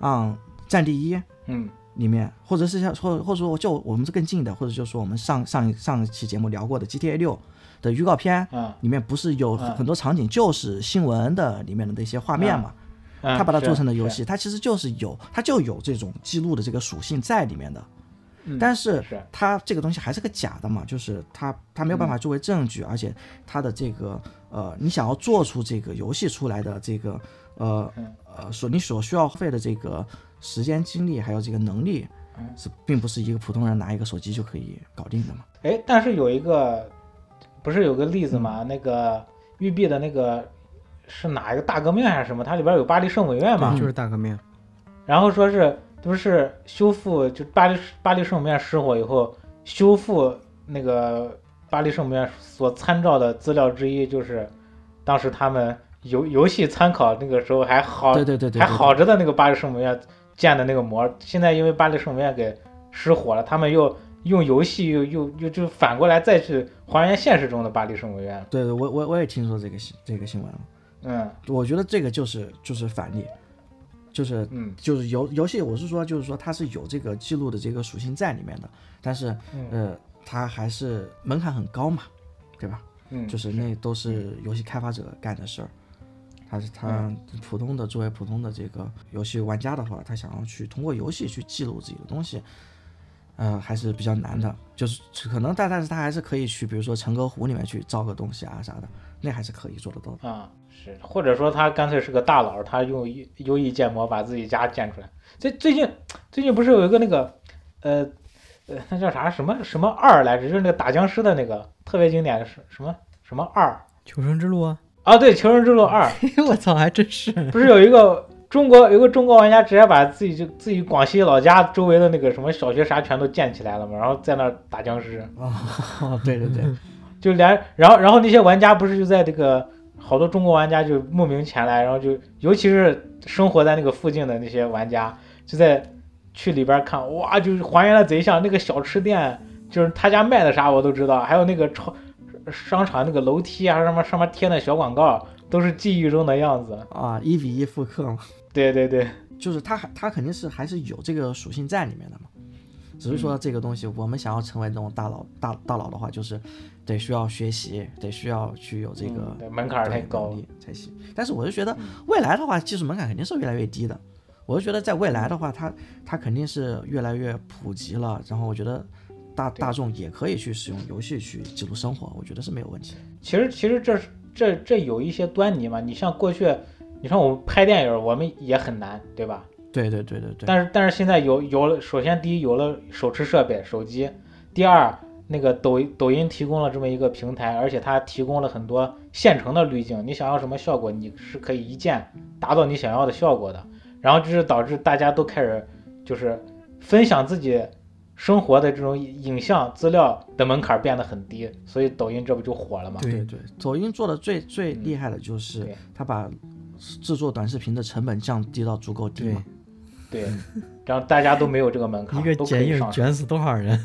S3: 嗯，《战地一》
S1: 嗯
S3: 里面，或者是像或或者说就我们是更近的，或者就说我们上上一上一期节目聊过的 GTA 六的预告片
S1: 嗯啊
S3: 里面，不是有很很多场景就是新闻的里面的那些画面嘛？
S1: 嗯
S3: 他把它
S1: 是
S3: 做成了游
S1: 是
S3: 戏，它其实就是有，它就有这种记录的这个属性在里面的。
S1: 嗯
S3: 但是
S1: 是嗯
S3: 它这个东西还是个假的嘛，就是它它没有办法作为证据，而且它的这个呃，你想要做出这个游戏出来的这个呃
S1: 嗯
S3: 呃所你所需要费的这个时间精力还有这个能力
S1: 嗯，
S3: 是并不是一个普通人拿一个手机就可以搞定的嘛。
S1: 哎，但是有一个，不是有个例子吗？那个育碧的那个是哪一个大革命还是什么？它里边有巴黎圣母院嘛
S2: 对，，就是大革命。
S1: 然后说是不是修复就巴黎巴黎圣母院失火以后修复那个巴黎圣母院所参照的资料之一就是当时他们游游戏参考那个时候还好
S3: 对对对对对，
S1: 还好着的那个巴黎圣母院建的那个模，现在因为巴黎圣母院给失火了，他们又用游戏又又又就反过来再去还原现实中的巴黎圣母院。
S3: 对，对，我我我也听说这个新这个新闻了。
S1: 嗯
S3: 我觉得这个就是就是反例，就是
S1: 嗯
S3: 就是游游戏，我是说就是说它是有这个记录的这个属性在里面的，但是
S1: 嗯
S3: 呃，它还是门槛很高嘛，对吧？
S1: 嗯，
S3: 就是那都是游戏开发者干的事儿，他是他普通的作为普通的这个游戏玩家的话，他想要去通过游戏去记录自己的东西，呃，还是比较难的。就是可能但但是他还是可以去，比如说成歌湖里面去造个东西啊啥的，那还是可以做得到的。
S1: 啊，是，或者说他干脆是个大佬，他用一优异建模把自己家建出来。最最近最近不是有一个那个，呃呃，那叫啥什么什么二来着？就是那个打僵尸的那个特别经典的是什么什么二
S2: 求生之路啊！
S1: 啊？对，《求生之路二》
S2: 我操，还真是。
S1: 不是有一个中国有一个中国玩家直接把自己就自己广西老家周围的那个什么小学啥全都建起来了嘛，然后在那儿打僵尸。
S3: 哦，对对对，
S1: 就连然后然后那些玩家不是就在这个好多中国玩家就慕名前来，然后就尤其是生活在那个附近的那些玩家就在去里边看，哇，就是还原了贼像那个小吃店，就是他家卖的啥我都知道，还有那个超商场那个楼梯啊什么上面贴的小广告都是记忆中的样子。
S3: 啊，一比一复刻嘛，
S1: 对对对，
S3: 就是它还它肯定是还是有这个属性在里面的嘛。只是
S1: 嗯
S3: 说这个东西，我们想要成为这种大佬大大佬的话，就是得需要学习，得需要去有这个、
S1: 嗯对门槛儿太
S3: 对
S1: 高
S3: 能
S1: 了嗯
S3: 力才行。但是我就觉得未来的话，技术门槛肯定是越来越低的。我就觉得在未来的话，
S1: 嗯
S3: 它它肯定是越来越普及了。然后我觉得大大众也可以去使用游戏去记录生活，我觉得是没有问题的。
S1: 其实其实这是这这有一些端倪嘛，你像过去，你像我们拍电影，我们也很难，对吧？
S3: 对对对对对，
S1: 但是但是现在有有了，首先第一有了手持设备手机，第二那个抖抖音提供了这么一个平台，而且它提供了很多现成的滤镜，你想要什么效果，你是可以一键达到你想要的效果的。然后这是导致大家都开始就是分享自己生活的这种影像资料的门槛变得很低，所以抖音这不就火了吗？
S2: 对
S3: 啊对对，抖音做的最最厉害的就是
S1: 对
S3: 它把制作短视频的成本降低到足够低
S2: 对
S3: 嘛。，
S1: 对，然后大家都没有这个门槛
S2: 一，个
S1: 都可
S2: 剪
S1: 以
S2: 影
S1: 上
S2: 卷死多少人？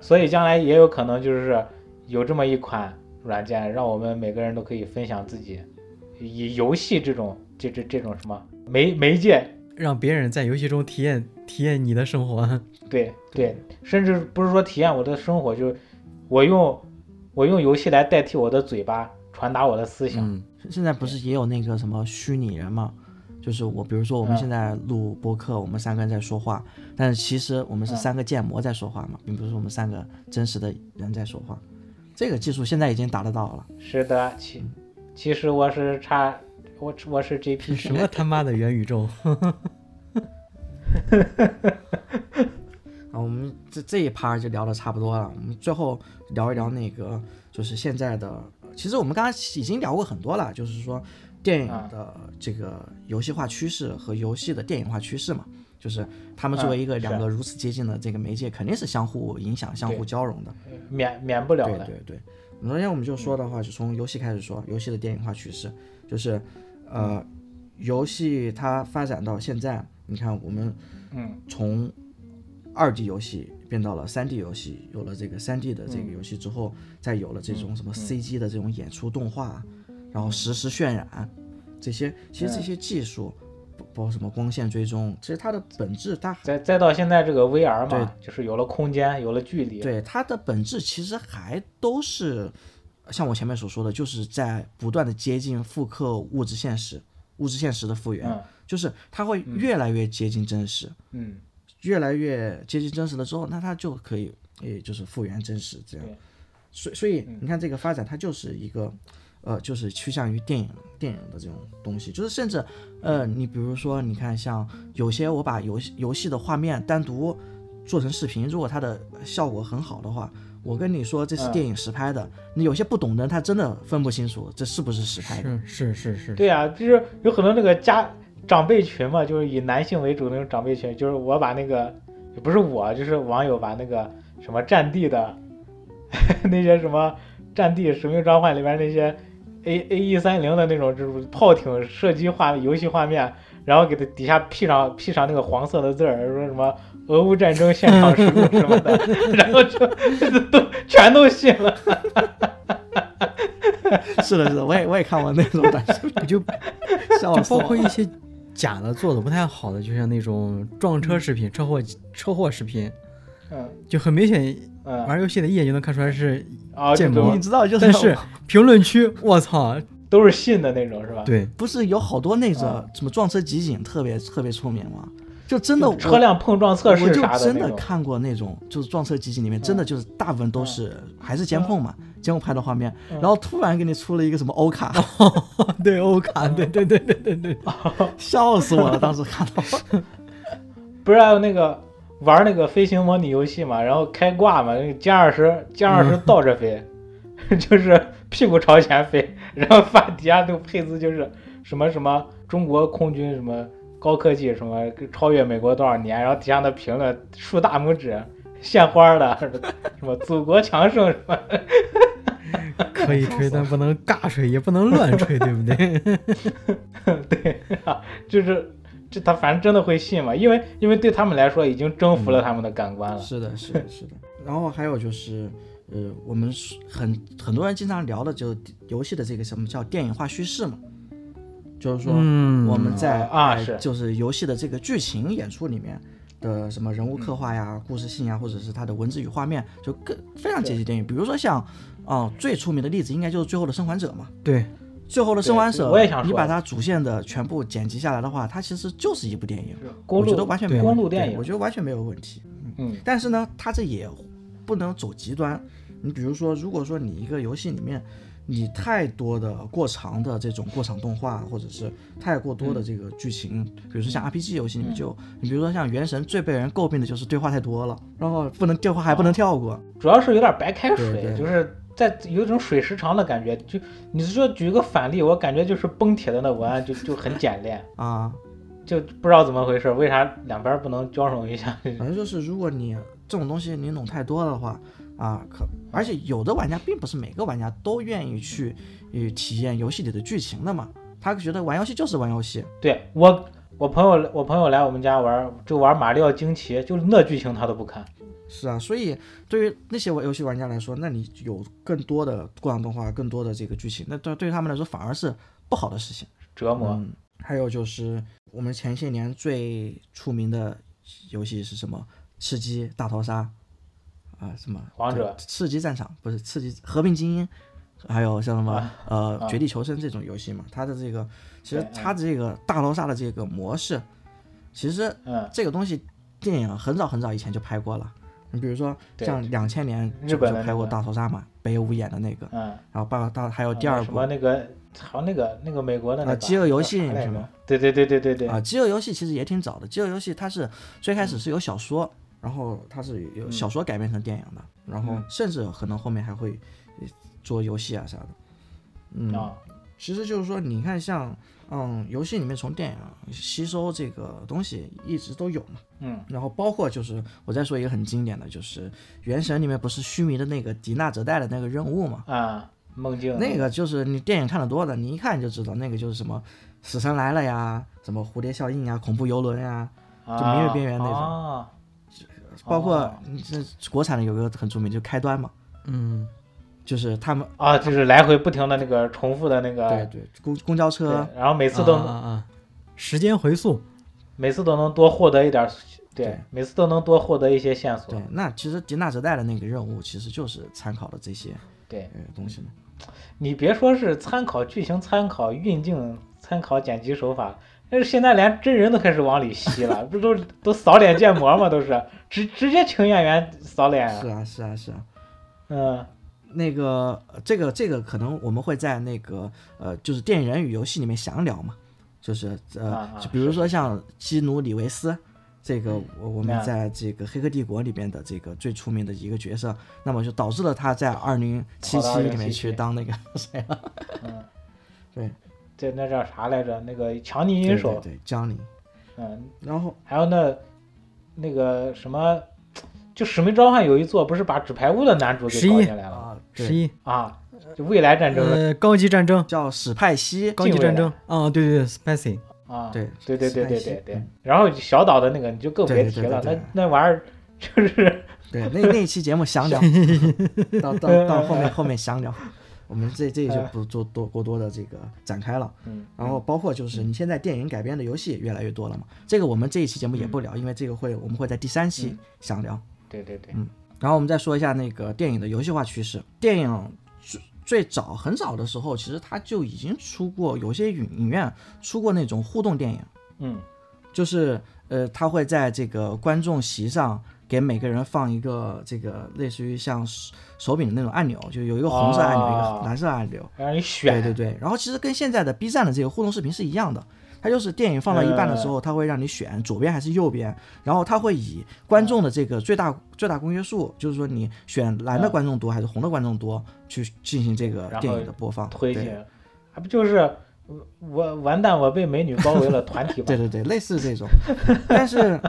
S1: 所以将来也有可能就是有这么一款软件，让我们每个人都可以分享自己以游戏这种这这这种什么媒媒介，
S2: 让别人在游戏中体验体验你的 生活。
S1: 对对，甚至不是说体验我的生活，就是我用我用游戏来代替我的嘴巴传达我的思想。
S2: 嗯，
S3: 现在不是也有那个什么虚拟人嘛？就是我，比如说我们
S1: 嗯
S3: 现在录播客，我们三个人在说话，但是其实我们是三个建模在说话嘛，并不是我们三个真实的人在说话。这个技术现在已经达得到了。
S1: 是的，其其实我是差我我是 GP
S2: 什么他妈的元宇宙？
S3: 啊，我们这这一趴就聊的差不多了，我们最后聊一聊那个，就是现在的，其实我们刚刚已经聊过很多了，就是说电影的这个游戏化趋势和游戏的电影化趋势嘛，就是他们作为一个
S1: 嗯是
S3: 两个如此接近的这个媒介，肯定是相互影响、相互交融的。
S1: 呃免免不了
S3: 对
S1: 的。
S3: 对对，昨天我们就说的话，就从游戏开始说，游戏的电影化趋势，就是呃，游戏它发展到现在，你看我们
S1: 嗯
S3: 从二 D 游戏变到了三 D 游戏，有了这个三 D 的这个游戏之后，再有了这种什么 CG 的这种演出动画，然后实时渲染这些，其实这些技术，包包括什么光线追踪，其实它的本质它
S1: 再再到现在这个 VR 嘛，就是有了空间，有了距离，
S3: 对它的本质其实还都是像我前面所说的，就是在不断的接近复刻物质现实，物质现实的复原，
S1: 嗯
S3: 就是它会越来越接近真实，
S1: 嗯，
S3: 越来越接近真实了之后，那它就可以，也就是复原真实这样
S1: 对。
S3: 所以所以你看这个发展，它就是一个，呃，就是趋向于电影电影的这种东西，就是甚至，呃，你比如说，你看像有些我把游戏游戏的画面单独做成视频，如果它的效果很好的话。我跟你说，这是电影实拍的。你有些不懂的人，他真的分不清楚这是不是实拍的。
S2: 是是是是，
S1: 对呀、就是有很多那个家长辈群嘛，就是以男性为主那种长辈群，就是我把那个也不是我，就是网友把那个什么战地的 那些什么战地使命召唤里边那些 A A E 三零的那种就是炮艇射击画游戏画面，然后给它底下 P 上 P 上那个黄色的字儿，说什么俄乌战争现场实录什么 的，然后就 都全都信了。
S3: 是的，是的，我也我也看过那种短 视频，
S2: 就
S3: 笑
S2: 就
S3: 死
S2: 包
S3: 我
S2: 括一些假的做的不太好的，就像那种撞车视频、车祸车祸视频，
S1: 嗯
S2: 就很明显，
S1: 嗯
S2: 玩游戏的一眼就能看出来 是。
S1: 啊，这
S2: 建模
S1: 都
S3: 你知道，就是
S2: 但是评论区，我操，
S1: 都是信的那种是吧？
S2: 对，
S3: 不是有好多那
S1: 啊
S3: 种什么撞车集锦特别特别出名吗？就真的
S1: 就车辆碰撞测
S3: 我
S1: 试
S3: 我就
S1: 啥
S3: 真
S1: 那
S3: 的
S1: 种。嗯
S3: 看过那种，就是撞车集锦里面真的就是大部分都是还是监控嘛，监控拍的画面，
S1: 嗯
S3: 然后突然给你出了一个什么 欧卡，
S2: 对欧卡，对对对对对对，
S1: 啊
S3: 笑死我了！当时看到，
S1: 不是还有那个玩那个飞行模拟游戏嘛，然后开挂嘛，那个歼二十歼二十
S3: 嗯
S1: 倒着飞， 就是屁股朝前飞，然后发底下那个配字就是什么什么中国空军什么高科技什么超越美国多少年，然后底下的评论竖大拇指。献花的 什么什么祖国强盛什么，
S2: 可以吹，但不能尬吹，也不能乱吹，对不对？
S1: 对、啊，就是这他反正真的会信嘛，因为因为对他们来说已经征服
S3: 嗯
S1: 了他们的感官了。
S3: 是的，是的，是的。 然后还有就是，呃，我们很很多人经常聊的就游戏的这个什么叫电影化叙事嘛，就是说，
S2: 嗯，
S3: 我们在
S1: 啊
S3: 哎
S1: 是
S3: 就是游戏的这个剧情演出里面的什么人物刻画呀、故事性呀，或者是它的文字与画面，就更非常接近电影。比如说像，哦、最出名的例子应该就是《最后的生还者》嘛。
S2: 对，
S3: 最后的生还者，
S1: 对我也想说
S3: 你把它主线的全部剪辑下来的话，它其实就是一部电影，
S1: 公
S3: 我
S1: 路
S3: 觉得完全没有
S1: 公
S3: 问题
S1: 路电
S3: 对我
S1: 影，
S3: 觉得完全没有问题。
S1: 嗯，
S3: 但是呢，它这也不能走极端。你比如说，如果说你一个游戏里面，你太多的过长的这种过场动画，或者是太过多的这个剧
S1: 嗯
S3: 情，比如说像 RPG 游戏里面就，你比如说像《原神》，最被人诟病的就是对话太多了，然后不能对话还
S1: 哦
S3: 不能跳过。
S1: 主要是有点白开水，
S3: 对对
S1: 就是在有一种水时长的感觉。就你说举个反例，我感觉就是崩铁的那文案就 就很简练，
S3: 啊，
S1: 就不知道怎么回事，为啥两边不能交融一下？
S3: 反正就是如果你这种东西你弄太多了的话，啊，可而且有的玩家并不是每个玩家都愿意去呃体验游戏里的剧情的嘛，他觉得玩游戏就是玩游戏，
S1: 对我，我朋友我朋友来我们家玩，就玩马里奥惊奇，就是那剧情他都不看。
S3: 是啊，所以对于那些玩游戏玩家来说，那你有更多的过场动画，更多的这个剧情，那对对于他们来说反而是不好的事情。
S1: 折磨、
S3: 嗯，还有就是我们前些年最出名的游戏是什么？吃鸡大逃杀啊，什么
S1: 王者
S3: 对刺激战场不是刺激和平精英，还有像什么、呃绝地求生这种游戏嘛，它的这个其实
S1: 啊对嗯
S3: 它这个大逃杀的这个模式，其实
S1: 嗯
S3: 这个东西电影很早很早以前就拍过了。你比如说
S1: 对
S3: 像两千年
S1: 日
S3: 就
S1: 本
S3: 就
S1: 的
S3: 拍
S1: 那
S3: 过
S1: 个
S3: 大逃杀嘛，北野武演的那个，
S1: 嗯，
S3: 然后大大还有哦第
S1: 啊
S3: 二
S1: 什
S3: 部
S1: 么那个好像那个那个美国的那
S3: 啊
S1: 个
S3: 饥饿游戏
S1: 叫啥来
S3: 是
S1: 着
S3: 吗？
S1: 对对对对对对，
S3: 啊，饥饿游戏其实也挺早的。饥饿游戏它是最开始是有小说，然后它是有小说改编成电影的，然后
S1: 嗯
S3: 甚至可能后面还会呃做游戏啊啥的。嗯，
S1: 啊
S3: 其实就是说，你看像嗯游戏里面从电影吸收这个东西一直都有嘛。
S1: 嗯，
S3: 然后包括就是我再说一个很经典的，就是《原神》里面不是须弥的那个迪纳泽带的那个任务嘛？
S1: 啊梦境
S3: 那个就是你电影看的多的，你一看就知道，那个就是什么死神来了呀，什么蝴蝶效应呀，恐怖游轮呀，就明日边缘那种
S1: 啊
S3: 包括
S1: 哦
S3: 嗯这国产的有个很出名，就开端嘛，
S2: 嗯，
S3: 就是他们
S1: 啊，就是来回不停的那个重复的那个
S3: 对对公公交
S1: 啊对
S3: 车，
S1: 然后每次都、
S2: 啊啊啊，时间回溯，
S1: 每次都能多获得一点儿，对，
S3: 对
S1: 每次都能多获得一些线索
S3: 对，，那其实迪纳泽带的那个任务其实就是参考了这些
S1: 对
S3: 呃东西嘛。
S1: 你别说是参考剧情、参考运镜、参考剪辑手法，但是现在连真人都开始往里吸了，不都都扫脸建模吗？都是直直接请演员扫脸啊
S3: 是，啊是啊是啊，
S1: 嗯
S3: 那个呃这个这个可能我们会在那个呃就是电影人与游戏里面详聊嘛，就是呃、
S1: 啊啊
S3: 就比如说像基努里维斯。这个我我们
S1: 嗯
S3: 在这个《黑客帝国》里边的这个最出名的一个角色，那么就导致了他在二零七
S1: 跑
S3: 七
S1: 到
S3: 里面
S1: 2077
S3: 去当那个 谁啊了？
S1: 嗯，
S3: 对，
S1: 这那叫啥来着？那个强尼
S3: 对
S1: 银
S3: 对
S1: 手，
S3: 对，江宁。
S1: 嗯，
S3: 然后
S1: 还有那那个什么，就《使命召唤》有一座不是把纸牌屋的男主给搞
S2: 11
S1: 进来了
S3: 啊，
S2: 十
S3: 对，
S2: 一，
S1: 啊？就未来战争的
S2: 呃，高级战争，
S3: 叫史派西，
S2: 高级
S1: 近未
S2: 战
S1: 来
S2: 争，啊，对对对，spicy，
S1: 啊，
S3: 对
S1: 对对对对
S3: 史派
S1: 对
S3: 西
S1: 对。然后小岛的那个你就更别
S3: 对对
S1: 提
S3: 对
S1: 了，
S3: 对对
S1: 那那玩意儿就是
S3: 对，那那一期节目详聊， 到到到后面后面详聊，我们这这就不做多过多的这个展开了。
S1: 嗯，
S3: 然后包括就是你现在电影改编的游戏也越来越多了嘛，这个我们这一期节目也不聊，因为这个会我们会在第三期详聊。
S1: 对对对，
S3: 嗯然后我们再说一下那个电影的游戏化趋势。电影最最早很早的时候，其实它就已经出过，有些影影院出过那种互动电影，
S1: 嗯
S3: 就是呃，他会在这个观众席上给每个人放一个这个类似于像手手柄的那种按钮，就有一个红色按钮，
S1: 哦
S3: 一个蓝色按钮。
S1: 让你选，
S3: 对对对，然后其实跟现在的 B 站的这个互动视频是一样的，它就是电影放到一半的时候，它会让你选左边还是右边，然后它会以观众的这个最大最大公约数，就是说你选蓝的观众多还是红的观众多，去进行这个
S1: 然后
S3: 电影的播放
S1: 推
S3: 对
S1: 进，还不就是我我完蛋，我被美女包 围了团体吧
S3: 对？对对，类似 这种，但是，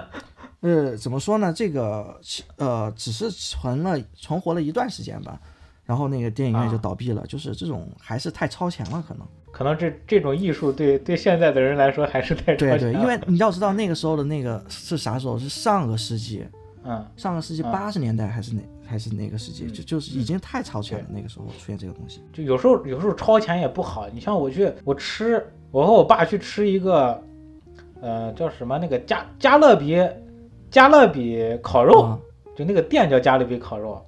S3: 呃，怎么说呢？这个其呃，只是存了存活了一段时间吧，然后那个电影院就
S1: 啊
S3: 倒闭了，就是这种还是太超前了，可能。
S1: 可能这这种艺术对对现在的人来说还是太
S3: 对
S1: 超
S3: 对，
S1: 前了
S3: 因为你要知道那个时候的那个是啥时候？是上个世纪，
S1: 嗯
S3: 上个世纪
S1: 嗯
S3: 八十年代还是哪、还是哪个世纪？
S1: 嗯
S3: 就就是已经太超前了，那个时候出现这个东西。
S1: 就有时候有时候超前也不好。你像我去，我吃，我和我爸去吃一个，呃，叫什么那个加加勒比加勒比烤肉，
S3: 啊
S1: 就那个店叫加勒比烤肉。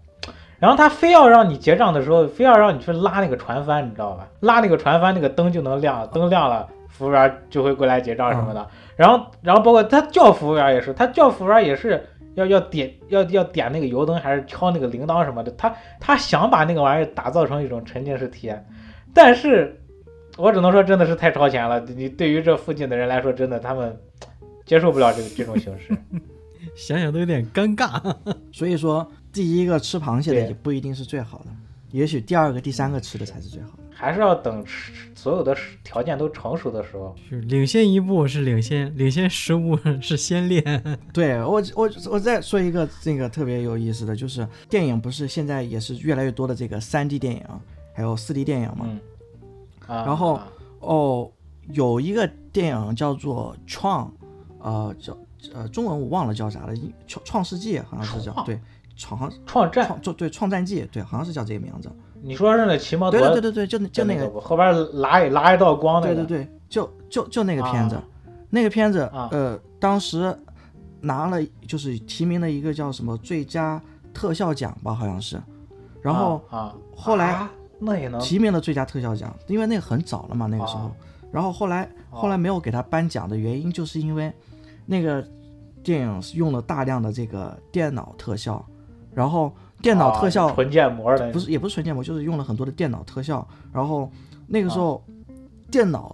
S1: 然后他非要让你结账的时候，非要让你去拉那个船帆，你知道吧？拉那个船帆，那个灯就能亮，灯亮了，服务员就会过来结账什么的。然后，然后包括他叫服务员也是，他叫服务员也是要要点要要点那个油灯，还是敲那个铃铛什么的。他他想把那个玩意儿打造成一种沉浸式体验，但是我只能说真的是太超前了。你对于这附近的人来说，真的他们接受不了这个这种形式。
S2: 想想都有点尴 尬。
S3: 所以说，第一个吃螃蟹的
S1: 对
S3: 也不一定是最好的，也许第二个、第三个吃的才是最好的。
S1: 还是要等所有的条件都成熟的时候。
S2: 就是领先一步是领先，领先十步是先练。
S3: 对我，我我再说一个这个特别有意思的，就是电影不是现在也是越来越多的这个3 D 电影，还有4 D 电影嘛。
S1: 嗯，啊，
S3: 然后
S1: 啊
S3: 哦，有一个电影叫做《创》，呃，叫呃中文我忘了叫啥了，英创创世纪好像是叫
S1: 创
S3: 对，创好像
S1: 创战，
S3: 创就对创战记对，好像是叫这个名字。
S1: 你说是那骑摩
S3: 对
S1: 托，
S3: 对对对对，就那就那
S1: 个
S3: 个，
S1: 不后边拉一拉一道光那
S3: 对
S1: 个，
S3: 对
S1: 对，
S3: 对，就就就那个片子，那个片子
S1: 啊
S3: 呃当时拿了就是提名了一个叫什么最佳特效奖吧，好像是，然后
S1: 啊，啊
S3: 后来
S1: 啊那也能
S3: 提名了最佳特效奖，因为那个很早了嘛，那个时候。
S1: 啊
S3: 然后后来后来没有给他颁奖的原因，就是因为那个电影是用了大量的这个电脑特效，然后电脑特效、
S1: 啊纯建模的，
S3: 不是也不是纯建模，就是用了很多的电脑特效。然后那个
S1: 啊
S3: 时候、电脑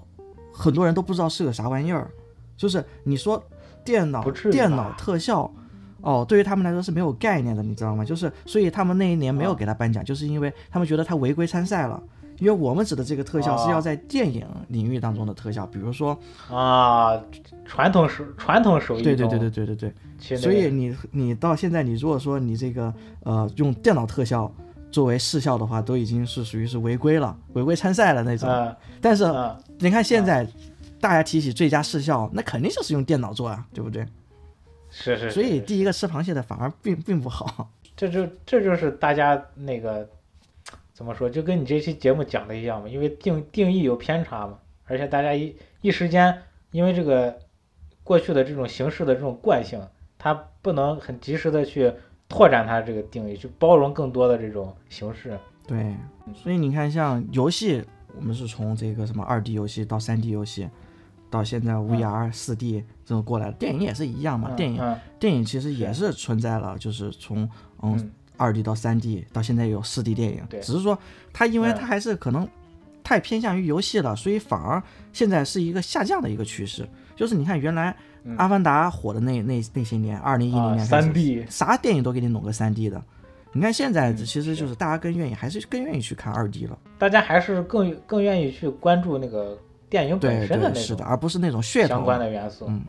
S3: 很多人都不知道是个啥玩意儿，就是你说电脑
S1: 不至于
S3: 电
S1: 吧
S3: 脑特效。哦，对于他们来说是没有概念的，你知道吗？就是，所以他们那一年没有
S1: 啊
S3: 给他颁奖，就是因为他们觉得他违规参赛了。因为我们指的这个特效是要
S1: 啊
S3: 在电影领域当中的特效，比如说，
S1: 啊，传统手传统手艺
S3: 对对
S1: 中
S3: 对对对对对，
S1: 去那个，
S3: 所以你你到现在，你如果说你这个呃用电脑特效作为视效的话，都已经是属于是违规了，违规参赛了那种。
S1: 啊
S3: 但是、
S1: 啊
S3: 你看现在、大家提起最佳视效，那肯定就是用电脑做啊，对不对？
S1: 是是，是
S3: 所以
S1: 是
S3: 第一个吃螃蟹的反而并并不好。
S1: 这就这就是大家那个怎么说，就跟你这期节目讲的一样嘛，因为定定义有偏差嘛，而且大家一一时间因为这个过去的这种形式的这种惯性，它不能很及时的去拓展它这个定义，去包容更多的这种形式。
S3: 对，
S1: 嗯
S3: 所以你看，像游戏，我们是从这个什么二 D 游戏到三 D 游戏，到现在 VR、四 D 这种过来的，电影也是一样嘛。
S1: 嗯
S3: 电影
S1: 嗯
S3: 电影其实也是存在了，就是从嗯
S1: 嗯
S3: 二 D 到三 D，到现在有四 D 电影
S1: 对，
S3: 只是说它因为
S1: 嗯
S3: 它还是可能太偏向于游戏了，所以反而现在是一个下降的一个趋势。就是你看原来
S1: 嗯
S3: 《阿凡达》火的那那那些年，二零一零
S1: 啊，
S3: 年开始
S1: 三 D
S3: 啥电影都给你弄个三 D 的。你看现在
S1: 嗯
S3: 其实就是大家更愿意，还是更愿意去看二 D 了。
S1: 大家还是更更愿意去关注那个电影本
S3: 对
S1: 身的
S3: 对，
S1: 那
S3: 是的，
S1: 种
S3: 而不是那种噱
S1: 相
S3: 头。
S1: 关的元素，
S3: 嗯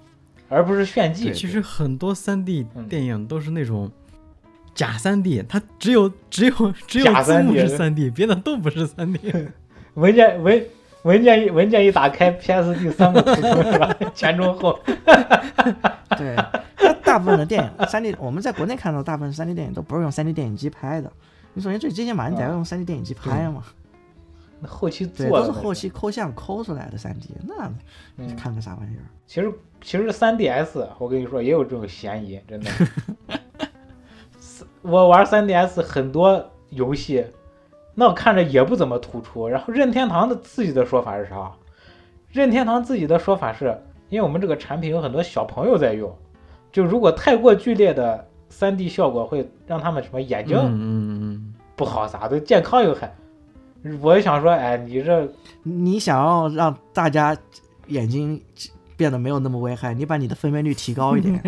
S1: 而不是炫技
S3: 对。
S2: 其实很多三 D
S1: 嗯
S2: 电影都是那种假三 D，它只有只 有只有
S1: 假
S2: 字幕
S1: 3D
S2: 是三 D，别的都不是三 D。
S1: 文件文文件一文件一打开，PSD 三个图钉是吧？前中后，
S3: 对，那大部分的电影三 D，我们在国内看到大部分三 D 电影都不是用三 D 电影机拍的。你首先最最起码你得要用三 D 电影机拍嘛，
S1: 那后期啊做
S3: 对，
S1: 的
S3: 都是
S1: 那种
S3: 后期抠像抠出来的三 D，那
S1: 嗯
S3: 看个啥玩意儿？
S1: 其实其实三 DS，我跟你说也有这种嫌疑，真的。我玩三 DS 很多游戏，那我看着也不怎么突出。然后任天堂的自己的说法是啥？任天堂自己的说法是，因为我们这个产品有很多小朋友在用，就如果太过剧烈的三 D 效果会让他们什么眼
S2: 嗯
S1: 睛
S2: 嗯嗯，
S1: 不好啥的，健康有害。我就想说，哎，你这
S3: 你想要让大家眼睛变得没有那么危害，你把你的分辨率提高一 点。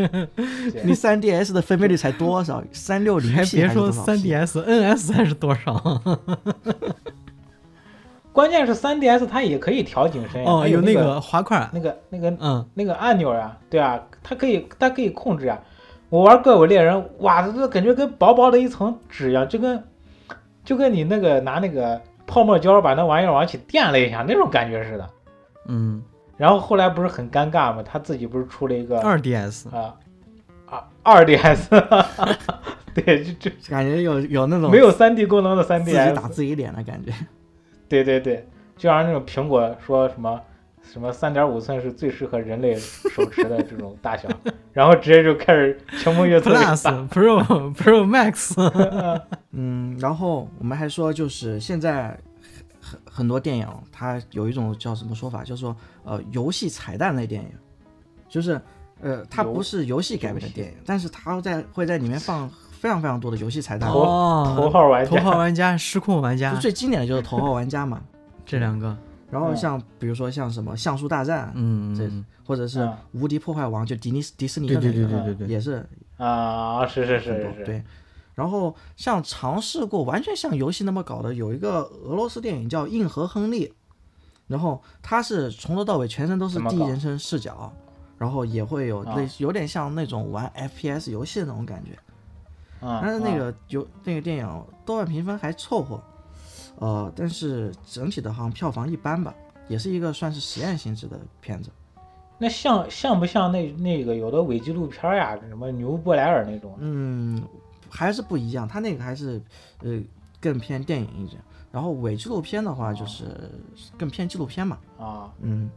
S3: 你3 DS 的分辨率才多少？三六零
S2: 还
S3: P
S2: 别
S3: 还是
S2: 说
S3: 多少
S2: 三
S3: P？
S2: DS、NS 还是多 少
S1: 关键是 3DS 它也可以调景深呀，
S2: 哦，
S1: 它
S2: 有
S1: 那
S2: 个滑块儿，
S1: 那个那个
S2: 嗯，
S1: 那个按钮啊，对啊，它可以它可以控制啊。我玩怪物猎人，哇，这感觉跟薄薄的一层纸一样，就跟就跟你那个拿那个泡沫胶把那玩意儿往起垫了一下那种感觉似的。
S2: 嗯，
S1: 然后后来不是很尴尬吗？他自己不是出了一 个
S2: 二 DS，
S1: 啊啊二 DS，对，就就
S3: 感觉有有那种
S1: 没有三 D 功能的三
S3: 自己打
S1: DS，
S3: 自己脸的感觉。
S1: 对对对，就像那种苹果说什么。什么三点五寸是最适合人类手持的这种 大小，然后直接就开始屏幕越做越大
S2: Plus、Pro、Pro Max，
S3: 嗯，然后我们还说，就是现在很很多电影，它有一种叫什么说法，叫做呃游戏彩蛋类电影，就是呃它
S1: 游
S3: 不是游戏改编的电影，但是它在会在里面放非常非常多的游戏彩蛋。
S1: 头
S3: 啊
S1: 头
S2: 哦，
S1: 号玩
S2: 头
S1: 家，
S2: 号玩家、失控玩
S3: 就
S2: 家
S3: 最经典的就是《头号玩家》 嘛，
S2: 这两个，
S3: 然后像比如说像什么《橡树大战》，
S2: 嗯，
S3: 这
S2: 嗯
S3: 或者是
S1: 嗯
S3: 《无敌破坏王》，就迪尼迪士尼
S2: 对
S3: 的
S2: 对
S3: 那
S2: 对
S3: 个，
S2: 对对对，
S3: 也是
S1: 啊，是是
S3: 很
S1: 是
S3: 多
S1: 是是，
S3: 对。然后像尝试过完全像游戏那么搞的，有一个俄罗斯电影叫《硬核亨利》，然后他是从头到尾全程都是
S1: 怎么
S3: 第一
S1: 搞
S3: 人称视角，然后也会有
S1: 啊
S3: 类似、有点像那种玩 FPS 游戏的那种感觉。
S1: 嗯，
S3: 但是那
S1: 嗯
S3: 个有那个电影豆瓣评分还凑合，呃，但是整体的好像票房一般吧，也是一个算是实验性质的片子。
S1: 那像像不像那那个有的伪纪录片呀，什么牛布莱尔那种，
S3: 嗯，还是不一样，他那个还是呃更偏电影一点。然后伪纪录片的话，就是更偏纪录片嘛。
S1: 啊，
S3: 嗯，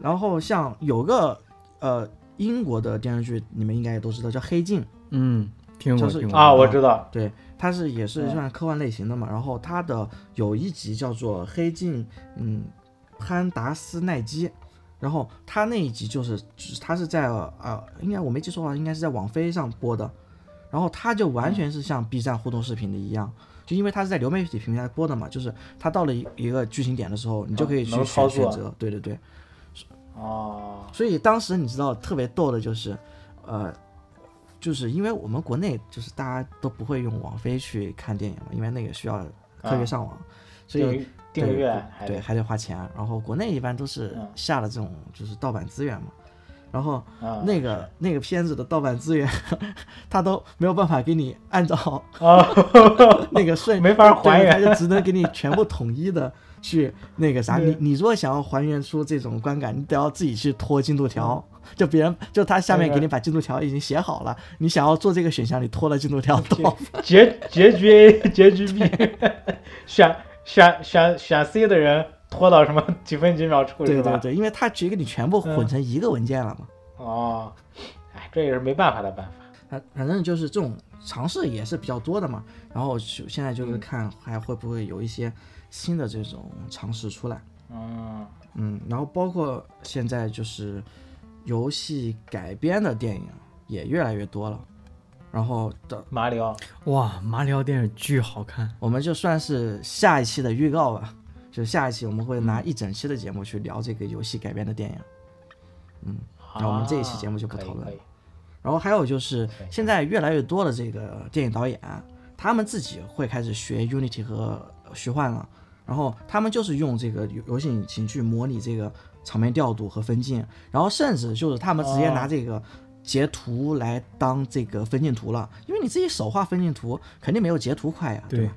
S3: 然后像有个呃英国的电视剧，你们应该也都知道，叫《黑镜》。
S2: 嗯，听过
S3: 就是
S2: 听过
S1: 啊，我知道，
S3: 对，它是也是
S1: 嗯
S3: 算科幻类型的嘛。然后它的有一集叫做《黑镜》，嗯，潘达斯奈基。然后它那一集就是，就是它是在呃，应该我没记错的话，应该是在网飞上播的。然后它就完全是像 B 站互动视频的一样，就因为它是在流媒体平台播的嘛，就是它到了一一个剧情点的时候，你就可以
S1: 嗯
S3: 去
S1: 能操
S3: 选选
S1: 作
S3: 择。对对对，
S1: 哦，
S3: 所以当时你知道特别逗的就是，呃，就是因为我们国内就是大家都不会用网飞去看电影嘛，因为那个需要科学上网，所以
S1: 订啊订阅还
S3: 对
S1: 得
S3: 还得花钱。然后国内一般都是
S1: 嗯
S3: 下了这种就是盗版资源嘛，然后
S1: 啊，
S3: 那个、那个片子的盗版资源， 它都没有办法给你按照
S1: 啊，
S3: 那个顺
S1: 没法还原
S3: 它就只能给你全部统一的去那个啥。你你如果想要还原出这种观感，你得要自己去拖进度条，就别人就他下面给你把进度条已经写好了，你想要做这个选项，你拖了进度 条到。
S1: 结结局 A 结局 B，选选选选 C 的人拖到什么 几分几秒处
S3: 对
S1: 是
S3: 对
S1: 吧？嗯
S3: 对，因为他只给你全部混成一个文件了嘛。
S1: 哦，哎，这也是没办法的办法，
S3: 反反正就是这种尝试也是比较多的嘛。然后就现在
S1: 嗯
S3: 就是看还会不会有一些新的这种尝试出来。
S1: 嗯
S3: 嗯，然后包括现在就是游戏改编的电影也越来越多了。然后的，
S1: 马里奥，
S2: 哇，马里奥电影巨好看，
S3: 我们就算是下一期的预告吧，就下一期我们会拿一整期的节目去聊这个游戏改编的电影。那我们这一期节目就
S1: 啊
S3: 不
S1: 可以
S3: 讨论
S1: 可以
S3: 然后还有就是，现在越来越多的这个电影导演，他们自己会开始学 Unity 和虚幻了。然后他们就是用这个游游戏引擎去模拟这个场面调度和分镜，然后甚至就是他们直接拿这个截图来当这个分镜图了，因为你自己手画分镜图肯定没有截图快呀，
S2: 对
S3: 吧？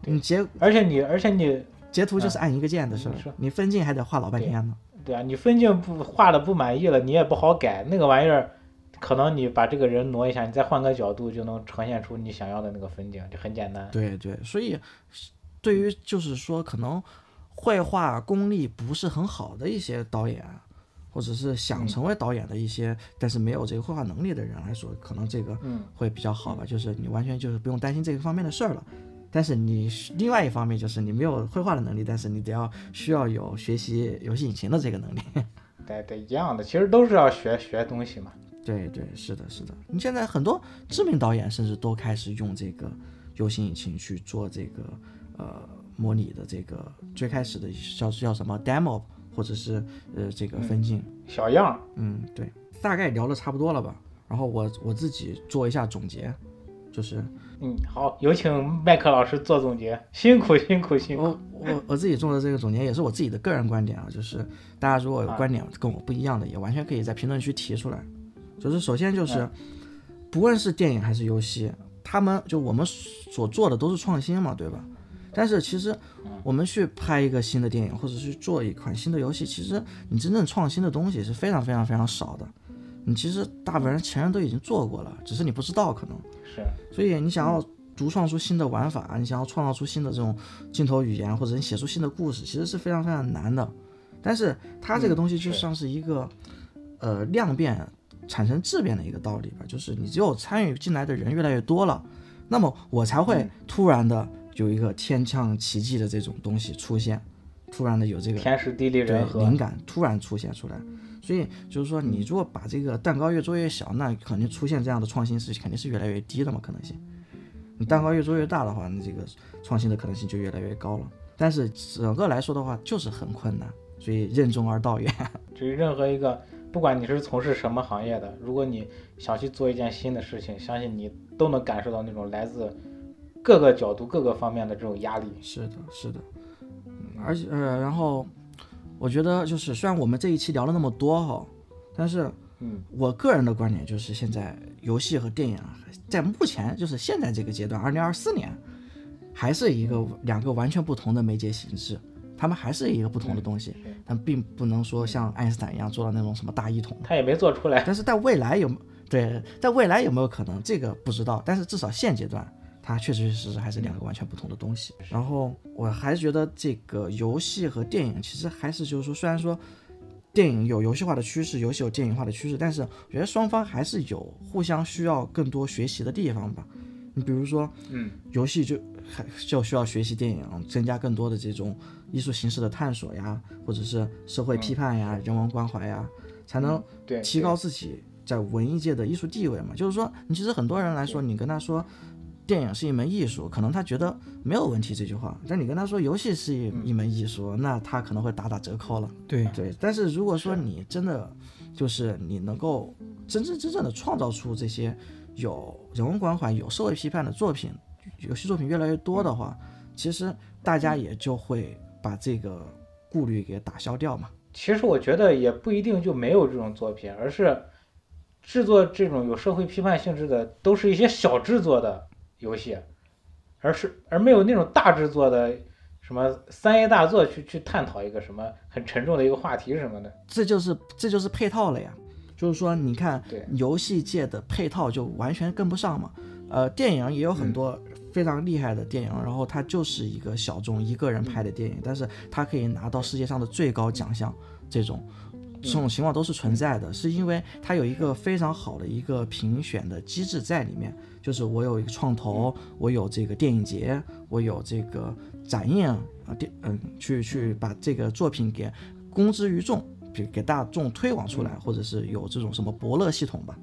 S3: 你截
S1: 而且你，而且你，
S3: 截图就是按一个键的事儿
S1: 你说，
S3: 你分镜还得画老半天呢。
S1: 对啊，你分镜不画的不满意了，你也不好改那个玩意儿。可能你把这个人挪一下，你再换个角度，就能呈现出你想要的那个风景，就很简单。
S3: 对对，所以对于就是说可能绘画功力不是很好的一些导演，或者是想
S1: 嗯
S3: 成为导演的一些，但是没有这个绘画能力的人来说，可能这个
S1: 嗯
S3: 会比较好吧，就是你完全就是不用担心这个方面的事儿了。但是你是另外一方面就是你没有绘画的能力，但是你得要需要有学习游戏引擎的这个能力。
S1: 对对，一样的，其实都是要学学东西嘛。
S3: 对对，是的，是的。你现在很多知名导演甚至都开始用这个游戏引擎去做这个呃模拟的这个最开始的叫叫什么 demo，或者是呃这个分镜。
S1: 小样儿，
S3: 嗯，对，大概聊的差不多了吧。然后我我自己做一下总结，就是
S1: 嗯，好，有请麦克老师做总结，辛苦辛苦辛苦。
S3: 我我我自己做的这个总结也是我自己的个人观点啊，就是大家如果有观点跟我不一样的，也完全可以在评论区提出来。就是首先就是，不论是电影还是游戏，他们就我们所做的都是创新嘛，对吧？但是其实我们去拍一个新的电影，或者去做一款新的游戏，其实你真正创新的东西是非常非常非常少的。你其实大部分人前人都已经做过了，只是你不知道可能。
S1: 是，
S3: 所以你想要独创出新的玩法，你想要创造出新的这种镜头语言，或者你写出新的故事，其实是非常非常难的。但是它这个东西就像是一个、呃量变产生质变的一个道理吧，就是你只有参与进来的人越来越多了，那么我才会突然的有一个天降奇迹的这种东西出现，突然的有这个
S1: 天时地利
S3: 对
S1: 人和。
S3: 灵感突然出现出来。所以就是说，你如果把这个蛋糕越做越小，那肯定出现这样的创新是肯定是越来越低的嘛，可能性。你蛋糕越做越大的话，你这个创新的可能性就越来越高了。但是整个来说的话，就是很困难，所以任重而道远。
S1: 至于任何一个，不管你是从事什么行业的，如果你想去做一件新的事情，相信你都能感受到那种来自各个角度、各个方面的这种压力。
S3: 是的，是的，嗯而且呃，然后我觉得就是虽然我们这一期聊了那么多哈，但是
S1: 嗯，
S3: 我个人的观点就是，现在游戏和电影啊在目前就是现在这个阶段，二零二四年，还是一个两个完全不同的媒介形式，他们还是一个不同的东
S1: 嗯
S3: 西，但并不能说像爱因斯坦一样做到那种什么大一统。
S1: 他也没做出来。
S3: 但是在未来有对，在未来有没有可能，这个不知道。但是至少现阶段，它确确实实还是两个完全不同的东西。然后我还是觉得这个游戏和电影其实还是就是说，虽然说电影有游戏化的趋势，游戏有电影化的趋势，但是我觉得双方还是有互相需要更多学习的地方吧。你比如说，
S1: 嗯，
S3: 游戏就还就需要学习电影，增加更多的这种艺术形式的探索呀，或者是社会批判呀、人文关怀呀，才能
S1: 嗯对，
S3: 提高自己在文艺界的艺术地位嘛。就是说，你其实很多人来说，你跟他说电影是一门艺术，可能他觉得没有问题这句话，但你跟他说游戏是一一门艺术，那他可能会打打折扣了。
S2: 对，
S3: 对，但是如果说你真的就是你能够真真正正的创造出这些有人文关怀、有社会批判的作品，游戏作品越来越多的话，其实大家也就会把这个顾虑给打消掉嘛。
S1: 其实我觉得也不一定就没有这种作品，而是制作这种有社会批判性质的，都是一些小制作的游戏，而是而没有那种大制作的什么三 A 大作去去探讨一个什么很沉重的一个话题什么的。
S3: 这就是这就是配套了呀。就是说，你看
S1: 对
S3: 游戏界的配套就完全跟不上嘛。呃，电影也有很多非常厉害的电影，然后它就是一个小众一个人拍的电影，但是它可以拿到世界上的最高奖项，这种这种情况都是存在的，是因为它有一个非常好的一个评选的机制在里面。就是我有一个创投，我有这个电影节，我有这个展映啊，电嗯，去去把这个作品给公之于众，给给大众推广出来，或者是有这种什么伯乐系统吧。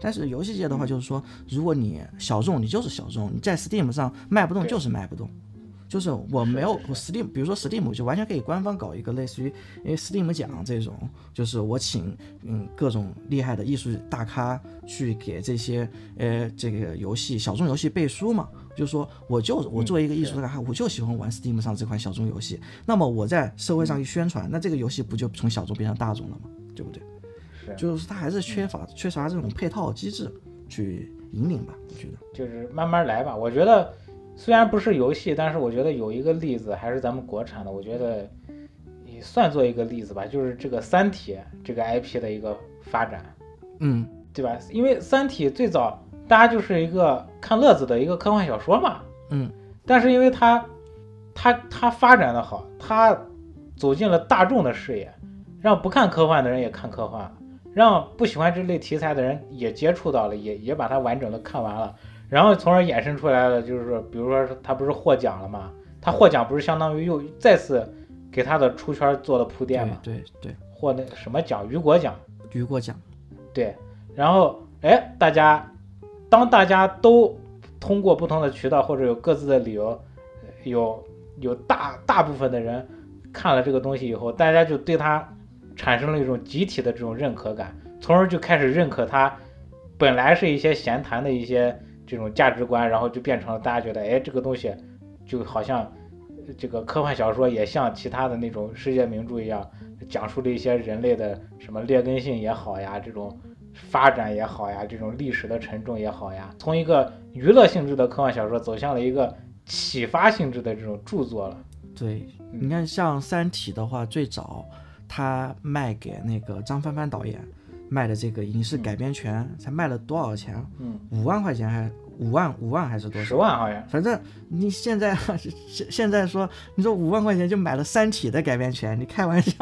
S3: 但是游戏界的话，就是说，如果你小众，你就是小众，你在 Steam 上卖不动
S1: 对
S3: 就是卖不动。就是我没有我 Steam，比如说 Steam 我就完全可以官方搞一个类似于因为 Steam 奖这种，就是我请嗯各种厉害的艺术大咖去给这些呃这个游戏小众游戏背书嘛，就说我就我作为一个艺术大咖，我就喜欢玩 Steam 上这款小众游戏，那么我在社会上一宣传，那这个游戏不就从小众变成大众了吗？对不对？嗯
S1: 是
S3: 就是它还是缺乏缺乏这种配套机制去引领吧，我觉得。
S1: 就是慢慢来吧。我觉得虽然不是游戏，但是我觉得有一个例子还是咱们国产的，我觉得也算做一个例子吧，就是这个《三体》这个 IP 的一个发展。
S3: 嗯，
S1: 对吧？因为《三体》最早大家就是一个看乐子的一个科幻小说嘛，
S3: 嗯，
S1: 但是因为它它它发展的好，它走进了大众的视野，让不看科幻的人也看科幻，让不喜欢这类题材的人也接触到了，也也把它完整的看完了，然后从而衍生出来了，就是说比如说他不是获奖了嘛，他获奖不是相当于又再次给他的出圈做了铺垫嘛，
S3: 对对
S1: 获那个什么奖，雨果奖。
S3: 对，雨果奖，
S1: 对，然后哎，大家当大家都通过不同的渠道或者有各自的理由，呃有有大大部分的人看了这个东西以后，大家就对它产生了一种集体的这种认可感，从而就开始认可它本来是一些闲谈的一些这种价值观，然后就变成了大家觉得哎，这个东西就好像。呃这个科幻小说也像其他的那种世界名著一样，讲述了一些人类的什么劣根性也好呀，这种发展也好呀，这种历史的沉重也好呀，从一个娱乐性质的科幻小说走向了一个启发性质的这种著作了。
S3: 对，
S1: 嗯
S3: 你看像《三体》的话，最早他卖给那个张帆帆导演卖的这个影视改编权，才卖了多少钱？
S1: 嗯，
S3: 五万块钱还五万五万还是多
S1: 十
S3: 少？
S1: 万好像
S3: 反正你现在 现现在说，你说五万块钱就买了《三体》的改编权，你开玩笑？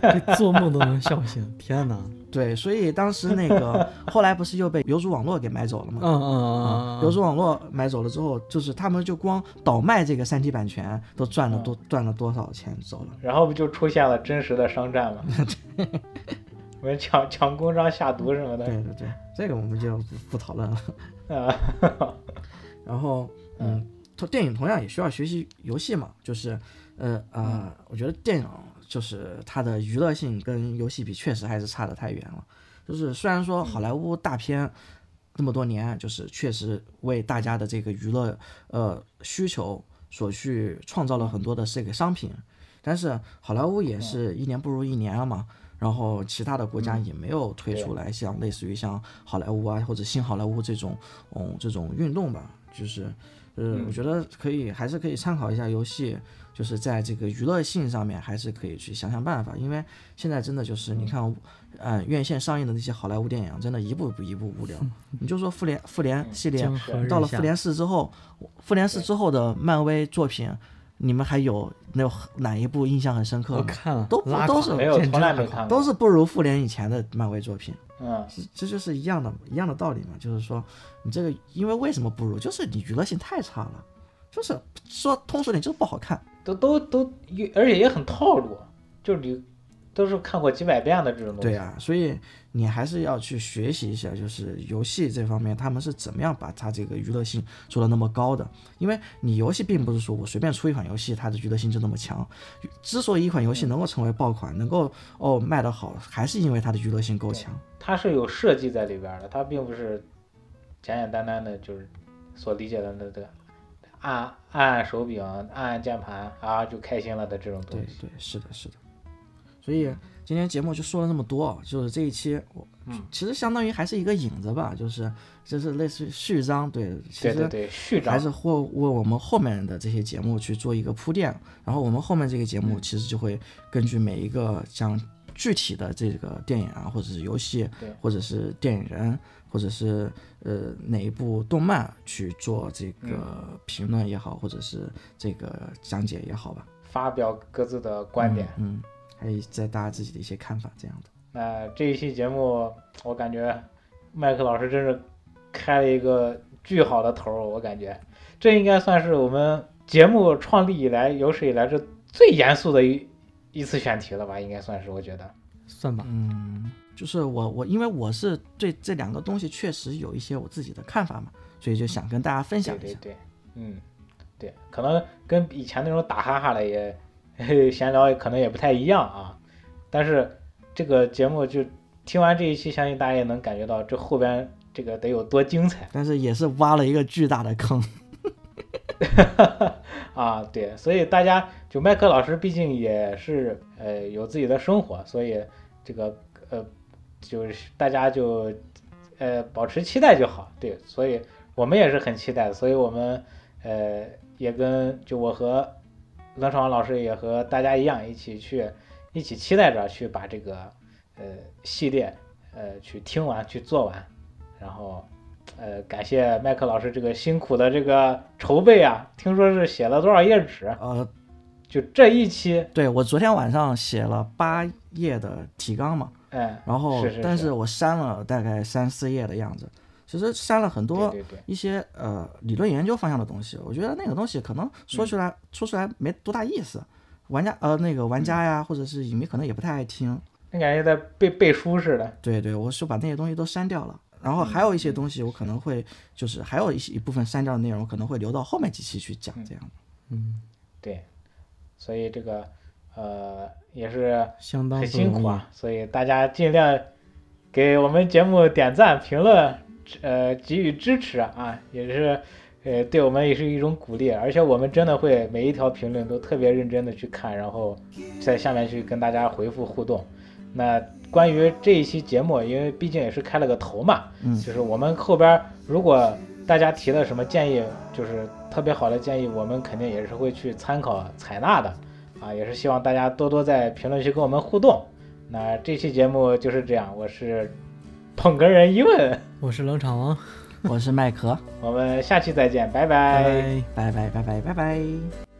S2: 这做梦都能笑醒， 天哪！
S3: 对，所以当时那 个后来不是又被游族网络给买走了吗
S2: 嗯？嗯嗯
S3: 啊
S2: 嗯，，
S3: 游族网络买走了之后，就是他们就光倒卖这个三体版权都赚了多赚了多少钱走了。
S1: 然后不就出现了真实的商战 嘛？我们抢抢公章下毒什么的
S3: 对对对，这个我们就不不讨论了。
S1: 啊，
S3: 然后，嗯，同电影同样也需要学习游戏嘛，就是，呃啊、我觉得电影就是它的娱乐性跟游戏比，确实还是差得太远了。就是虽然说好莱坞大片这么多年，就是确实为大家的这个娱乐呃需求所去创造了很多的这个商品，但是好莱坞也是一年不如一年了嘛。然后其他的国家也没有推出来像类似于像好莱坞啊或者新好莱坞这种，嗯，这种运动吧，就是，呃，我觉得可以还是可以参考一下游戏，就是在这个娱乐性上面还是可以去想想办法，因为现在真的就是你看，嗯，院线上映的那些好莱坞电影，真的一步比一步无聊。你就说复联复
S1: 嗯
S3: 联系列
S2: 江河日
S3: 到了
S2: 下
S3: 复联四之后，复联四之后的漫威作品，你们还有那哪一部印象很深刻
S2: 我
S3: 吗？
S2: 看了，
S3: 都不
S2: 拉
S3: 都
S2: 垮
S3: 是
S1: 没有
S2: 简直
S1: 从来
S2: 拉
S1: 没
S2: 垮
S1: 看过，
S3: 都是不如复联以前的漫威作品，
S1: 嗯，
S3: 这这就是一样的一样的道理嘛，就是说你这个因为为什么不如，就是你娱乐性太差了，就是说通俗点就是不好看。
S1: 都都都，而且也很套路，就是你都是看过几百遍的这种东西。
S3: 对啊，所以你还是要去学习一下，就是游戏这方面他们是怎么样把它这个娱乐性做到那么高的。因为你游戏并不是说我随便出一款游戏，它的娱乐性就那么强。之所以一款游
S1: 嗯
S3: 戏能够成为爆款，能够哦卖得好，还是因为它的娱乐性够强。
S1: 它是有设计在里边儿的，它并不是简简单单的，就是所理解的那个按按按手柄、按按键盘啊就开心了的这种东
S3: 对
S1: 西。
S3: 对，是的，是的。所以今天节目就说了那么多，就是这一期我、
S1: 嗯
S3: 其实相当于还是一个引子吧，就是就是类似于序章，对，其
S1: 对
S3: 实
S1: 对对，序章
S3: 还是或为我们后面的这些节目去做一个铺垫，然后我们后面这个节目
S1: 嗯
S3: 其实就会根据每一个像具体的这个电影啊，或者是游戏
S1: 对，
S3: 或者是电影人，或者是呃哪一部动漫去做这
S1: 嗯
S3: 个评论也好，或者是这个讲解也好吧。
S1: 发表各自的观点。
S3: 嗯，还有在大家自己的一些看法这样的。
S1: 那这一期节目，我感觉麦克老师真是开了一个巨好的头儿，我感觉这应该算是我们节目创立以来有史以来这最严肃的一一次选题了吧？应该算是，我觉得。
S2: 算吧。
S3: 嗯，就是我我因为我是对这两个东西确实有一些我自己的看法嘛，所以就想跟大家分享
S1: 嗯对
S3: 一下。
S1: 对对，嗯，对，可能跟以前那种打哈哈的也 闲聊也可能也不太一样啊，但是这个节目就听完这一期，相信大家也能感觉到这后边这个得有多精彩。
S3: 但是也是挖了一个巨大的坑。
S1: 啊，对，所以大家就麦克老师毕竟也是呃有自己的生活，所以这个呃就是大家就呃保持期待就好，对，所以我们也是很期待的，所以我们呃也跟就我和冷爽老师也和大家一样一起去一起期待着去把这个呃系列呃去听完去做完，然后呃，感谢麦克老师这个辛苦的这个筹备啊，听说是写了多少页纸？啊
S3: 呃，
S1: 就这一期，
S3: 对我昨天晚上写了八页的提纲嘛，
S1: 嗯，
S3: 然后
S1: 是是
S3: 但
S1: 是
S3: 是我删了大概三四页的样子，其实删了很多
S1: 对对对，
S3: 一些呃理论研究方向的东西，我觉得那个东西可能说出来、
S1: 嗯
S3: 说出来没多大意思，玩家呃那个玩家呀、或者是影迷可能也不太爱听。
S1: 那感觉在背背书似的。
S3: 对对，我是把那些东西都删掉了。然后还有一些东西，我可能会就是还有一些一部分删掉的内容，可能会留到后面几期去讲。这样，
S2: 嗯，
S1: 对，所以这个呃也是
S2: 相当
S1: 很
S2: 不
S1: 辛
S2: 容
S1: 苦
S2: 易
S1: 啊，所以大家尽量给我们节目点赞、评论，呃，给予支持啊，也是呃对我们也是一种鼓励。啊而且我们真的会每一条评论都特别认真的去看，然后在下面去跟大家回复互动。那关于这一期节目，因为毕竟也是开了个头嘛，
S3: 嗯
S1: 就是我们后边儿如果大家提了什么建议，就是特别好的建议，我们肯定也是会去参考采纳的，啊，也是希望大家多多在评论区跟我们互动。那这期节目就是这样，我是捧哏人一问，
S2: 我是冷场王，
S3: 我是麦壳，
S1: 我们下期再见，拜
S2: 拜拜。
S3: 拜拜拜拜拜拜。